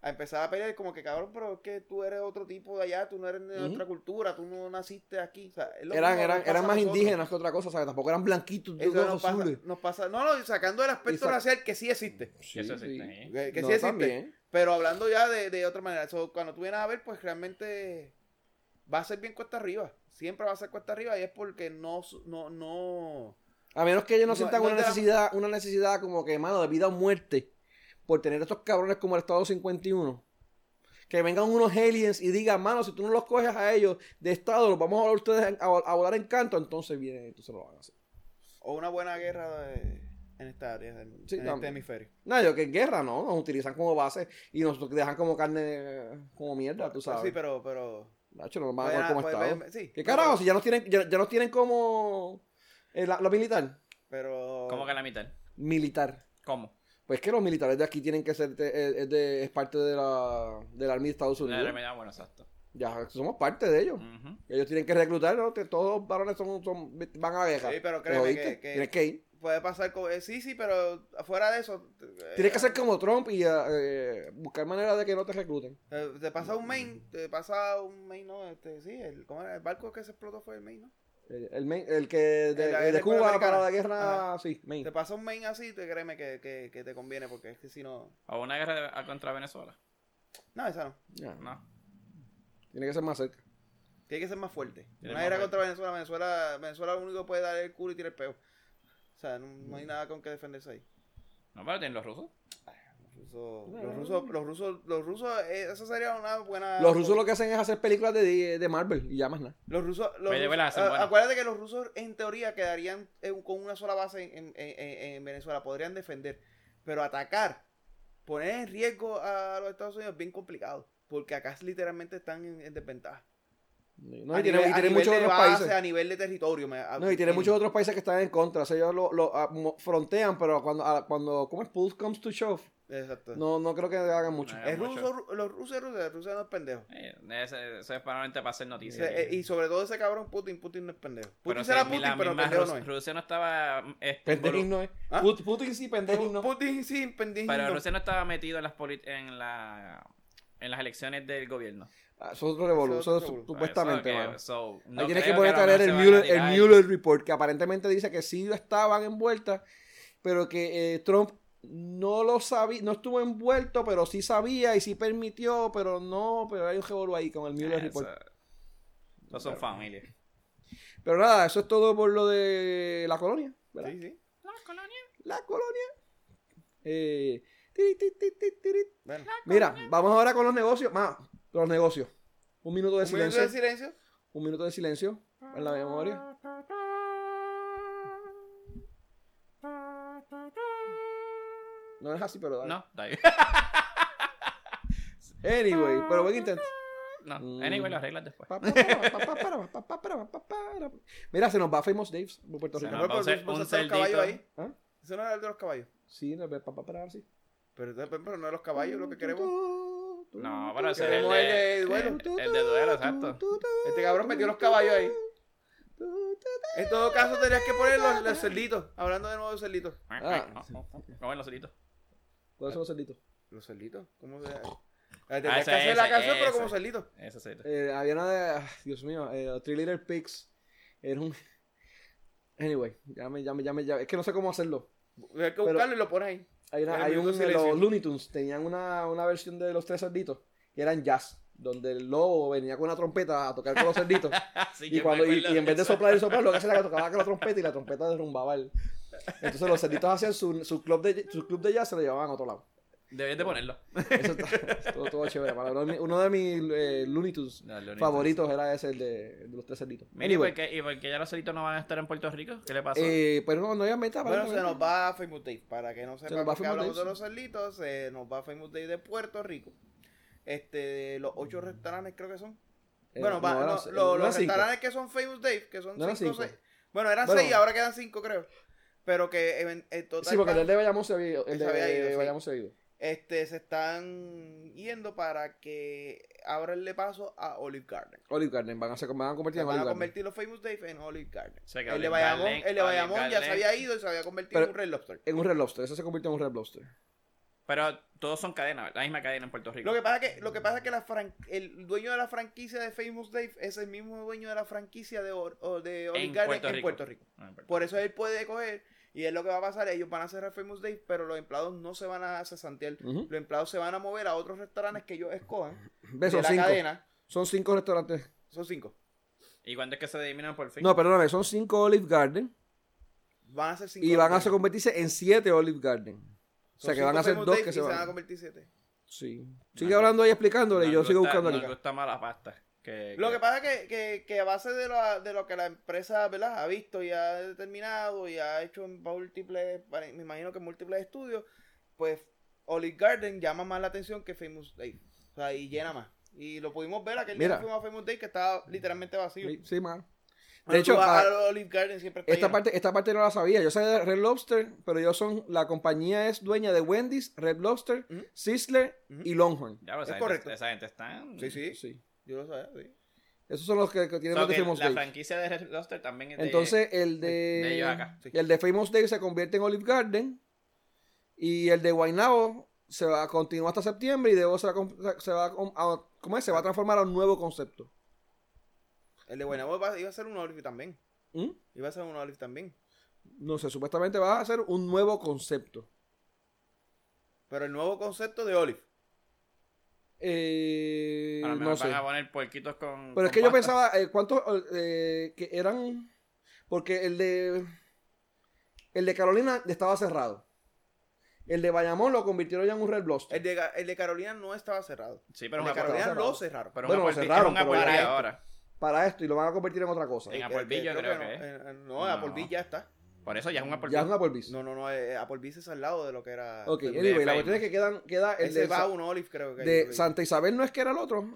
S4: a empezar a pelear como que cabrón, pero es que tú eres otro tipo de allá, tú no eres de
S3: Ujú.
S4: otra cultura, tú no naciste aquí. O sea, es lo
S3: Eran,
S4: mismo que nos
S3: eran,
S4: pasa
S3: eran
S4: a
S3: más
S4: nosotros.
S3: indígenas que otra cosa, ¿sabes? Tampoco eran blanquitos, de
S4: Eso nos
S3: ojos
S4: pasa,
S3: azules.
S4: nos pasa. No, no, y sacando el aspecto
S3: sac-
S4: racial que sí existe.
S3: Sí,
S5: Eso
S3: sí.
S5: existe, ¿eh?
S4: Que, que
S3: No,
S4: sí existe.
S3: también.
S4: Pero hablando ya de, de otra manera, so, cuando tú vienes a ver, pues realmente va a ser bien cuesta arriba. Siempre va a ser cuesta arriba y es porque no, su- no, no.
S3: A menos que ellos no,
S4: No,
S3: sientan
S4: no
S3: una
S4: te da-
S3: necesidad, una necesidad como que, mano, de vida o muerte, por tener estos cabrones como el Estado 51. Que vengan unos aliens y digan, mano, si tú no los coges a ellos de Estado, los vamos a volar ustedes en- a, a volar en canto, entonces vienen, entonces lo van a hacer.
S4: O una buena guerra de- en esta área, en,
S3: Sí,
S4: en este
S3: también.
S4: hemisferio.
S3: No, yo que en guerra, ¿no? Nos utilizan como base y nos dejan como carne, como mierda, tú sabes.
S4: Pues Sí, pero. pues pero
S3: Nacho, no nos van a
S4: pueden-
S3: coger como
S4: pueden-
S3: Estado.
S4: pueden- sí.
S3: ¿Qué
S4: No, pues
S3: carajo?
S4: pero-
S3: Si ya nos tienen, ya, ya nos tienen como eh, la- lo militar.
S4: Pero.
S5: ¿Cómo que la mitad?
S3: Militar.
S5: ¿Cómo?
S3: Pues que los militares de aquí tienen que ser, de- eh, es, es de- es parte de la, del Army de Estados
S5: La
S3: Unidos.
S5: remedad, bueno, exacto.
S3: Ya somos parte de ellos.
S5: Ujú.
S3: Ellos tienen que reclutar, ¿no? Que Todos los varones son, son- van a la guerra.
S4: Sí, pero
S3: ¿Te
S4: créeme
S3: jodiste?
S4: que- que-
S3: Tienes que ir.
S4: Puede pasar como. eh, sí, sí, pero afuera de eso. eh,
S3: Tienes que ser como Trump y eh, buscar manera de que no te recluten.
S4: eh, te pasa un main. Te pasa un main, no. Este, sí, el, ¿cómo era? el barco que se explotó fue el main, ¿no?
S3: El, el main- el que de,
S4: En la
S3: de
S4: guerra
S3: Cuba
S4: hispanoamericana.
S3: para la guerra, sí, main.
S4: Te pasa un main así, te créeme que, que, que te conviene, porque es que si no.
S5: ¿O una guerra de- a- contra Venezuela?
S4: No, esa no.
S3: Ya,
S5: No.
S3: Tiene que ser más cerca.
S4: Tiene que ser más fuerte. Una
S5: Tiene más
S4: era
S5: fuerte.
S4: contra Venezuela. Venezuela, Venezuela lo único que puede dar es el culo y tirar el peo. O sea, no, no
S3: Mm.
S4: hay nada con que defenderse ahí.
S5: No, pero tienen los rusos.
S4: Los rusos,
S3: No.
S4: los rusos, los rusos, los rusos, eh, esa sería una buena.
S3: Los rusos lo que hacen es hacer películas de, de Marvel y ya más nada.
S4: Los rusos. Los
S5: Oye,
S4: rusos-
S5: buena, son
S4: a-
S5: buenas.
S4: acuérdate que los rusos, en teoría, quedarían en- con una sola base en, en- en- en Venezuela. Podrían defender. Pero atacar, poner en riesgo a los Estados Unidos es bien complicado. Porque acá literalmente están en, en desventaja.
S3: No,
S4: A
S3: y tiene,
S4: nivel-
S3: y
S4: Ah, a
S3: tiene
S4: nivel
S3: muchos
S4: de
S3: otros
S4: base,
S3: países.
S4: A nivel de territorio. me- a-
S3: No, y tiene
S4: mínimo.
S3: muchos otros países que están en contra. O sea, ellos lo, lo, ah, mo- frontean, pero cuando, ah, cuando ¿cómo es? Pull comes to shove.
S4: Exacto.
S3: No, no creo que hagan mucho.
S5: No,
S4: Es
S5: mucho.
S4: ruso, ru- los rusos es ruso, el ruso no es pendejo.
S5: Eh, ese- eso es para, para hacer
S4: O
S5: noticias.
S4: sea, eh, y sobre todo ese cabrón Putin, Putin no es pendejo. Putin
S5: pero
S4: será
S5: sí,
S4: Putin,
S5: la
S4: pero
S5: misma
S4: pendejo
S5: Rus-
S4: no es.
S5: Rusia no estaba... este,
S3: Pendejín
S5: involu-
S3: no es.
S4: ¿Ah?
S3: Put- Putin sí, pendejín no.
S4: Putin sí, pendejo.
S5: Pero
S4: no.
S5: Rusia no estaba metido en las, polit- en la, en las elecciones del gobierno. Pues,
S3: Ah, Eso es otro revolú,
S4: Eso es
S3: eso es
S4: otro revolú.
S3: supuestamente,
S5: Ah, Eso, que-
S3: mano.
S5: so, no
S3: Ahí tienes que
S5: creo
S3: ponerte a
S5: la
S3: leer el
S5: Unión se vaya a
S3: Mueller, el
S5: tirar.
S3: Mueller Report, que aparentemente dice que sí estaban envueltas, pero que eh, Trump no lo sabía, no estuvo envuelto, pero sí sabía y sí permitió, pero no, pero hay un revolú ahí con el Mueller
S5: Eh,
S3: Report.
S5: eso- Eso son familias.
S3: Pero nada, eso es todo por lo de la colonia, ¿verdad?
S4: Sí, sí.
S3: La colonia. Eh, tiri, tiri, tiri, tiri, tiri.
S4: Bueno.
S3: Mira, vamos ahora con los negocios. Más, los negocios. Un minuto de
S4: Un minuto
S3: silencio.
S4: de Pues, silencio.
S3: Un minuto de silencio en la memoria. No es así, pero dale.
S5: No, da igual.
S3: Anyway, pero buen intento.
S5: no.
S3: [LAUGHS] Mm.
S5: Anyway, lo arreglas después.
S3: Pa, pa, para, pa, pa, para, pa, pa, para, pa, para. Mira, se nos va Famous Dave's por Puerto
S5: Se
S3: Rico.
S5: nos va.
S4: Pero
S5: un
S4: por-
S5: cer-
S4: por
S5: un
S4: saltar los
S5: cerdito.
S4: caballos ahí.
S3: ¿Ah?
S4: Eso no era el de los caballos.
S3: Sí, no, pa, pa, para, sí.
S4: Pero, pero no de los caballos, lo que queremos.
S3: Mm,
S5: No, pero ese es el
S4: Queremos el
S5: de,
S4: de duelo.
S5: el de duelo, exacto.
S4: Este cabrón metió los caballos ahí. En todo caso, tenías que poner los, los cerditos. Hablando de nuevo de cerditos.
S3: Ah.
S5: Vamos a los hilitos.
S3: ¿Cuáles son los cerditos?
S4: ¿Los cerditos? ¿Cómo se Ah, Tenías
S5: ese,
S4: que hacer la
S5: ese,
S4: canción, pero
S5: ese.
S4: como cerditos.
S5: Eso sí. [LAUGHS]
S3: Eh, había una de. ah, Dios mío, eh, Three Little Pigs. Era un. [LAUGHS] Anyway, ya me, ya me, ya me, ya- Es que no sé cómo hacerlo.
S4: Hay que buscarlo y lo pones ahí.
S3: Hay, una-
S4: Era
S3: hay
S4: Minuto
S3: un.
S4: Silencio.
S3: Los Looney Tunes tenían una, una versión de los tres cerditos que eran jazz, donde el lobo venía con una trompeta a tocar con los
S5: [LAUGHS]
S3: cerditos.
S5: Sí, yo
S3: y,
S5: me
S3: cuando, y,
S5: acuerdo
S3: y en vez de
S5: eso.
S3: soplar y soplar, lo que hacía era que
S5: [LAUGHS]
S3: tocaba con la trompeta y la trompeta derrumbaba el. Entonces los cerditos hacían su, su, club de, su club de jazz, se lo llevaban a otro lado.
S5: Deberías de ponerlo.
S3: Eso está [LAUGHS] todo, todo chévere. mano. Uno de mi- Uno de mis eh, Looney Tunes
S5: No, lo único.
S3: favoritos era ese, el de, el de los tres cerditos.
S5: Mira, ¿y
S3: Anyway,
S5: por qué- ¿y por qué ya los solitos no van a estar en Puerto Rico? ¿Qué le pasó?
S3: eh, pero no, no había meta.
S4: Bueno, se
S3: aparentemente.
S4: nos va Famous Day. Para que no
S3: nos
S4: sepan
S3: va
S4: por qué
S3: Famous
S4: hablamos
S3: Day,
S4: de los cerditos, se nos va Famous Day de Puerto Rico. Este, los ocho restaurantes creo que son.
S3: Mm. Eh,
S4: Bueno, va-
S3: no, eran-
S4: no, lo-
S3: no eran
S4: los
S3: cinco.
S4: restaurantes que son Famous Dave, que son
S3: No eran
S4: cinco,
S3: cinco.
S4: seis- Bueno, eran
S3: Bueno.
S4: seis, ahora quedan cinco, creo. Pero que en, en total
S3: Sí, porque el
S4: van-
S3: de Bayamón se había, el
S4: Ese
S3: de
S4: había ido, sí.
S3: Bayamón se había ido.
S4: este, se están yendo para que abranle paso a Olive Garden.
S3: Olive Garden, van a, ser, van a
S4: Se
S3: convertir en
S4: van
S3: Olive
S4: a
S3: Garden.
S4: convertir los Famous Dave en Olive Garden.
S5: O sea, que
S4: el de
S5: Olive
S4: Bayamón,
S5: Garden-
S4: el de
S5: Olive
S4: Bayamón ya se
S5: Garden-
S4: había ido y se había convertido
S3: Pero-
S4: en un Red Lobster.
S3: En un Red Lobster, ese se convirtió en un Red Lobster.
S5: Pero todos son cadenas, la misma cadena en Puerto Rico.
S4: Lo que pasa que lo que pasa es que la fran- el dueño de la franquicia de Famous Dave es el mismo dueño de la franquicia de, Or- o de Olive
S5: En
S4: Garden
S5: Puerto
S4: en
S5: Rico.
S4: Puerto Rico.
S5: Ah, en Puerto
S4: Por eso él puede coger y es lo que va a pasar. Ellos van a cerrar Famous Dave, pero los empleados no se van a cesantear.
S3: Ujú.
S4: Los empleados se van a mover a otros restaurantes que ellos escojan
S3: ¿Ves?
S4: de
S3: Son
S4: la
S3: cinco.
S4: cadena.
S3: Son cinco restaurantes.
S4: Son cinco.
S5: ¿Y cuándo es que se eliminan por fin?
S3: No, perdóname, son cinco Olive Garden
S4: Van a ser cinco.
S3: y van a
S4: restaurantes.
S3: ser- convertirse en siete Olive Garden. O
S4: Son
S3: sea que van a
S4: cinco
S3: ser
S4: Famous
S3: dos
S4: Dave
S3: que
S4: y
S3: se
S4: a
S3: van.
S4: convertir siete.
S3: Sí. Sigue hablando ahí explicándole y yo
S5: Nos
S3: sigo
S5: gusta-
S3: buscando
S5: Nos
S3: acá.
S5: gusta más la pasta. Que,
S4: Lo
S5: que-
S4: que pasa es que, que, que a base de lo, de lo que la empresa ¿verdad? ha visto y ha determinado y ha hecho en múltiples, pare- me imagino que en múltiples estudios, pues Olive Garden llama más la atención que Famous Day. O sea, y llena más. Y lo pudimos ver aquel
S3: Mira.
S4: día que fuimos a Famous Day que estaba literalmente vacío.
S3: Sí, sí, ma.
S4: Pero
S3: De hecho,
S4: tú vas
S3: para-
S4: al Olive Garden siempre está
S3: esta
S4: lleno.
S3: parte, esta parte no la sabía. Yo sabía de Red Lobster, pero ellos son, la compañía es dueña de Wendy's, Red Lobster,
S4: Ujú.
S3: Sizzler
S4: Ujú.
S3: y Longhorn.
S5: Ya, pues,
S4: es
S5: esa
S4: correcto.
S5: Gente, esa gente está...
S4: Sí, sí,
S3: Sí.
S4: yo lo sabía, sí.
S3: Esos son los que, que
S5: So
S3: tienen los de
S5: que
S3: Famous
S5: la
S3: Dave.
S5: franquicia de Red Lobster también es de-
S3: Entonces, el de,
S5: de ellos acá,
S4: sí.
S3: el de Famous Dave se convierte en Olive Garden y el de Guaynabo se va a continuar hasta septiembre y de se va, a com- se va a com- a- ¿cómo es? Se va a transformar a un nuevo concepto.
S4: El de Guaynabo va- iba a ser un Olive también.
S3: ¿Mm?
S4: Iba a ser un Olive también.
S3: No sé, supuestamente va a ser un nuevo concepto.
S4: Pero el nuevo concepto de Olive.
S3: Eh,
S5: a lo
S3: no
S5: mejor
S3: sé.
S5: van a poner puerquitos con...
S3: Pero es
S5: con
S3: que yo
S5: pasta.
S3: pensaba, eh, ¿cuántos eh, que eran? Porque el de el de Carolina estaba cerrado. El de Bayamón lo convirtieron ya en un Red Lobster.
S4: El de, Ga- el de Carolina no estaba cerrado.
S5: Sí, pero
S4: el
S5: es
S4: de
S5: una porquería.
S4: Carolina
S3: cerrado.
S4: lo cerraron.
S5: Pero
S3: Bueno,
S5: una
S3: lo
S5: porquería-
S3: cerraron,
S5: es una
S3: pero ya
S5: porquería
S3: esto.
S5: ahora.
S3: para esto y lo van a convertir en otra cosa.
S5: En
S4: Eh,
S5: Applebee's
S4: eh,
S5: yo creo que
S4: no. Eh, No, Applebees ya está.
S5: Por eso ya es un
S3: ya es
S5: aporquillo.
S3: una Applebee's.
S4: No, no, no. eh, Applebee's es al lado de lo que era.
S3: ok,
S4: del-
S3: anyway, la
S5: Famous.
S3: cuestión es que quedan, queda el
S4: Ese
S3: de,
S4: va
S3: Sa-
S4: a un Olive, creo que.
S3: de
S4: hay.
S3: Santa Isabel, no es que era el otro.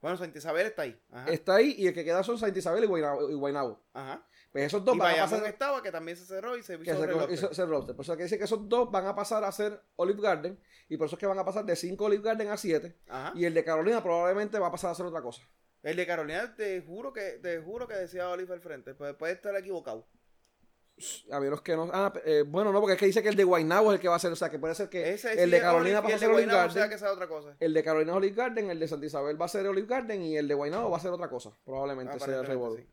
S4: Bueno, Santa Isabel está ahí. Ajá.
S3: Está ahí y el que queda son Santa Isabel y Guaynabo. y Guaynabo.
S4: Ajá.
S3: Pues esos dos
S4: Y
S3: van a
S4: Bayamón
S3: pasar.
S4: estaba, que también se cerró y se
S3: que
S4: hizo
S3: se-
S4: Red Lobster.
S3: hizo- ser Lobster. Por eso que dice que esos dos van a pasar a ser Olive Garden y por eso es que van a pasar de 5 Olive Garden a 7
S4: Ajá.
S3: y el de Carolina probablemente va a pasar a ser otra cosa.
S4: El de Carolina, te juro que, te juro que decía Olive al frente. Pues puede estar equivocado.
S3: A menos que no. Ah, eh, bueno, no, porque es que dice que el de Guaynabo es el que va a ser. O sea, que puede ser que
S4: Ese
S3: el
S4: sí
S3: de
S4: es Olive
S3: Carolina
S4: y
S3: pasa
S4: el
S3: a
S4: de
S3: ser Olive
S4: Guaynabo, o sea
S3: Garden.
S4: que sea otra cosa.
S3: el de Carolina es Olive Garden, el de Santa Isabel va a ser Olive Garden y el de Guaynabo va a ser otra cosa. Probablemente sea el
S4: Aparentemente,
S3: revolver.
S4: sí.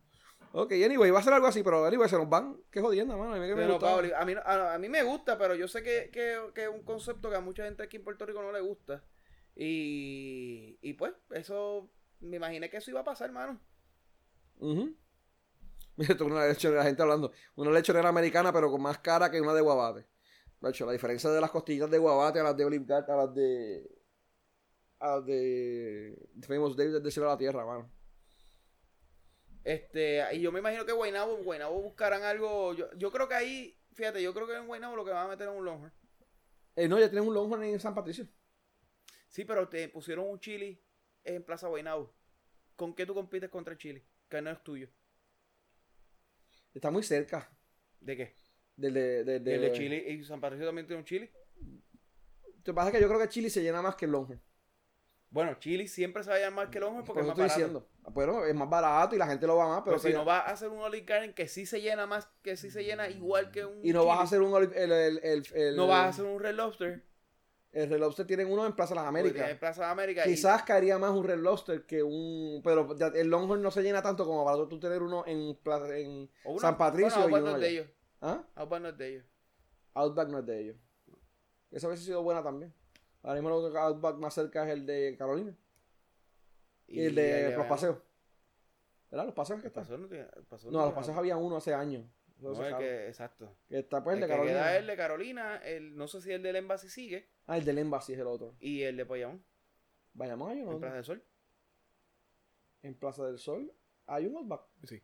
S3: Ok, anyway, va a ser algo así, pero anyway, se nos van. Qué jodienda, mano. A mí, que me
S4: Pero,
S3: gustaba.
S4: Pablo, a, mí, no- a, a mí me gusta, pero yo sé que, que, que es un concepto que a mucha gente aquí en Puerto Rico no le gusta. Y, y pues, eso, me imaginé que eso iba a pasar, hermano.
S3: Ujú. [LAUGHS] Mira, esto es una lechonera, la gente hablando. Una lechonera americana, pero con más cara que una de guabate. De hecho, la diferencia de las costillas de guabate a las de Olive Garden, a las de. a las de. Famous David del cielo a la tierra, mano.
S4: Este, y yo me imagino que Guaynabo, Guaynabo buscarán algo, yo, yo creo que ahí, fíjate, yo creo que en Guaynabo lo que van a meter es un longhorn.
S3: Eh, no, ya tienen un Longhorn en San Patricio.
S4: Sí, pero te pusieron un chili en Plaza Guaynabo. ¿Con qué tú compites contra el chili? Que no es tuyo.
S3: Está muy cerca
S4: ¿De qué?
S3: del de. del de-
S4: El de chili, y San Patricio también tiene un chili.
S3: Lo que pasa es que yo creo que Chile se llena más que el Longhorn.
S4: Bueno, chili siempre se va a llamar que longhorn porque
S3: Por
S4: es
S3: eso
S4: más
S3: estoy
S4: barato.
S3: diciendo. Bueno, es más barato y la gente lo va más, pero.
S4: Pero si
S3: sí-
S4: no vas a hacer un Olive Garden que sí se llena más, que sí se llena igual que un.
S3: y no vas a
S4: Chili,
S3: hacer un. Olive- El, el, el, el-
S4: No vas a hacer un Red Lobster.
S3: El Red Lobster tienen uno en Plaza Las
S4: porque
S3: Américas.
S4: tiene Plaza de América. y-
S3: Quizás caería más un Red Lobster que un. Pero ya- el Longhorn no se llena tanto como para tú tener uno en, Plaza- en
S4: o uno-
S3: San Patricio
S4: Bueno,
S3: y
S4: Outback
S3: uno
S4: no es de
S3: allá.
S4: ellos.
S3: ¿Ah?
S4: Outback no es de ellos.
S3: Outback no es de ellos. Esa hubiese sido buena también. Ahora mismo lo que Outback más cerca es el de Carolina. Y, el de los
S4: Bayamón.
S3: paseos. ¿Verdad? Los paseos
S4: Los
S3: que están.
S4: paseos no tiene- los paseos
S3: No,
S4: no
S3: los
S4: tiene-
S3: paseos había uno hace años.
S4: No,
S3: Eso se
S4: el
S3: acabó.
S4: que, exacto.
S3: Que está pues
S4: El
S3: el
S4: que
S3: de
S4: queda
S3: Carolina.
S4: es el de Carolina, el, no sé si el del Embassy sigue,
S3: Ah, el del Embassy es el otro.
S4: y el de Poyamón,
S3: Vayamos, hay uno.
S4: en
S3: ¿dónde?
S4: Plaza del Sol.
S3: En Plaza del Sol hay un Outback.
S4: Sí.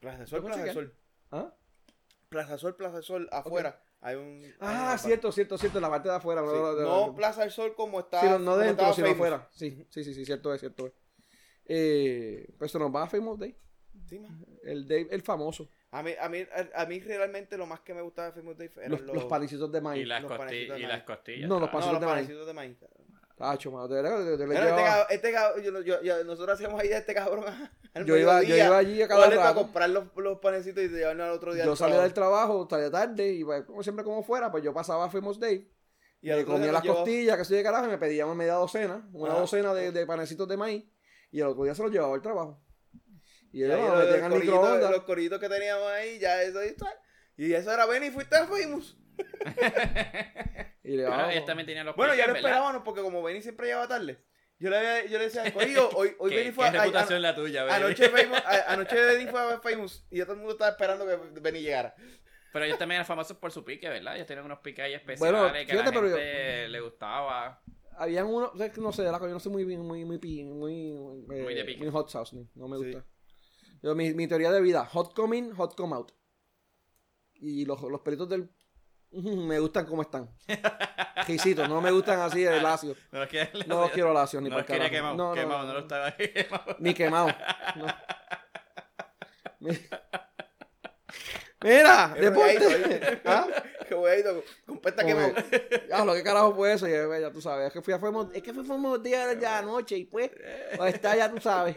S4: Plaza del Sol,
S3: Yo
S4: Plaza del
S3: chequeé.
S4: Sol.
S3: ¿Ah?
S4: Plaza del Sol, Plaza del Sol, afuera. Hay un.
S3: Ah,
S4: sí,
S3: cierto, cierto, cierto. La parte de afuera.
S4: sí.
S3: No, no, no,
S4: No Plaza del Sol como está.
S3: Sí, no, no
S4: como
S3: dentro,
S4: estaba
S3: sino
S4: Famous.
S3: afuera. Sí, sí, sí, sí, cierto es, cierto es. Eh, pues se nos va a Famous Day.
S4: Sí, man.
S3: El Dave, el famoso.
S4: a, mí, a, mí, a, a mí realmente lo más que me gustaba de Famous Dave eran
S3: Los,
S4: los,
S3: los panecitos de
S5: Y
S3: maíz.
S5: las,
S4: los
S5: costi-
S4: panecitos de
S5: y
S4: maíz.
S5: las costillas.
S3: No, los
S5: cabrón.
S3: panecitos
S4: No, los
S3: de maíz.
S4: panecitos de maíz.
S3: Tacho, mano, de verdad que te- te- le
S4: Pero este,
S3: llevaba-
S4: cab- este cab- yo, yo- yo- nosotros hacíamos ahí a este cabrón. [LAUGHS] a- al
S3: Yo iba, yo
S4: mediodía,
S3: iba allí a cada
S4: cogerle para
S3: rato.
S4: comprar los, los panecitos y llevarnos al otro día.
S3: Yo
S4: al
S3: salía del
S4: trabajo.
S3: trabajo, salía tarde, y pues, como siempre como fuera, pues yo pasaba a Famous Day. Y
S4: al otro
S3: me
S4: día
S3: comía
S4: nos
S3: las
S4: llevaba-
S3: costillas, que soy de carajo, y me pedían media docena, una
S4: Ah.
S3: docena de, de panecitos de maíz, y el otro día se los llevaba al trabajo. Y
S4: Y
S3: ellos
S4: ahí
S3: me
S4: los,
S3: metían al
S4: los corillitos-
S3: microondas.
S4: los corillitos que teníamos ahí, ya eso ahí está. Y eso era ven y fuiste a Famous.
S3: Y le
S5: Cabrón,
S3: daba.
S5: ellos este también tenían los
S4: Bueno, ya
S5: piques,
S4: lo
S5: ¿verdad?
S4: esperábamos porque como Benny siempre llegaba tarde, yo le, había- yo le decía, Corillo, hoy, hoy
S5: [LAUGHS] ¿Qué,
S4: Benny
S5: qué
S4: fue a, a-
S5: reputación
S4: a-
S5: la tuya, Benny?
S4: anoche, Famous- a- anoche Benny fue a Famous y ya todo el mundo estaba esperando que Benny llegara.
S5: [LAUGHS] Pero ellos también eran famosos por su pique, ¿verdad? Ellos tenían unos piques ahí especiales
S3: Bueno,
S5: que
S3: fíjate,
S5: a la
S3: pero yo-
S5: gente le gustaba.
S3: Habían uno, sé que no sé, de la cosa, yo no soy muy, muy, muy, pi- muy, eh,
S5: Muy de pique.
S3: muy hot sauce, no, no me
S4: Sí.
S3: gusta. Yo, mi, mi teoría de vida, hot come in, hot come out. Y los, los pelitos del... [LAUGHS] Ujú, Me gustan como
S5: [LAUGHS]
S3: están. Risitos, no me gustan así de lacio.
S5: No los quería,
S3: No los quiero lacios ni
S5: no
S3: para
S5: los quería
S3: carajo.
S5: quemado,
S3: No, no,
S5: quemado,
S3: no,
S5: no,
S3: no.
S5: los estaba [LAUGHS] quemado.
S3: Ni
S5: [LAUGHS]
S3: quemado. no. Mi- [LAUGHS] Mira,
S4: Que voy ahí,
S3: Ah, deporte. [LAUGHS] ¿Ah?
S4: Que voy ahí, to- con pesta que
S3: Como que, Ya, lo que carajo fue eso, Y, eh, ya tú sabes. Es que fui a Fuemos, es que fue Fuemos día de la noche y pues,
S5: Eh.
S3: pues está, ya tú
S5: [LAUGHS]
S3: sabes.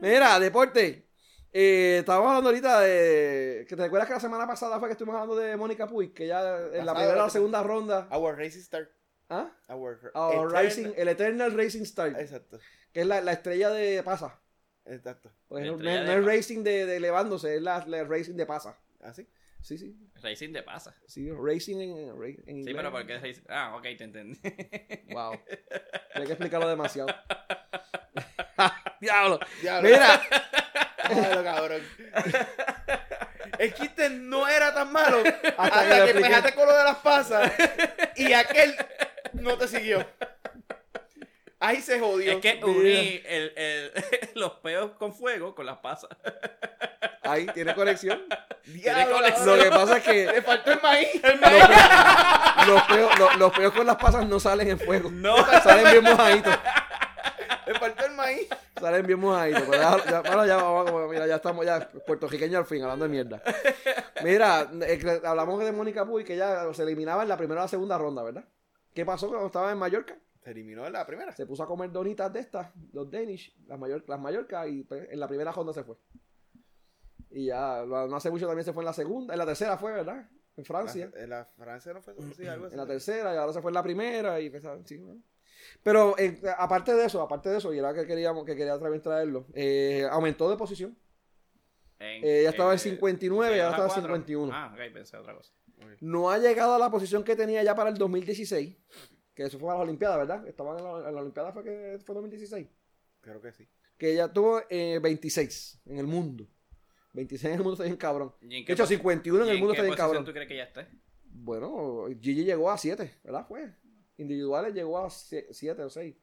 S3: Mira, deporte. Eh, estábamos hablando ahorita de. que ¿Te recuerdas que la semana pasada fue que estuvimos hablando de Mónica Puig? Que ya en
S4: Pasada,
S3: la primera o
S4: la-
S3: la segunda ronda.
S4: Our Racing Star.
S3: ¿Ah?
S4: Our,
S3: Ah,
S4: Eternal-
S3: Rising- el Eternal Racing Star.
S4: Exacto,
S3: Que es la, la estrella de pasa.
S4: exacto.
S3: Porque
S5: La
S3: no,
S5: estrella
S3: no
S5: de
S3: es
S5: Pasa.
S3: racing de, de elevándose, es la, la racing de pasa.
S4: ¿Así?
S3: Sí, sí.
S5: Racing de pasa.
S3: Sí, racing en, en inglés.
S5: Sí, pero ¿por qué Racing? Ah, ok,
S3: [LAUGHS]
S5: te entendí.
S3: Wow. Hay que explicarlo demasiado. [LAUGHS] Diablo.
S4: Diablo.
S3: Mira,
S4: Claro, cabrón. El chiste no era tan malo hasta,
S3: que lo
S4: que,
S3: expliqué.
S4: empezaste con lo de las pasas y aquel no te siguió. Ahí se jodió.
S5: es que uní el, el- [LAUGHS] los peos con fuego con las pasas.
S3: ahí tiene conexión.
S4: Diablo,
S5: Tiene
S4: cabrón.
S3: Lo que pasa es que
S4: Le faltó el maíz.
S3: [LAUGHS] los peos, los peos- lo- los peos con las pasas no salen en fuego.
S5: No.
S3: Salen bien mojaditos.
S4: Le faltó el maíz.
S3: Salen bien mojaditos. Pero ya, ya, bueno, ya vamos, vamos, mira, ya estamos ya puertorriqueños al fin, hablando de mierda. Mira, eh, que hablamos de Mónica Puy, que ya se eliminaba en la primera o la segunda ronda, ¿verdad? ¿Qué pasó cuando estaba en Mallorca?
S4: Se eliminó en la primera.
S3: Se puso a comer donitas de estas, los Danish, las, mayor, las Mallorca, y pues, en la primera ronda se fue. Y ya, lo- no hace mucho también se fue en la segunda, en la tercera fue, ¿verdad? En Francia.
S4: La, en la Francia no fue sí, algo así.
S3: Ah, En la tercera, y ahora se fue en la primera, y pues, ah, sí, ¿no? Pero eh, aparte de eso, aparte de eso, y era que queríamos, que quería también traerlo, eh, aumentó de posición.
S5: En-
S3: Eh, ya estaba en
S5: eh,
S3: 59,
S5: de
S3: ahora
S5: dos a
S3: estaba en
S5: cuatro.
S3: 51.
S5: Ah, ok, pensé otra cosa.
S3: No ha llegado a la posición que tenía ya para el 2016, que eso fue para las Olimpiadas, ¿verdad? Estaban en la, en la Olimpiada, fue que fue 2016.
S4: Creo que sí.
S3: que ella tuvo eh, 26 en el mundo. 26 en el mundo está bien cabrón.
S5: ¿Y en
S3: De hecho,
S5: pos-
S3: 51 en
S5: y
S3: el mundo
S5: qué
S3: está bien
S5: posición
S3: cabrón.
S5: tú crees que ya esté?
S3: Bueno, Gigi llegó a 7, ¿verdad? Fue. Individuales llegó a 7 o 6.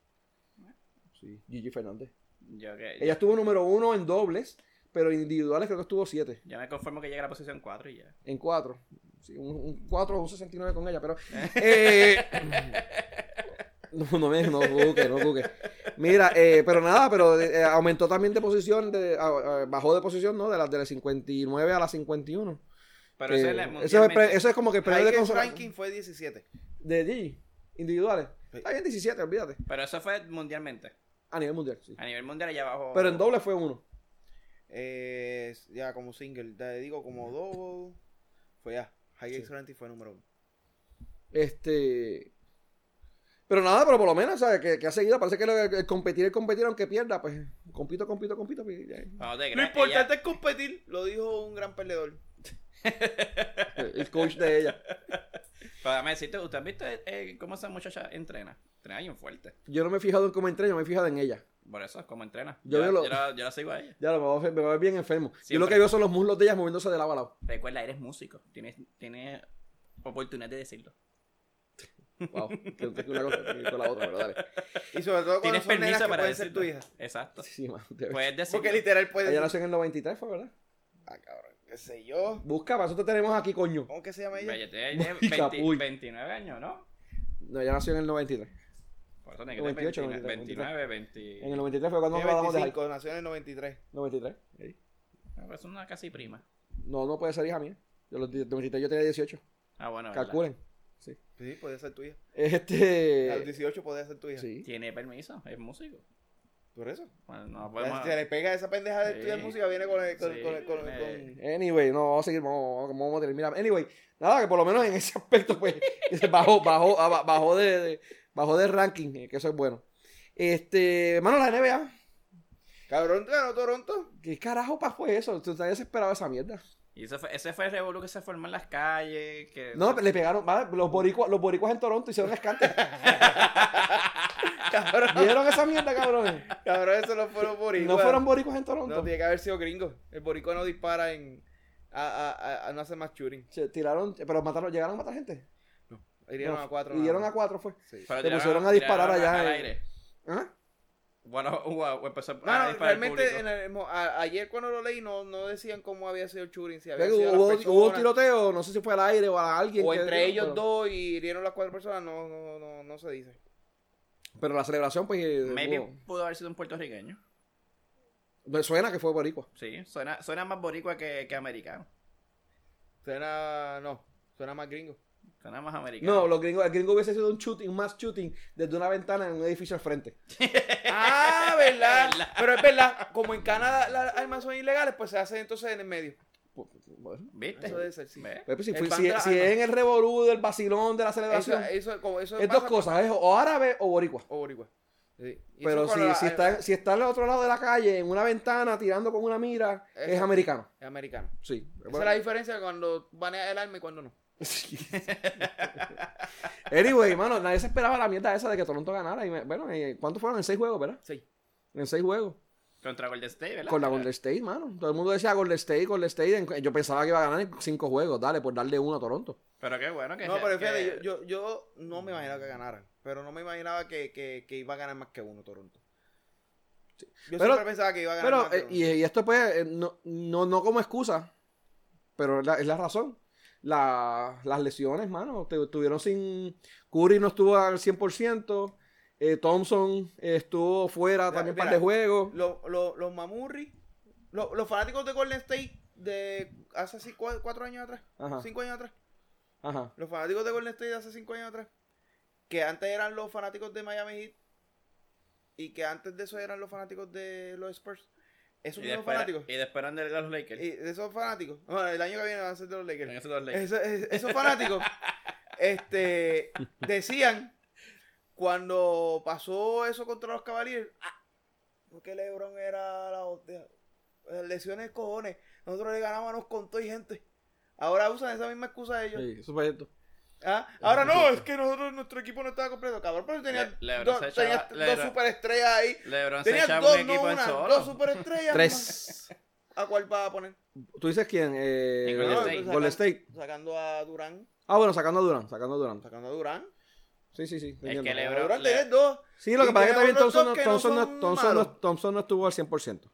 S3: Sí, Gigi Fernández.
S5: Yo, que,
S3: Ella estuvo número 1 en dobles, pero individuales creo que estuvo 7.
S5: yo me conformo que llegue a la posición 4 y ya.
S3: En 4. un 4 o un 69 con ella, pero. eh, no, no me no juzgue, no juzgue. Mira, eh, pero nada, pero eh, aumentó también de posición, de, ah, ah, bajó de posición, ¿no? De las de las 59 a las 51.
S5: Pero
S3: Eh,
S5: eso es la
S3: eso, es el pre-
S5: mundialmente.
S3: eso es como que el
S4: Pero
S3: premio de consola-
S4: ranking fue 17.
S3: de Gigi, individuales.
S4: Sí.
S3: Está bien 17, olvídate.
S5: Pero eso fue mundialmente.
S3: A nivel mundial, sí.
S5: A nivel mundial allá abajo.
S3: Pero en doble fue uno.
S4: Eh, ya como single. Te digo como double. Fue ya. High
S3: Sí.
S4: X Ranking fue número uno.
S3: Este. Pero nada, pero por lo menos, ¿sabes? Que, que ha seguido. Parece que el, el competir, el competir, aunque pierda, pues compito, compito, compito. pues, ya.
S5: No te
S4: Lo
S5: creas,
S4: importante es competir. Lo dijo un gran perdedor.
S3: el coach de ella.
S5: ella- Pero déjame decirte, ¿usted ha visto eh, cómo esa muchacha entrena? Entrena bien fuerte.
S3: Yo no me he fijado en cómo entreno, yo me he fijado en ella.
S5: Por eso es como entrena.
S3: Yo
S5: Yo,
S3: veo lo-
S5: yo la, yo la sigo a ella.
S3: Ya lo me voy a ver- me voy a ver bien enfermo. Yo lo
S5: Siempre.
S3: que veo son los muslos de ella moviéndose de lado a lado.
S5: Recuerda, eres músico. Tienes, tienes oportunidad de decirlo.
S3: Wow. que que una cosa que con la otra, pero dale.
S4: Y sobre todo cuando
S5: Tienes
S4: son nenas
S5: permiso
S4: que
S5: para
S4: pueden ser
S5: decirlo.
S4: tu hija.
S5: Exacto.
S3: Sí, man, de-
S5: Puedes decirlo. Pues,
S4: Porque literal puede
S3: Ella
S4: ser.
S3: nació en el 93, fue, ¿verdad?
S4: Ah, cabrón. qué sé yo.
S3: Busca, para eso te tenemos aquí, coño.
S4: ¿Cómo que se llama ella?
S5: Bella tiene
S3: Mónica
S5: 20
S3: Puig.
S5: 29 años, ¿no?
S3: No, ella nació en el 93.
S5: Por eso tiene que tener
S3: 28,
S5: 29,
S3: 29,
S5: 29,
S3: En
S5: 20.
S3: el 93 fue cuando nos
S4: Tiene
S3: graduamos de high
S4: 25, Eh, nació en el 93.
S3: school. 93. ¿eh?
S5: Ah, pero Es una casi prima.
S3: No, no puede ser hija mía. Yo los 93 yo tenía 18.
S5: Ah, bueno. ¿verdad?
S3: Calculen.
S4: Sí, podía ser tuya. A los
S3: Este.
S4: 18 podía ser tuya.
S3: Sí.
S5: Tiene permiso, es músico.
S4: Por eso.
S5: Bueno, no
S4: Ya,
S5: podemos.
S4: Si se le pega esa pendeja de
S5: Sí.
S4: estudiar música, viene con el. Con,
S5: Sí,
S4: con, con, con-
S5: eh.
S3: Anyway, no, vamos a seguir, vamos, vamos, vamos a terminar. Anyway, nada, que por lo menos en ese [LAUGHS] aspecto, pues, se bajó, bajó, ah, ba- bajó de, de- bajó de ranking, eh, que eso es bueno. Este, hermano, la NBA,
S4: Cabrón, ganó Toronto.
S3: ¿qué carajo pa' fue eso? Tú estás desesperado de esa mierda.
S5: Y ese fue, ese fue el revolú que se formó en las calles. Que
S3: No, le pegaron, va, los boricuas, los boricuas en Toronto hicieron escante.
S4: [LAUGHS] Cabrón,
S3: ¿Vieron esa mierda, cabrones?
S4: cabrón, eso no fueron boricuas.
S3: No fueron boricuas en
S4: No,
S3: Toronto.
S4: tiene que haber sido gringo. El boricua no dispara en. A, a, a- a- no hace más shooting.
S3: Se tiraron, pero mataron, llegaron a matar gente.
S4: Hirieron
S3: No,
S4: a cuatro. nada
S3: hirieron
S4: más.
S3: a cuatro, fue.
S4: Sí.
S5: Pero
S3: se
S5: tiraron-
S3: pusieron a disparar
S5: tiraron
S3: allá
S5: al
S3: en-
S5: aire.
S3: ¿Ah?
S5: Bueno, [LAUGHS] wow, empezó a
S4: No, no,
S5: disparar el
S4: realmente
S5: público.
S4: en el mo- a- ayer cuando lo leí no, no decían cómo había sido el shooting, si había
S3: Creo que
S4: sido
S3: Hubo,
S4: las
S3: hubo un
S4: personas,
S3: tiroteo, no sé si fue al aire o a alguien.
S4: o
S3: que-
S4: entre ellos
S3: pero-
S4: dos y hirieron las cuatro personas, no, no, no, no se dice.
S3: Pero la celebración, pues, eh,
S5: Maybe
S3: hubo-
S5: pudo haber sido un puertorriqueño.
S3: me suena que fue boricua.
S5: Sí, suena, suena más boricua que, que americano.
S4: Suena, no, suena más gringo.
S5: Suena más americano.
S3: No, los gringos, el gringo hubiese sido un shooting, un mass shooting, desde una ventana en un edificio al frente.
S4: Ah, ¿verdad? Pero es verdad, como en Canadá las armas son ilegales, pues se hacen entonces en el medio.
S3: Pu- pu- Pues, Bueno.
S5: ¿Viste?
S4: Eso debe ser, sí.
S5: ¿Ves?
S3: Pero, pues, si,
S4: El
S3: fue-
S4: pan
S3: si-
S4: de las
S3: si
S4: armas.
S3: es en el revolú del vacilón, de la
S4: Eso,
S3: celebración,
S4: eso, como eso
S3: es
S4: pasa
S3: dos cosas, es o árabe o boricua.
S4: O boricua. Sí. Y eso
S3: Pero
S4: es
S3: si,
S4: cuando la- eh,
S3: si, está, si está al otro lado de la calle, en una ventana, tirando con una mira,
S4: Eso.
S3: es americano.
S4: Es americano.
S3: Sí.
S4: Esa es la diferencia cuando banea el arma y cuando no.
S3: [LAUGHS] Sí. anyway, mano, nadie se esperaba la mierda esa de que Toronto ganara. Y me- bueno, eh, ¿cuántos fueron? En seis juegos, ¿verdad?
S4: Sí.
S3: En seis juegos.
S5: Contra Golden State, ¿verdad?
S3: Con la Golden State, mano. Todo el mundo decía Golden State, Golden State. En- Yo pensaba que iba a ganar en cinco juegos. Dale, por darle uno a Toronto.
S5: Pero qué bueno que...
S4: No, pero
S5: que-
S4: fíjate, yo, yo, yo no me imaginaba que ganaran. Pero no me imaginaba que, que, que iba a ganar más que uno Toronto. Yo
S3: Pero-
S4: siempre pensaba que iba a ganar
S3: Pero,
S4: más que
S3: eh,
S4: uno.
S3: y, y esto pues, eh, no, no, no como excusa, pero es la, es la razón. La- las lesiones, mano, te- estuvieron sin... Curry no estuvo al 100%, eh, Thompson eh, estuvo fuera
S4: Mira,
S3: también un par
S4: mira.
S3: de juegos.
S4: Lo- lo- los mamurri, lo- los fanáticos de Golden State de hace así cua- cuatro, años atrás,
S3: Ajá.
S4: cinco años atrás,
S3: Ajá.
S4: los fanáticos de Golden State de hace cinco años atrás, que antes eran los fanáticos de Miami Heat y que antes de eso eran los fanáticos de los Spurs. Esos
S5: Y
S4: mismos
S5: después,
S4: fanáticos.
S5: y después eran de los Lakers.
S4: Y de esos fanáticos. [LAUGHS] Bueno, el año que viene van a ser de los Lakers.
S5: En esos dos Lakers.
S4: Eso- es- esos
S5: [LAUGHS]
S4: fanáticos este, decían cuando pasó eso contra los Cavaliers, ah, porque LeBron era la hostia. Las Lesiones cojones. Nosotros le ganábamos con todo y gente. Ahora usan esa misma excusa ellos.
S3: Sí, eso fue esto.
S4: ¿Ah? Ahora
S5: [LAUGHS]
S4: no, es que nosotros nuestro equipo no estaba completo. Cabrón, pero tenía,
S5: Le- LeBron
S4: dos,
S5: se
S4: tenía
S5: echaba-
S4: dos
S5: LeBron-
S4: superestrellas ahí.
S5: LeBron se
S4: Tenías
S5: echaba
S4: dos,
S5: un
S4: no
S5: equipo en
S4: una,
S5: solo.
S4: dos superestrellas.
S3: [LAUGHS] Tres.
S4: ¿A cuál vas a poner?
S3: ¿Tú dices quién? Eh,
S5: En Golden
S3: Golden,
S5: State.
S3: State.
S4: Sacando a Durán.
S3: Ah, bueno, sacando a Durán, sacando a Durán.
S4: Sacando a Durán.
S3: Sí, sí, sí. te
S5: Es
S3: entiendo.
S5: que LeBron-
S4: Durán,
S5: Le-
S4: tenés dos.
S3: Sí, lo que
S4: Y
S3: pasa es que
S4: tenemos
S3: también Thompson,
S4: otros
S3: no,
S4: que no
S3: Thompson, no,
S4: son
S3: Thompson no-
S4: malos.
S3: Thompson no estuvo al 100%.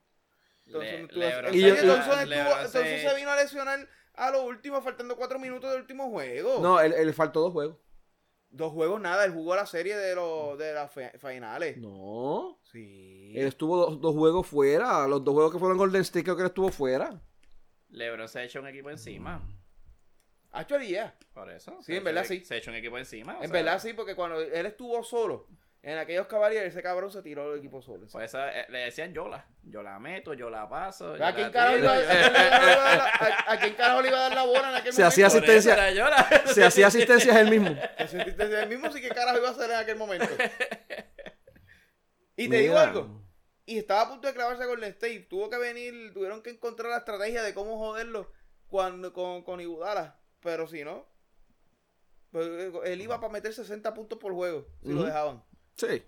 S5: Le-
S4: Thompson, tú-
S5: LeBron
S4: y
S3: se-
S4: Thompson estuvo-
S5: LeBron se-
S4: Thompson se vino a lesionar a lo último, faltando cuatro minutos del último juego.
S3: No, él, él faltó dos juegos.
S4: Dos juegos nada, él jugó la serie de, los de las fe- finales.
S3: No.
S4: Sí.
S3: Él estuvo dos, dos juegos fuera. Los dos juegos que fueron Golden State creo que él estuvo fuera.
S5: LeBron se echó un equipo encima.
S4: Hacho Elías.
S5: Por eso.
S4: Sí,
S5: Se-
S4: en verdad
S5: se-
S4: sí.
S5: Se echó un equipo encima. o
S4: Ah, En
S5: sea,
S4: verdad sí, porque cuando él estuvo solo en aquellos caballeros, ese cabrón se tiró del equipo solo.
S5: Por eso eh, le decían yo la. Yo la meto, yo la paso. yo
S4: ¿A
S5: la
S4: quién carajo
S5: tiro,
S4: iba a-
S5: yo-
S4: a quién carajo le iba a dar la- a- a quién carajo le iba a dar la bola
S5: [LAUGHS]
S4: en aquel
S3: Se
S4: momento?
S3: hacía así.
S5: Por eso
S3: asistencia.
S5: era yo la. [LAUGHS]
S3: Se hacía asistencias él mismo.
S4: Desde- Desde el mismo sí que carajo iba a hacer en aquel
S5: [LAUGHS]
S4: momento. [LAUGHS] Y te
S3: Mira.
S4: digo algo. Y estaba a punto de clavarse con el State. Tuvo que venir, tuvieron que encontrar la estrategia de cómo joderlo cuando, con, con Iguodala. Pero si no, pues, él iba para meter 60 puntos por juego si lo
S3: Ujú. Ah,
S4: dejaban.
S3: Sí.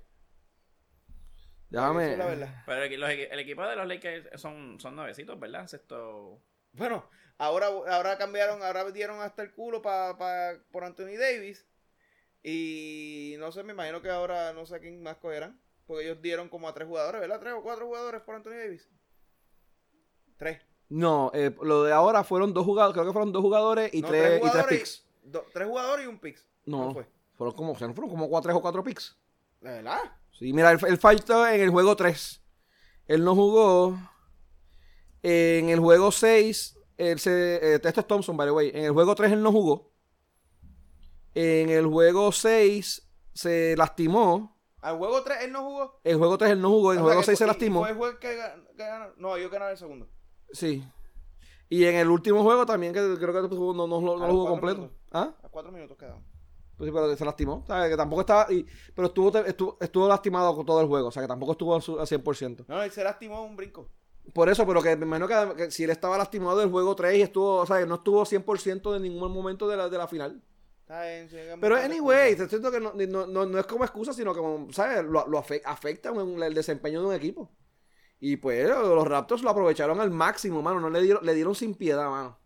S4: Eso es la
S3: Déjame.
S4: verdad.
S5: Pero el, los equi- el equipo de los Lakers son, son nuevecitos, ¿verdad? Sexto.
S4: Bueno, ahora, ahora cambiaron, ahora dieron hasta el culo pa, pa- por Anthony Davis. Y no sé, me imagino que ahora no sé a quién más cogerán. Porque ellos dieron como a tres jugadores, ¿verdad? Tres o cuatro jugadores por Anthony Davis. Tres.
S3: No, eh, lo de ahora fueron dos jugadores, creo que fueron dos jugadores y,
S4: No,
S3: tres, y tres
S4: jugadores
S3: picks.
S4: y- do- tres jugadores y un picks.
S3: No,
S4: No fue.
S3: fueron como, o sea, fueron como cuatro, tres o cuatro picks.
S4: ¿De verdad?
S3: Sí, mira, él, él faltó en el juego 3. Él no jugó. En el juego 6, él se, eh, esto es Thompson, by the way. En el juego 3 él no jugó. En el juego 6 se lastimó.
S4: Al juego 3 él no jugó.
S3: En el juego 3 él no jugó. En el
S4: O sea,
S3: juego
S4: que
S3: 6 se
S4: fue- y-
S3: lastimó.
S4: Fue el juego que gan- que ganó. No, yo gané el segundo.
S3: Sí. Y en el último juego también, que creo que no, no, no lo
S4: A
S3: no
S4: los
S3: lo jugó
S4: cuatro
S3: completo.
S4: minutos.
S3: ¿Ah?
S4: A cuatro minutos quedaban.
S3: Pues sí, pero se lastimó. O sea, que tampoco estaba. y- pero estuvo, te- estuvo, estuvo lastimado con todo el juego. O sea, que tampoco estuvo a su- a 100%.
S4: No, él se lastimó un brinco.
S3: Por eso, pero que me imagino que, que si él estaba lastimado del juego 3 y estuvo, o sea, que no estuvo 100% de ningún momento de la, de la final.
S4: Está bien, se llegan
S3: Pero
S4: muchas
S3: anyway,
S4: cosas.
S3: te siento que no, no- no- no es como excusa, sino que, como, ¿sabes? Lo, lo afe- afecta un- el desempeño de un equipo. Y pues los Raptors lo aprovecharon al máximo, mano. No le dieron, le dieron sin piedad, mano.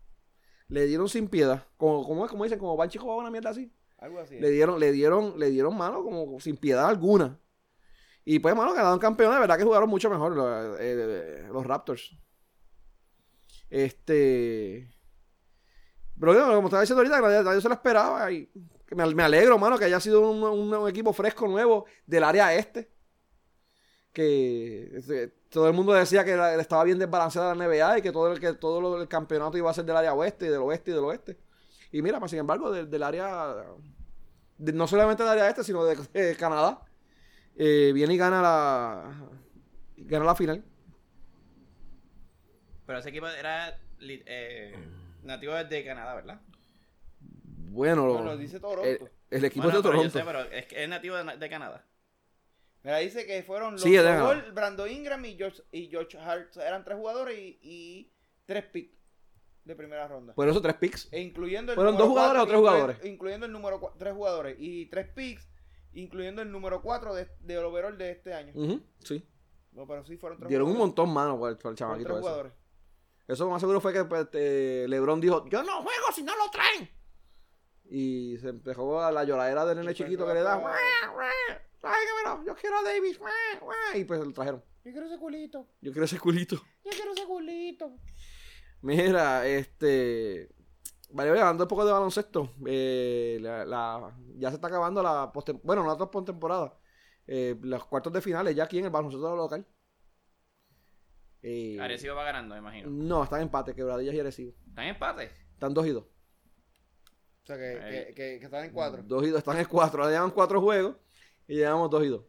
S3: Le dieron sin piedad. Como, como es, como dicen, como van chicos, va una mierda así.
S4: Algo así.
S3: Le dieron, le dieron, le dieron mano como sin piedad alguna. Y pues, mano, quedaron campeones. De verdad que jugaron mucho mejor lo- eh, los Raptors. Este. Pero bueno, como estaba diciendo ahorita, que nadie, nadie se lo esperaba. Y que me, me alegro, mano, que haya sido un, un- un equipo fresco, nuevo, del área este. Que este, todo el mundo decía que la- estaba bien desbalanceada la NBA y que todo, el, que todo lo- el campeonato iba a ser del área oeste y del oeste y del oeste. Y mira, pues, sin embargo, del, del área de- no solamente del área este, sino de, [LAUGHS] de Canadá. eh, viene y gana la gana la final.
S5: Pero ese equipo era li- eh, nativo de Canadá, ¿verdad?
S3: Bueno,
S4: No,
S3: lo-
S4: nos dice pues. Toronto.
S3: el, el equipo
S5: Bueno,
S3: es de
S5: pero yo
S3: Toronto.
S5: sé, pero es, que es nativo de, de Canadá.
S4: Mira, dice que fueron los
S3: Sí, es de
S4: Paul,
S3: Canadá.
S4: Brando Ingram y George, y George Hart. Eran tres jugadores y, y tres picks de primera ronda.
S3: Por eso tres picks.
S4: E incluyendo el
S3: ¿Fueron
S4: número
S3: dos jugadores
S4: cuatro-
S3: o tres
S4: incluye-
S3: jugadores?
S4: Incluyendo el número 3 tres jugadores y tres picks, incluyendo el número 4 de, de overall de este año.
S3: Ujú, sí.
S4: No, pero sí fueron tres
S3: Mm. Dieron un
S4: jugadores.
S3: montón mano para el, para el
S4: Fueron
S3: chamaquito
S4: tres
S3: ese.
S4: jugadores.
S3: Eso lo más seguro fue que pues, este, LeBron dijo, "Yo no juego si no lo traen." Y se empezó a la lloradera del nene
S4: Y pues,
S3: chiquito
S4: no,
S3: que le da,
S4: no.
S3: "Guau, guau, tráigamelo, yo quiero a Davis." guau, guau", Y pues lo trajeron.
S4: Yo quiero ese culito.
S3: Yo quiero ese culito.
S4: Yo quiero ese culito.
S3: Mira, este. Vale, oye, hablando un poco de baloncesto. eh, la, la- ya se está acabando la postem- Bueno, no la postemporada. Eh, los cuartos de finales ya aquí en el baloncesto local. Eh,
S5: Arecibo va ganando, me imagino.
S3: No, están en empate, quebradillas y Arecibo.
S5: ¿Están en empate?
S3: Están 2 y 2.
S4: O sea, que,
S5: Ahí.
S4: que, que, que están en 4.
S3: 2 y 2, están en 4. Ahora llevan 4 juegos y llevamos 2 y 2.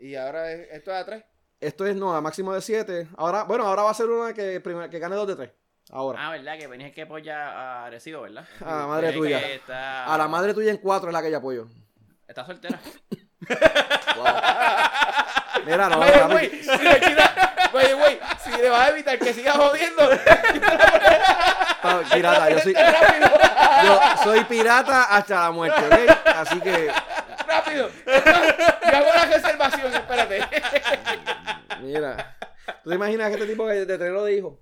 S4: Y ahora es- esto es a 3.
S3: Esto es, no, a máximo de 7. Ahora, bueno, ahora va a ser una que, primer- que gane 2 de 3. Ahora.
S5: Ah, ¿verdad? Que venís que apoya a Arecibo, ¿verdad?
S3: A la madre
S5: Es que
S3: tuya.
S5: Está,
S3: A la madre tuya en 4 es la que yo apoyo.
S5: Está
S3: [LAUGHS]
S5: soltera. [LAUGHS]
S3: Mira, no,
S4: Oye,
S3: papi.
S4: güey, si le quita- oye, güey, si le vas a evitar que siga jodiendo,
S3: Pa- pirata, yo soy, yo soy pirata hasta la muerte, ¿ok? Así que,
S4: rápido. Yo hago la reservación, espérate.
S3: mira. ¿Tú te imaginas que este tipo de, de tenerlo de hijo?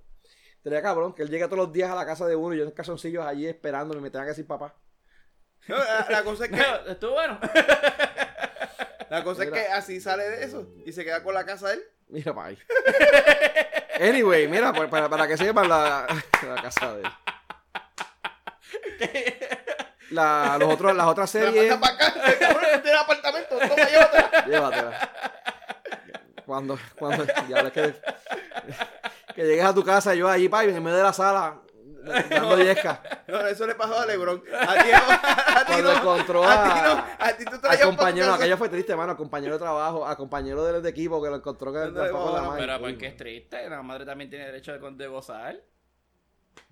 S3: Sería cabrón, que él llega todos los días a la casa de uno y yo en calzoncillos allí esperándome y me tenga que decir papá.
S4: [LAUGHS] No, la, la cosa es que, [LAUGHS]
S5: Pero Estuvo bueno.
S4: la cosa es
S3: Mira.
S4: que así sale de eso y se queda con la casa de él.
S3: Mira, pa' ahí. Anyway, mira, pa- para, para que sepan la, la casa de él. La, los otros, las otras
S4: Se la
S3: series.
S4: manda para acá, cabrón, este es el apartamento, toma yo otra.
S3: Llévatela. Cuando, cuando, ya es que, que llegues a tu casa, yo allí, pa, y en medio de la sala, dando yesca.
S4: No, eso le pasó a Lebron. A ti no, a ti
S3: Cuando
S4: no.
S3: encontró
S4: a ti
S3: a-
S4: no, a ti tú te la llevas pa'
S3: Al
S4: tu
S3: compañero,
S4: casa.
S3: aquello fue triste, mano, al compañero de trabajo, al compañero del, de equipo que lo encontró que
S4: No, no,
S3: tampoco
S4: no,
S3: la
S4: no,
S3: madre.
S5: Pero
S3: Uy,
S5: porque es triste. La madre también tiene derecho de, con- de gozar.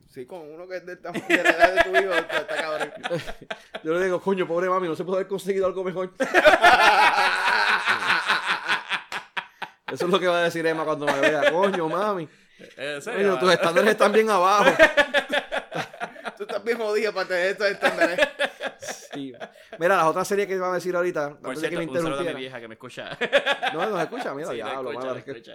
S4: Sí, con uno que es del tamaño de la edad de tu hijo, está está cabrón.
S3: [LAUGHS] Yo le digo, coño, pobre mami, no se puede haber conseguido algo mejor. Eso es lo que va a decir Emma cuando me vea. Coño, mami.
S5: ¿En serio?
S3: Coño, tus estándares están bien abajo.
S4: Tú estás bien jodido para tener estos
S3: [LAUGHS]
S4: estándares.
S3: Sí. Mira, las otras series que iba a decir ahorita,
S5: Por
S3: antes de que
S5: cierto,
S3: me
S5: un saludo a mi
S3: interrumpiera.
S5: vieja que me escucha.
S3: [LAUGHS] No, nos escucha, mira,
S5: Sí, no
S3: diablo,
S5: escucha,
S3: mano,
S5: no
S3: es que-
S5: escucha.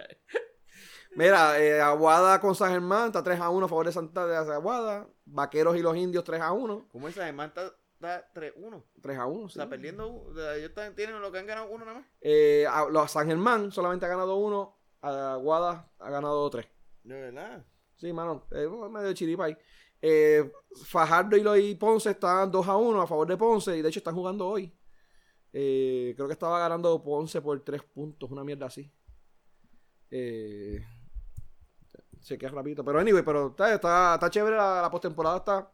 S3: Mira, eh, Aguada con San Germán está 3 a 1 a favor de Santa de Aguada. Vaqueros y los indios 3 a 1.
S4: ¿Cómo esa demás está, está 3-1?
S3: 3 a 1, sí.
S4: Está perdiendo. u- o sea, Ellos están- tienen lo que han ganado uno nada más.
S3: Eh, a- los San Germán solamente ha ganado 1. Aguada ha ganado 3.
S4: De verdad.
S3: Sí, Sí, mano, es medio chiripa ahí. Eh, Fajardo y Loy Ponce están 2 a 1 a favor de Ponce y de hecho están jugando hoy. Eh, creo que estaba ganando Ponce por 3 puntos, una mierda así. Eh, se queda rapidito. Pero anyway, pero está, está, está chévere la, la postemporada. Está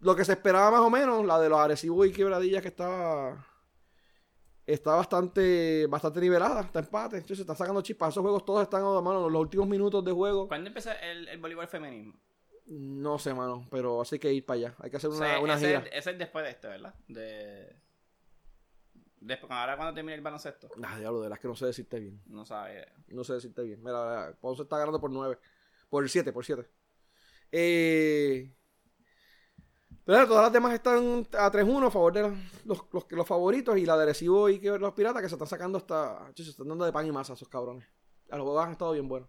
S3: lo que se esperaba más o menos, la de los agresivos y quebradillas que está está bastante bastante nivelada, está empate, entonces se está sacando chispas. Esos juegos todos están, oh, mano, los últimos minutos de juego.
S5: ¿Cuándo empieza el, el voleibol femenino?
S3: No sé, mano, pero así que ir para allá. Hay que hacer
S5: O
S3: una,
S5: sea,
S3: una
S5: ese,
S3: gira.
S5: ese es después de este, ¿verdad? De... Después, ahora cuando termine el baloncesto.
S3: Ah, diablo, de las que no sé decirte bien.
S5: No sabe.
S3: No sé decirte bien. Mira, mira, Ponce está ganando por 9. Por 7, por 7. Eh, pero nada, todas las demás están a 3-1 a favor de los, los, los- los favoritos y la de Arecibo y que los piratas que se están sacando hasta. che, Se están dando de pan y masa esos cabrones. A los juegos han estado bien buenos.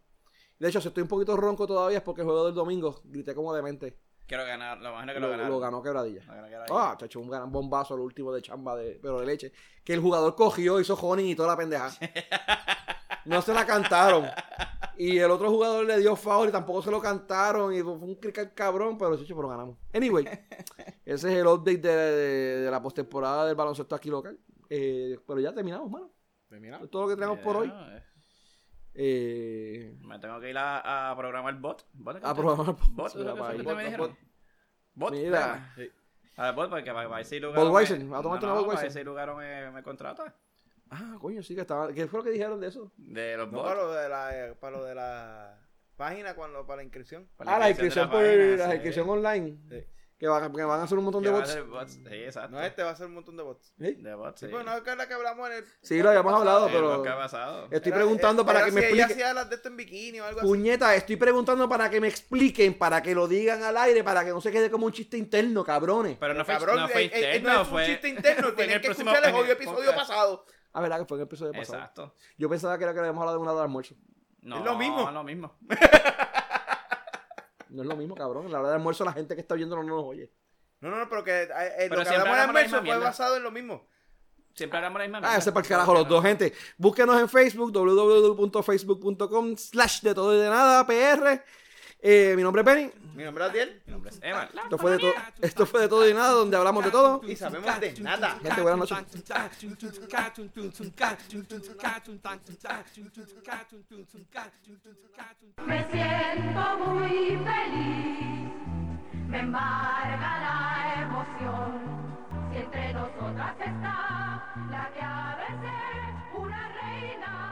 S3: De hecho, si estoy un poquito ronco todavía es porque el juego del domingo grité como demente.
S5: Quiero ganar, lo imagino que lo,
S3: Lo,
S5: ganaron.
S3: lo ganó quebradilla.
S5: Lo ganó, que era
S3: Ah,
S5: ahí.
S3: chacho, un gran bombazo el último de chamba de pero de leche. Que el jugador cogió, hizo honey y toda la
S5: [LAUGHS]
S3: pendeja. No se la cantaron. Y el otro jugador le dio foul y tampoco se lo cantaron. Y fue un crical cabrón, pero chacho, pero ganamos.
S5: [LAUGHS]
S3: Anyway, ese es el update de, de- de la postemporada del baloncesto aquí local. Eh, pero ya terminamos, mano.
S4: Terminamos.
S3: Es todo lo que tenemos por hoy.
S5: Ya, eh.
S3: Eh,
S5: Me tengo que ir a, a programar bot. ¿Bot es que
S3: a
S5: te-
S3: probar.
S5: Bot,
S3: Mira,
S5: ¿no?
S3: pa' ahí.
S5: ¿Bot me dijeron? Bot.
S3: Mira.
S5: espérame. A ver, bot, porque para, para ese lugar.
S3: Budweiser,
S5: me-
S3: ¿va a tomarte
S5: no,
S3: una
S5: no, para
S3: Budweiser?
S5: ese lugar me, me contrata.
S3: Ah, coño, sí que estaba. ¿Qué fue lo que dijeron de eso?
S5: De los
S4: No,
S5: bots.
S4: para lo de la, eh, para lo de la página, cuando, para la inscripción.
S5: Para
S3: Ah, la
S5: de
S3: inscripción
S5: la
S3: por
S5: página,
S3: la
S5: sí.
S3: inscripción online.
S4: Sí.
S3: Que van, que van a hacer un montón
S5: Que
S3: de
S5: va a
S3: bots.
S5: ser bots, Sí, exacto.
S4: No, este va a ser un montón de bots.
S3: ¿Sí?
S5: De bots,
S4: Sí,
S5: sí.
S4: pues no es la que hablamos en el. eh,
S3: Sí, lo habíamos hablado,
S5: Sí,
S3: pero-
S5: ¿Qué ha pasado?
S4: este
S3: Estoy preguntando para que me
S4: explique.
S3: expliquen.
S4: hacía las de esto en bikini o algo así.
S3: Puñeta, estoy preguntando para que me expliquen, para que lo digan al aire, para que no se quede como un chiste interno, cabrones.
S5: Pero no fue,
S4: Cabrón,
S5: no fue
S4: eh, eh,
S5: interno,
S4: no es un
S5: fue...
S4: chiste interno.
S5: [LAUGHS] fue en
S4: Tienen
S5: el
S4: que
S5: próximo-
S4: escuchar el
S5: en el
S4: jodido episodio
S5: podcast.
S4: pasado.
S3: Ah, verdad que fue en el episodio pasado.
S5: Exacto.
S3: Yo pensaba que era que le habíamos hablado de una de almuerzo.
S5: No,
S4: lo mismo.
S5: lo mismo.
S3: No es lo mismo, cabrón. En la hora de almuerzo la gente que está viendo no nos oye.
S4: No, no, no, pero que eh, eh,
S5: Pero
S4: lo que hablamos
S5: siempre
S4: en
S5: hablamos la misma
S4: almuerzo fue
S5: mierda.
S4: basado en lo mismo.
S5: Siempre hablamos la misma
S3: Ah,
S5: mierda.
S3: ese para el carajo, los dos, gente. Búsquenos en Facebook, www.facebook.com slash de todo y de nada, PR. Eh, mi nombre es Penny.
S4: Mi nombre es Adiel.
S5: Mi nombre es Emma.
S3: Esto fue, de to- esto fue de todo y de nada, donde hablamos de todo.
S4: Y sabemos de nada.
S3: Gente, buenas noches.
S2: Me siento muy feliz, me embarga la emoción. Si entre nosotras está la que ha de ser una reina.